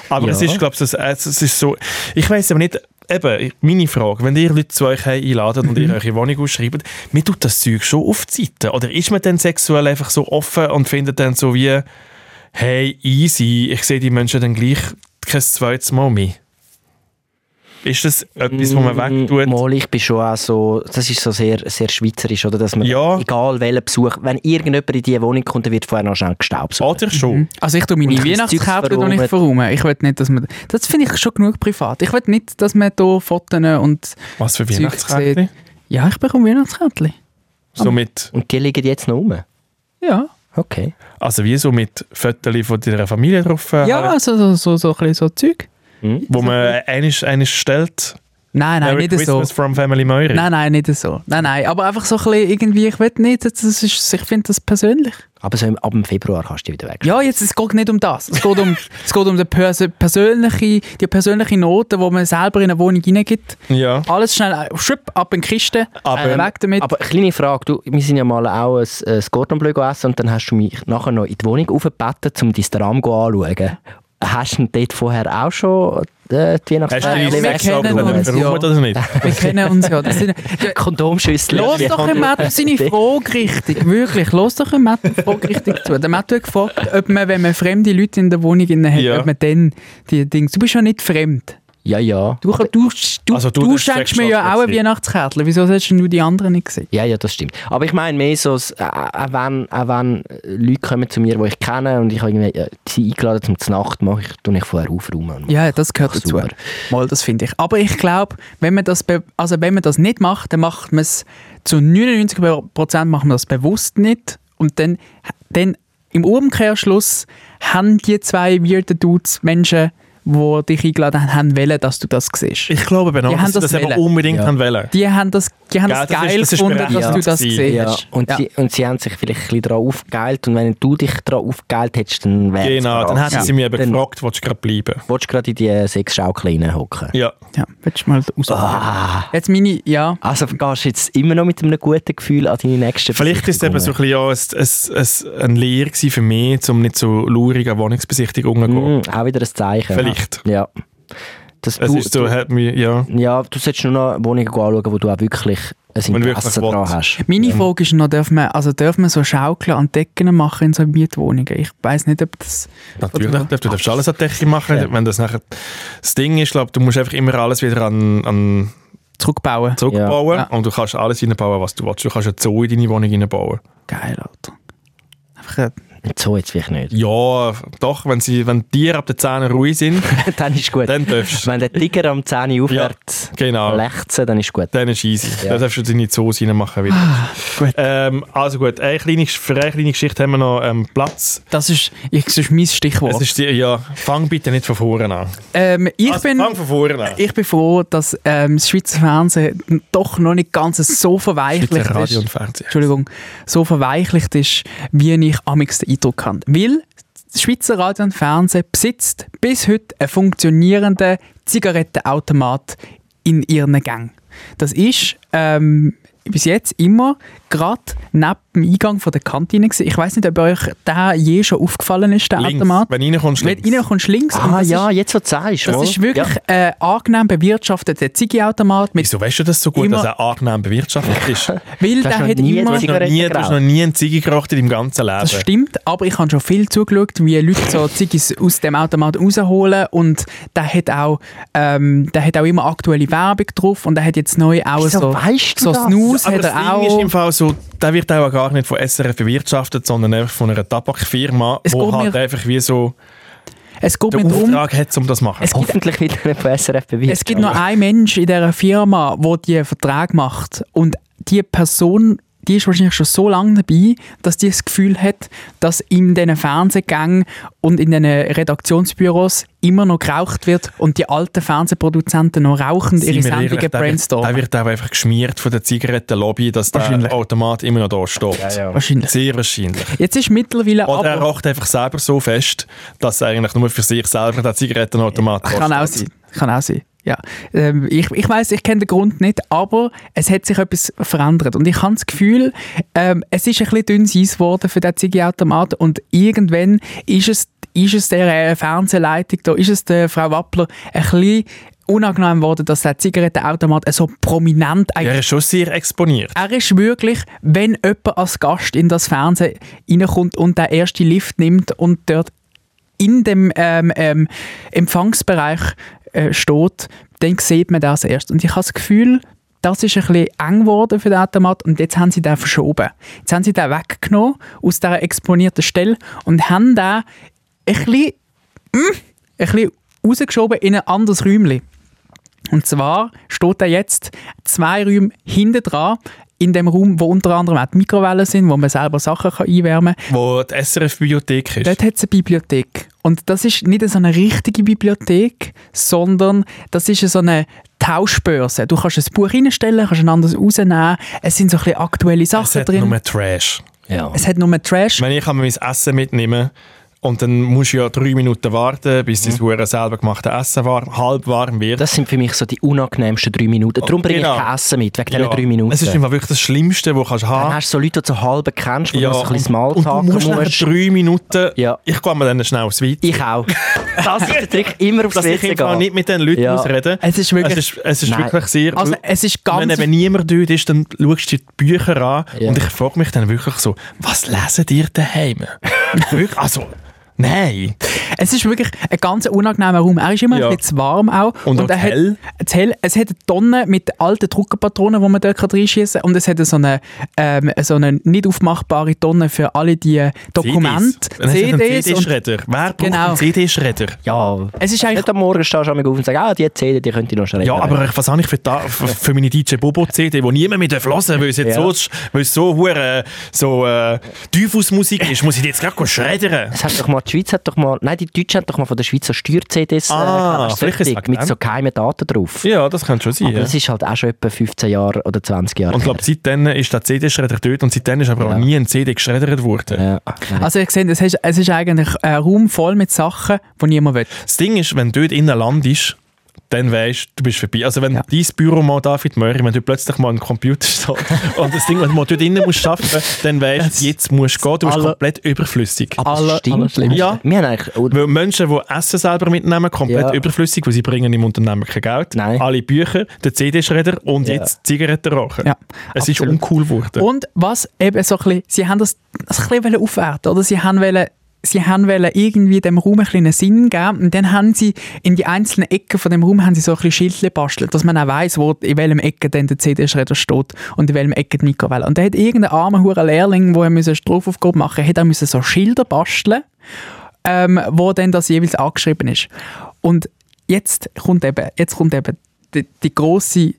Aber
Ja.
es ist, glaube ich, es, es ist so. Ich weiß aber nicht, eben, ich- meine Frage, wenn ihr Leute zu euch heim einladet und
Mhm.
ihr eure Wohnung ausschreibt, mir tut das Zeug schon auf die Seite. Oder ist man dann sexuell einfach so offen und findet dann so wie, hey, easy, ich sehe die Menschen dann gleich kein zweites Mal mehr? Ist das etwas,
Mm,
was man wegtut?
Mal, ich bin schon auch so, das ist so sehr, sehr schweizerisch, oder? Dass man,
Ja.
egal welchen Besuch, wenn irgendjemand in die Wohnung kommt, dann wird vorher noch schnell gestaubt.
Oder schon?
Mhm.
Also ich tue meine
Und ich das Zeug
Weihnachtskäppchen noch nicht verräumen. Ich will nicht, dass man... Das finde ich schon genug privat. Ich will nicht, dass man hier Fotos und...
Was für
Zeug
Weihnachtskäppchen?
Ja, ich bekomme Weihnachtskäppchen.
So mit,
Und die liegen jetzt noch rum.
Ja.
Okay.
also wie so mit Fotos von deiner Familie drauf, äh,
Ja, also so, so, so ein bisschen so Zeug.
wo man eines, eines stellt.
Nein, nein,
Merry
nicht so.
Christmas from Family Meury.
Nein, nein, nicht so. Nein, nein, aber einfach so ein bisschen irgendwie, ich will nicht, das ist, ich finde das persönlich.
Aber so im, ab dem Februar kannst du die wieder weg.
Ja, jetzt, es geht nicht um das. Es geht um, es geht um die, pers persönliche, die persönliche Note, die man selber in eine Wohnung hineingibt.
Ja.
Alles schnell, äh, schwupp, ab in die Kiste,
Aber-
äh, weg damit.
Aber kleine Frage, du, wir sind ja mal auch ein, ein Cordon Bleu gegessen und dann hast du mich nachher noch in die Wohnung aufgebeten, um dein Drama anzuschauen. Hast du denn dort vorher auch schon äh, die
Hast du
Weihnachtsfeier?
die
wir
Leute gesagt,
kennen
oder?
uns,
Verrauchen
ja.
wir das nicht?
Wir kennen uns ja. Das sind, ja
Kondomschüssel.
Los doch im Mathe seine Frage richtig, wirklich. Los doch im Mathe die Frage richtig zu. Der Mathe hat gefragt, ob man, wenn man fremde Leute in der Wohnung inne hat,
Ja.
ob man dann die Dings... Du bist ja nicht fremd.
Ja, ja.
Du, du, du,
Also du,
du,
das
schenkst
checkst
mir ja
das
auch ein
nicht.
Weihnachtskärtchen. Wieso hast du die anderen nicht gesehen?
Ja, ja, das stimmt. Aber ich meine mehr so, s- äh, auch wenn, auch wenn Leute kommen zu mir, die ich kenne und ich habe irgendwie, äh, sie eingeladen zum Znacht, mache ich, tue ich vorher aufräumen. und
Ja, das gehört dazu.
Super.
Mal, das finde ich. Aber ich glaube, wenn, man das be- also wenn man das nicht macht, dann macht man es zu 99% macht man das bewusst nicht. Und dann, dann im Umkehrschluss haben die zwei weirden Dudes, Menschen, die dich eingeladen haben, haben wollen, dass du das siehst.
Ich glaube eben auch,
Die haben
dass sie
das
das eben
wollen.
unbedingt
Ja.
haben wollen.
Die haben das, die haben
Ja,
das
das ist-
geil
das ist
gefunden, dass
berechtigt
du das
gewesen.
gesehen
Ja,
hast.
und,
Ja.
Sie, und sie haben sich vielleicht ein bisschen daran aufgeilt und wenn du dich daran aufgeilt hättest, dann wäre
Genau, dann hätten
Ja.
sie mich eben
Dann-
gefragt, willst du gerade bleiben?
Willst du gerade in die äh, sechs Schaukeln hocken?
Ja.
ja, willst du mal raus?
Ah.
Jetzt meine, ja.
Ah, Also gehst du jetzt immer noch mit einem guten Gefühl an deine nächste
Vielleicht ist es eben so ein bisschen auch ein, ein, ein, ein Lehr gewesen für mich, um nicht so laurig an Wohnungsbesichtigungen zu
Mm.
gehen.
Mhm, auch wieder ein Zeichen.
Vielleicht.
Ja. Dass
Es
du,
ist so,
du,
hat mich, ja.
ja, du solltest nur noch Wohnungen anschauen, wo du auch wirklich ein
Und wirklich
Interesse
will.
daran hast.
Meine
Ähm.
Frage ist noch, darf man, also darf man so Schaukeln an Decken machen in so Mietwohnungen? Ich weiß nicht, ob das...
Natürlich, du darfst alles an die Decke machen. Wenn das nachher das Ding ist, glaub, du musst einfach immer alles wieder an, an
Zurückbauen.
zurückbauen
Ja. Ja.
und du kannst alles reinbauen, was du willst. Du kannst einen Zoo in deine Wohnung reinbauen.
Geil, Alter. Einfach äh, ein
So jetzt vielleicht nicht.
Ja, doch, wenn, sie, wenn die Tiere ab den Zähnen ruhig sind,
dann ist gut.
dann darfst du.
wenn der Tiger am 10 Uhr aufhört,
Genau.
lechzen, dann ist gut.
Dann ist easy.
Ja.
Dann darfst du deine Zoos reinmachen wieder.
Ah,
Ähm, also gut, eine kleine, für eine kleine Geschichte haben wir noch ähm, Platz.
das ist, ich, das ist mein
Es
Stichwort.
ist die, ja, fang bitte nicht von vorne an.
ähm, ich,
Also,
bin,
fang von vorne an.
ich bin froh, dass ähm, das Schweizer Fernsehen doch noch nicht ganz so verweichlicht
Schweizer
ist.
Radio und Fernsehen.
Entschuldigung, so verweichlicht ist, wie ich amix den Eindruck habe. Weil das Schweizer Radio und Fernsehen besitzt bis heute einen funktionierenden Zigarettenautomat in ihren Gang. Das ist ähm, bis jetzt immer gerade neben dem Eingang von der Kantine. gewesen. Ich weiß nicht, ob euch der je schon aufgefallen ist, der
Links.
Automat.
Wenn reinkommst,
Wenn
links.
du reinkommst, links. und
Ah
das
ja,
ist,
jetzt so zeigst
das ist wirklich
Ja.
äh, angenehm bewirtschafteter Ziggy-Automat. mit-
Wieso weißt du das so gut,
Immer-
dass er angenehm bewirtschaftet ist?
Weil
Das
der
ist noch
hat
nie
immer...
eine
Du hast noch nie, du hast noch nie einen Ziege geraucht in deinem ganzen Leben.
Das stimmt, aber ich habe schon viel zugeschaut, wie Leute so Ziggis aus dem Automat rausholen und der hat auch, ähm, der hat auch immer aktuelle Werbung drauf und der hat jetzt neu auch
Wieso
so,
weisst du
so
das?
Snooze
Aber
hat
das
er
Ding ist im
auch.
Fall so, der wird auch gar nicht von SRF bewirtschaftet, sondern einfach von einer Tabakfirma,
Es
wo
geht
halt
mir-
einfach wie so
Es geht mir
den
darum,
Auftrag hat, um das zu machen.
es gibt,
Hoffentlich wieder nicht von SRF bewiesen.
es gibt nur einen Mensch in dieser Firma, der die Vertrag macht und die Person die ist wahrscheinlich schon so lange dabei, dass die das Gefühl hat, dass in diesen Fernsehgängen und in diesen Redaktionsbüros immer noch geraucht wird und die alten Fernsehproduzenten noch rauchend ihre
Seien wir
Sendungen
ehrlich, der wird-
brainstormen.
Der wird auch einfach geschmiert von der Zigarettenlobby, dass der
Wahrscheinlich.
Automat immer noch da steht.
Wahrscheinlich.
Sehr wahrscheinlich.
Jetzt ist mittlerweile
Oder er
aber...
raucht einfach selber so fest, dass er eigentlich nur für sich selber den Zigarettenautomat
Kann auch sein. Kann auch sein. Ja, ähm, ich, ich weiß, ich kenne den Grund nicht, aber es hat sich etwas verändert. Und ich habe das Gefühl, ähm, es ist ein bisschen dünnes Eis geworden für den Ziggy-Automat und irgendwann ist es, ist es der äh, Fernsehleitung, da ist es der Frau Wappler ein bisschen unangenehm geworden, dass der Zigarettenautomat so prominent
Er
eigentlich
ist schon sehr exponiert.
er ist wirklich, wenn jemand als Gast in das Fernsehen reinkommt und den ersten Lift nimmt und dort in dem ähm, ähm, Empfangsbereich äh, steht, dann sieht man das erst. Und ich habe das Gefühl, das ist ein bisschen eng geworden für den Automat und jetzt haben sie den verschoben. Jetzt haben sie den weggenommen aus dieser exponierten Stelle und haben den ein bisschen, mm, ein bisschen rausgeschoben in ein anderes Räumchen. Und zwar steht er jetzt zwei Räume hinten dran, in dem Raum, wo unter anderem auch die Mikrowellen sind, wo man selber Sachen kann einwärmen kann.
Wo die SRF-Bibliothek ist.
Dort hat es eine Bibliothek. Und das ist nicht so eine richtige Bibliothek, sondern das ist so eine Tauschbörse. Du kannst ein Buch reinstellen, kannst ein anderes rausnehmen. Es sind so ein bisschen aktuelle
es
Sachen
hat
drin.
nur Trash.
Ja.
es hat nur Trash.
Wenn ich kann mir mein Essen mitnehmen und dann musst du ja drei Minuten warten, bis dein mhm. selber gemachte Essen warm, halb warm wird.
Das sind für mich so die unangenehmsten drei Minuten. Darum bringe
Genau.
ich kein Essen mit, wegen
Ja.
diesen drei Minuten.
Es ist einfach wirklich das Schlimmste, was du kannst
dann
haben
hast du so Leute, die du so halb kennst, wo du so ein bisschen
und du
Smalltalk
musst nach drei Minuten,
Ja.
ich gehe mir dann schnell aufs Weite.
Ich auch. Das ist der Trick, immer aufs
dass ich
WC
einfach
gehen.
nicht mit den Leuten
Ja.
ausreden
Es ist wirklich-
Es ist, es ist
Nein.
wirklich sehr...
Also es ist
wenn
ganz...
eben niemand dort ist, dann schaust du dir die Bücher an
Ja.
und ich frage mich dann wirklich so, was lesen ihr daheim? Wirklich? also, nein.
Es ist wirklich ein ganz unangenehmer Raum. Er ist immer
Ja.
ein bisschen zu warm auch.
Und auch
er hat-
hell.
zu hell. Es hat eine Tonne mit alten Druckerpatronen, die man dort reinschießen kann. Und es hat so eine, ähm, so eine nicht aufmachbare Tonne für alle die
CDs.
Dokumente,
Dann hast du einen
CDs. und
CD-Schredder. Wer braucht
Genau.
einen CD-Schredder?
Ja.
es ist eigentlich
Nicht am Morgen stehst du einmal auf und sagst, ah, die CD, die könnte ich noch schreiben.
Ja, aber ich- was habe ich für, da, für für meine DJ Bobo-CD, wo niemand mehr hören darf, weil es jetzt
Ja.
so, weil es so, hure, so äh, Teufelsmusik ist, muss ich die jetzt gerade schreddern.
Es hat doch mal, die Schweiz hat doch mal, nein, die Deutschen haben doch mal von der Schweiz so Steuer-CDs äh,
Ah,
gekauft,
vielleicht ist es
solche, mit
wegen
so geheimen Daten drauf.
Ja, das könnte schon sein.
Aber
Ja.
das ist halt auch schon etwa 15 Jahre oder 20 Jahre
Und ich glaube, seitdem ist der CD-Schredder tot und seitdem ist aber auch
Ja.
nie ein CD geschreddert worden.
her. ja.
also ich sehe, es ist, es ist eigentlich ein Raum voll mit Sachen, die niemand will.
Das Ding ist, wenn du dort innen landest, dann weißt du, du bist vorbei. Also wenn
Ja.
dein Büro mal David Möhring, wenn du plötzlich mal einen Computer steht und das Ding, wenn du mal dort innen musst schaffen, dann weißt du, jetzt musst du gehen, du bist
aller-
komplett überflüssig.
aber
aller-
es stimmt.
Allerschlimmste.
Ja.
Wir haben eigentlich, oder-
Weil Menschen, die Essen selber mitnehmen, komplett
Ja.
überflüssig, weil sie bringen im Unternehmen kein Geld.
Nein.
Alle Bücher, den CD-Schredder und
Ja.
jetzt Zigaretten rauchen.
Ja,
es
absolut.
ist uncool geworden.
Und was eben so ein bisschen, sie haben das, das ein bisschen wollen aufwerten, oder? Sie haben wollen, sie haben wollen irgendwie dem Raum ein bisschen einen Sinn geben und dann haben sie in die einzelnen Ecken von dem Raum haben sie so ein bisschen Schildchen bastelt, dass man auch weiss, wo, in welchem Ecke denn der CD-Schredder steht und in welchem Ecke die Mikrowelle. Und da hat irgendein armer hure Lehrling, wo er müssen Strafaufgabe machen, musste, hat auch müssen so Schilder basteln, ähm, wo dann das jeweils angeschrieben ist. Und jetzt kommt eben, jetzt kommt eben die, die große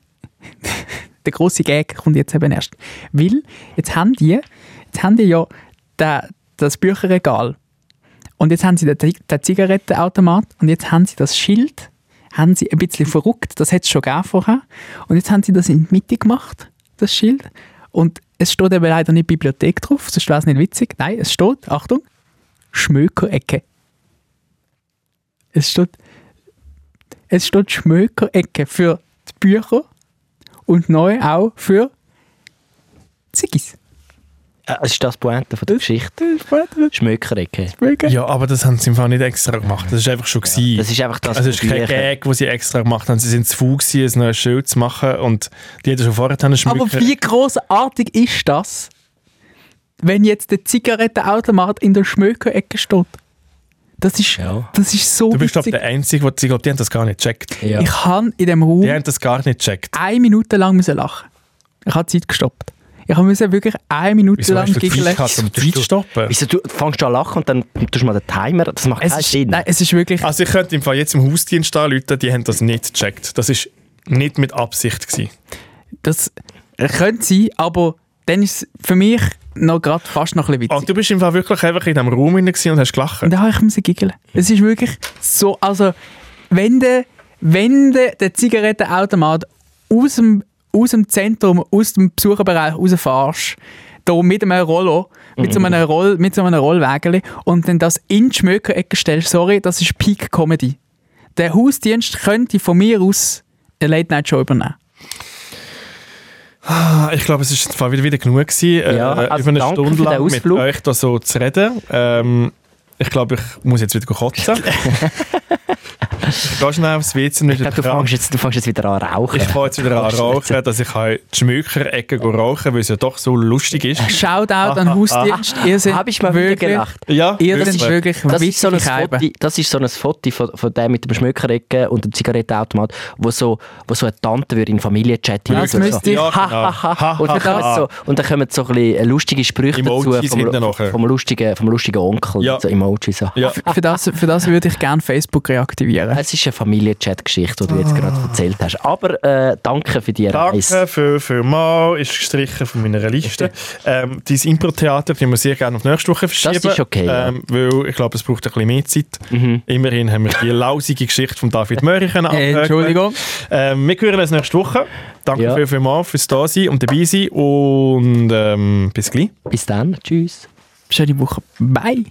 der große Gag kommt jetzt eben erst. Weil jetzt haben die, jetzt haben die ja da- das Bücherregal und jetzt haben sie den, Ti- den Zigarettenautomat und jetzt haben sie das Schild, haben sie ein bisschen verrückt, das hätte es schon gegeben vorher und jetzt haben sie das in die Mitte gemacht, das Schild und es steht eben leider nicht Bibliothek drauf, sonst wäre es nicht witzig. Nein, es steht, Achtung, Schmökerecke. Es steht, es steht Schmökerecke für die Bücher und neu auch für Ziggis.
äh, es ist das Pointe von der Geschichte. Schmökerecke.
Ja.
Ja, aber das haben sie im Fall nicht extra gemacht. Das ist einfach schon gewesen.
Das ist einfach das,
Also es ist kein
Bücher-
Gag, den sie extra gemacht haben. Sie sind zu faul gewesen, ein neues Schild zu machen und die hätten schon vorher einen Schmücker.
Aber wie großartig ist das, wenn jetzt der Zigarettenautomat in der Schmökerecke steht? Das ist,
Ja.
das ist so
Du bist glaube
witzig.
der Einzige, der, ich glaube, die haben das gar nicht gecheckt.
Ja.
Ich habe in dem Raum
Die haben das gar nicht gecheckt.
eine Minute lang müssen lachen. Ich habe die Zeit gestoppt. Ich musste wirklich eine Minute
Wieso
lang
hast du die Zeit gehabt, um die Zeit zu stoppen?
Wieso, du fängst du an lachen und dann tust du mal den Timer, das macht
Es
keinen Sinn.
ist, nein, es ist wirklich...
Also ich könnte im Fall jetzt im Hausdienst anrufen, die haben das nicht gecheckt. Das ist nicht mit Absicht gewesen.
Das könnte sein, aber dann ist es für mich noch gerade fast noch ein bisschen witzig.
Und du bist im Fall wirklich einfach in diesem Raum hinein gewesen und hast gelacht.
Und da habe ich müssen giggeln. Es ist wirklich so, also wenn der, wenn der, der Zigarettenautomat aus dem, aus dem Zentrum, aus dem Besucherbereich rausfährst, da mit einem Rollo, mit so einem, Roll, mit so einem Rollwägeli und dann das in die Schmökerecke stellst, sorry, das ist Peak Comedy. Der Hausdienst könnte von mir aus eine Late-Night-Show übernehmen.
Ah, Ich glaube, es ist im Fall wieder, wieder genug gewesen, äh,
Ja, also
über eine
danke
Stunde
für den
lang mit
Ausflug.
euch da so zu reden. Ähm, ich glaube, ich muss jetzt wieder kotzen. Geh schnell aufs WC und
Ich glaube, du, fängst jetzt- du fängst jetzt wieder an rauchen.
Ich fange jetzt wieder an rauchen, dass ich halt die Schmöker-Ecke rauchen weil es ja doch so lustig ist.
Shoutout an Hausdienst. Ihr seid
Habe ich mal wieder
wirklich,
gelacht.
Ja,
Ihr
wirklich.
seid wirklich
Das ist, so ein
witzige Keiben.
Foto, das ist so ein Foto von, von dem mit dem Schmökerecke und dem Zigarettenautomat, wo so, wo so eine Tante würde in den Familienchat hinein-
das müsste ich-
so,
Ja,
ha,
genau.
ha, ha,
Ha,
und, dann
ha, ha.
kommen so, und dann kommen so ein bisschen äh, lustige Sprüche
Emojis hinten
dazu vom,
nachher.
vom, lustigen, vom lustigen Onkel,
Ja.
so Emojis. So.
Ja.
Für das, für das würde ich gerne Facebook reaktivieren.
Es ist eine Familienchat-Geschichte, die du jetzt gerade erzählt hast. Aber äh, danke für die Reise.
Danke für, für mal, ist gestrichen von meiner Liste. ähm, dein Impro-Theater können wir sehr gerne auf nächste Woche verschieben.
ist okay, ja.
Ähm, weil ich glaube, es braucht ein bisschen mehr Zeit.
Mhm.
Immerhin haben wir die lausige Geschichte von David Möhring können
Äh,
abhören.
Entschuldigung.
Ähm, wir hören uns nächste Woche. Danke
Ja.
viel, viel mal fürs da sein und dabei sein. Und ähm, bis gleich.
Bis dann, tschüss.
Schöne Woche. Bye.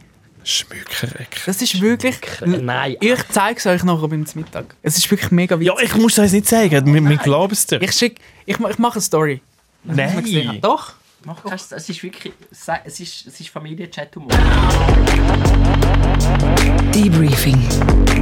Schmückerecke.
Das ist wirklich...
Nein,
Ich zeige es euch nachher beim Mittag. Es ist wirklich mega witzig.
Ja, ich muss das nicht zeigen. Wir, wir glauben es dir.
Ich schicke... Ich, ma- ich mache eine Story.
Nein.
Doch.
es ist wirklich, es ist, es ist Familienchat-Humor.
Debriefing.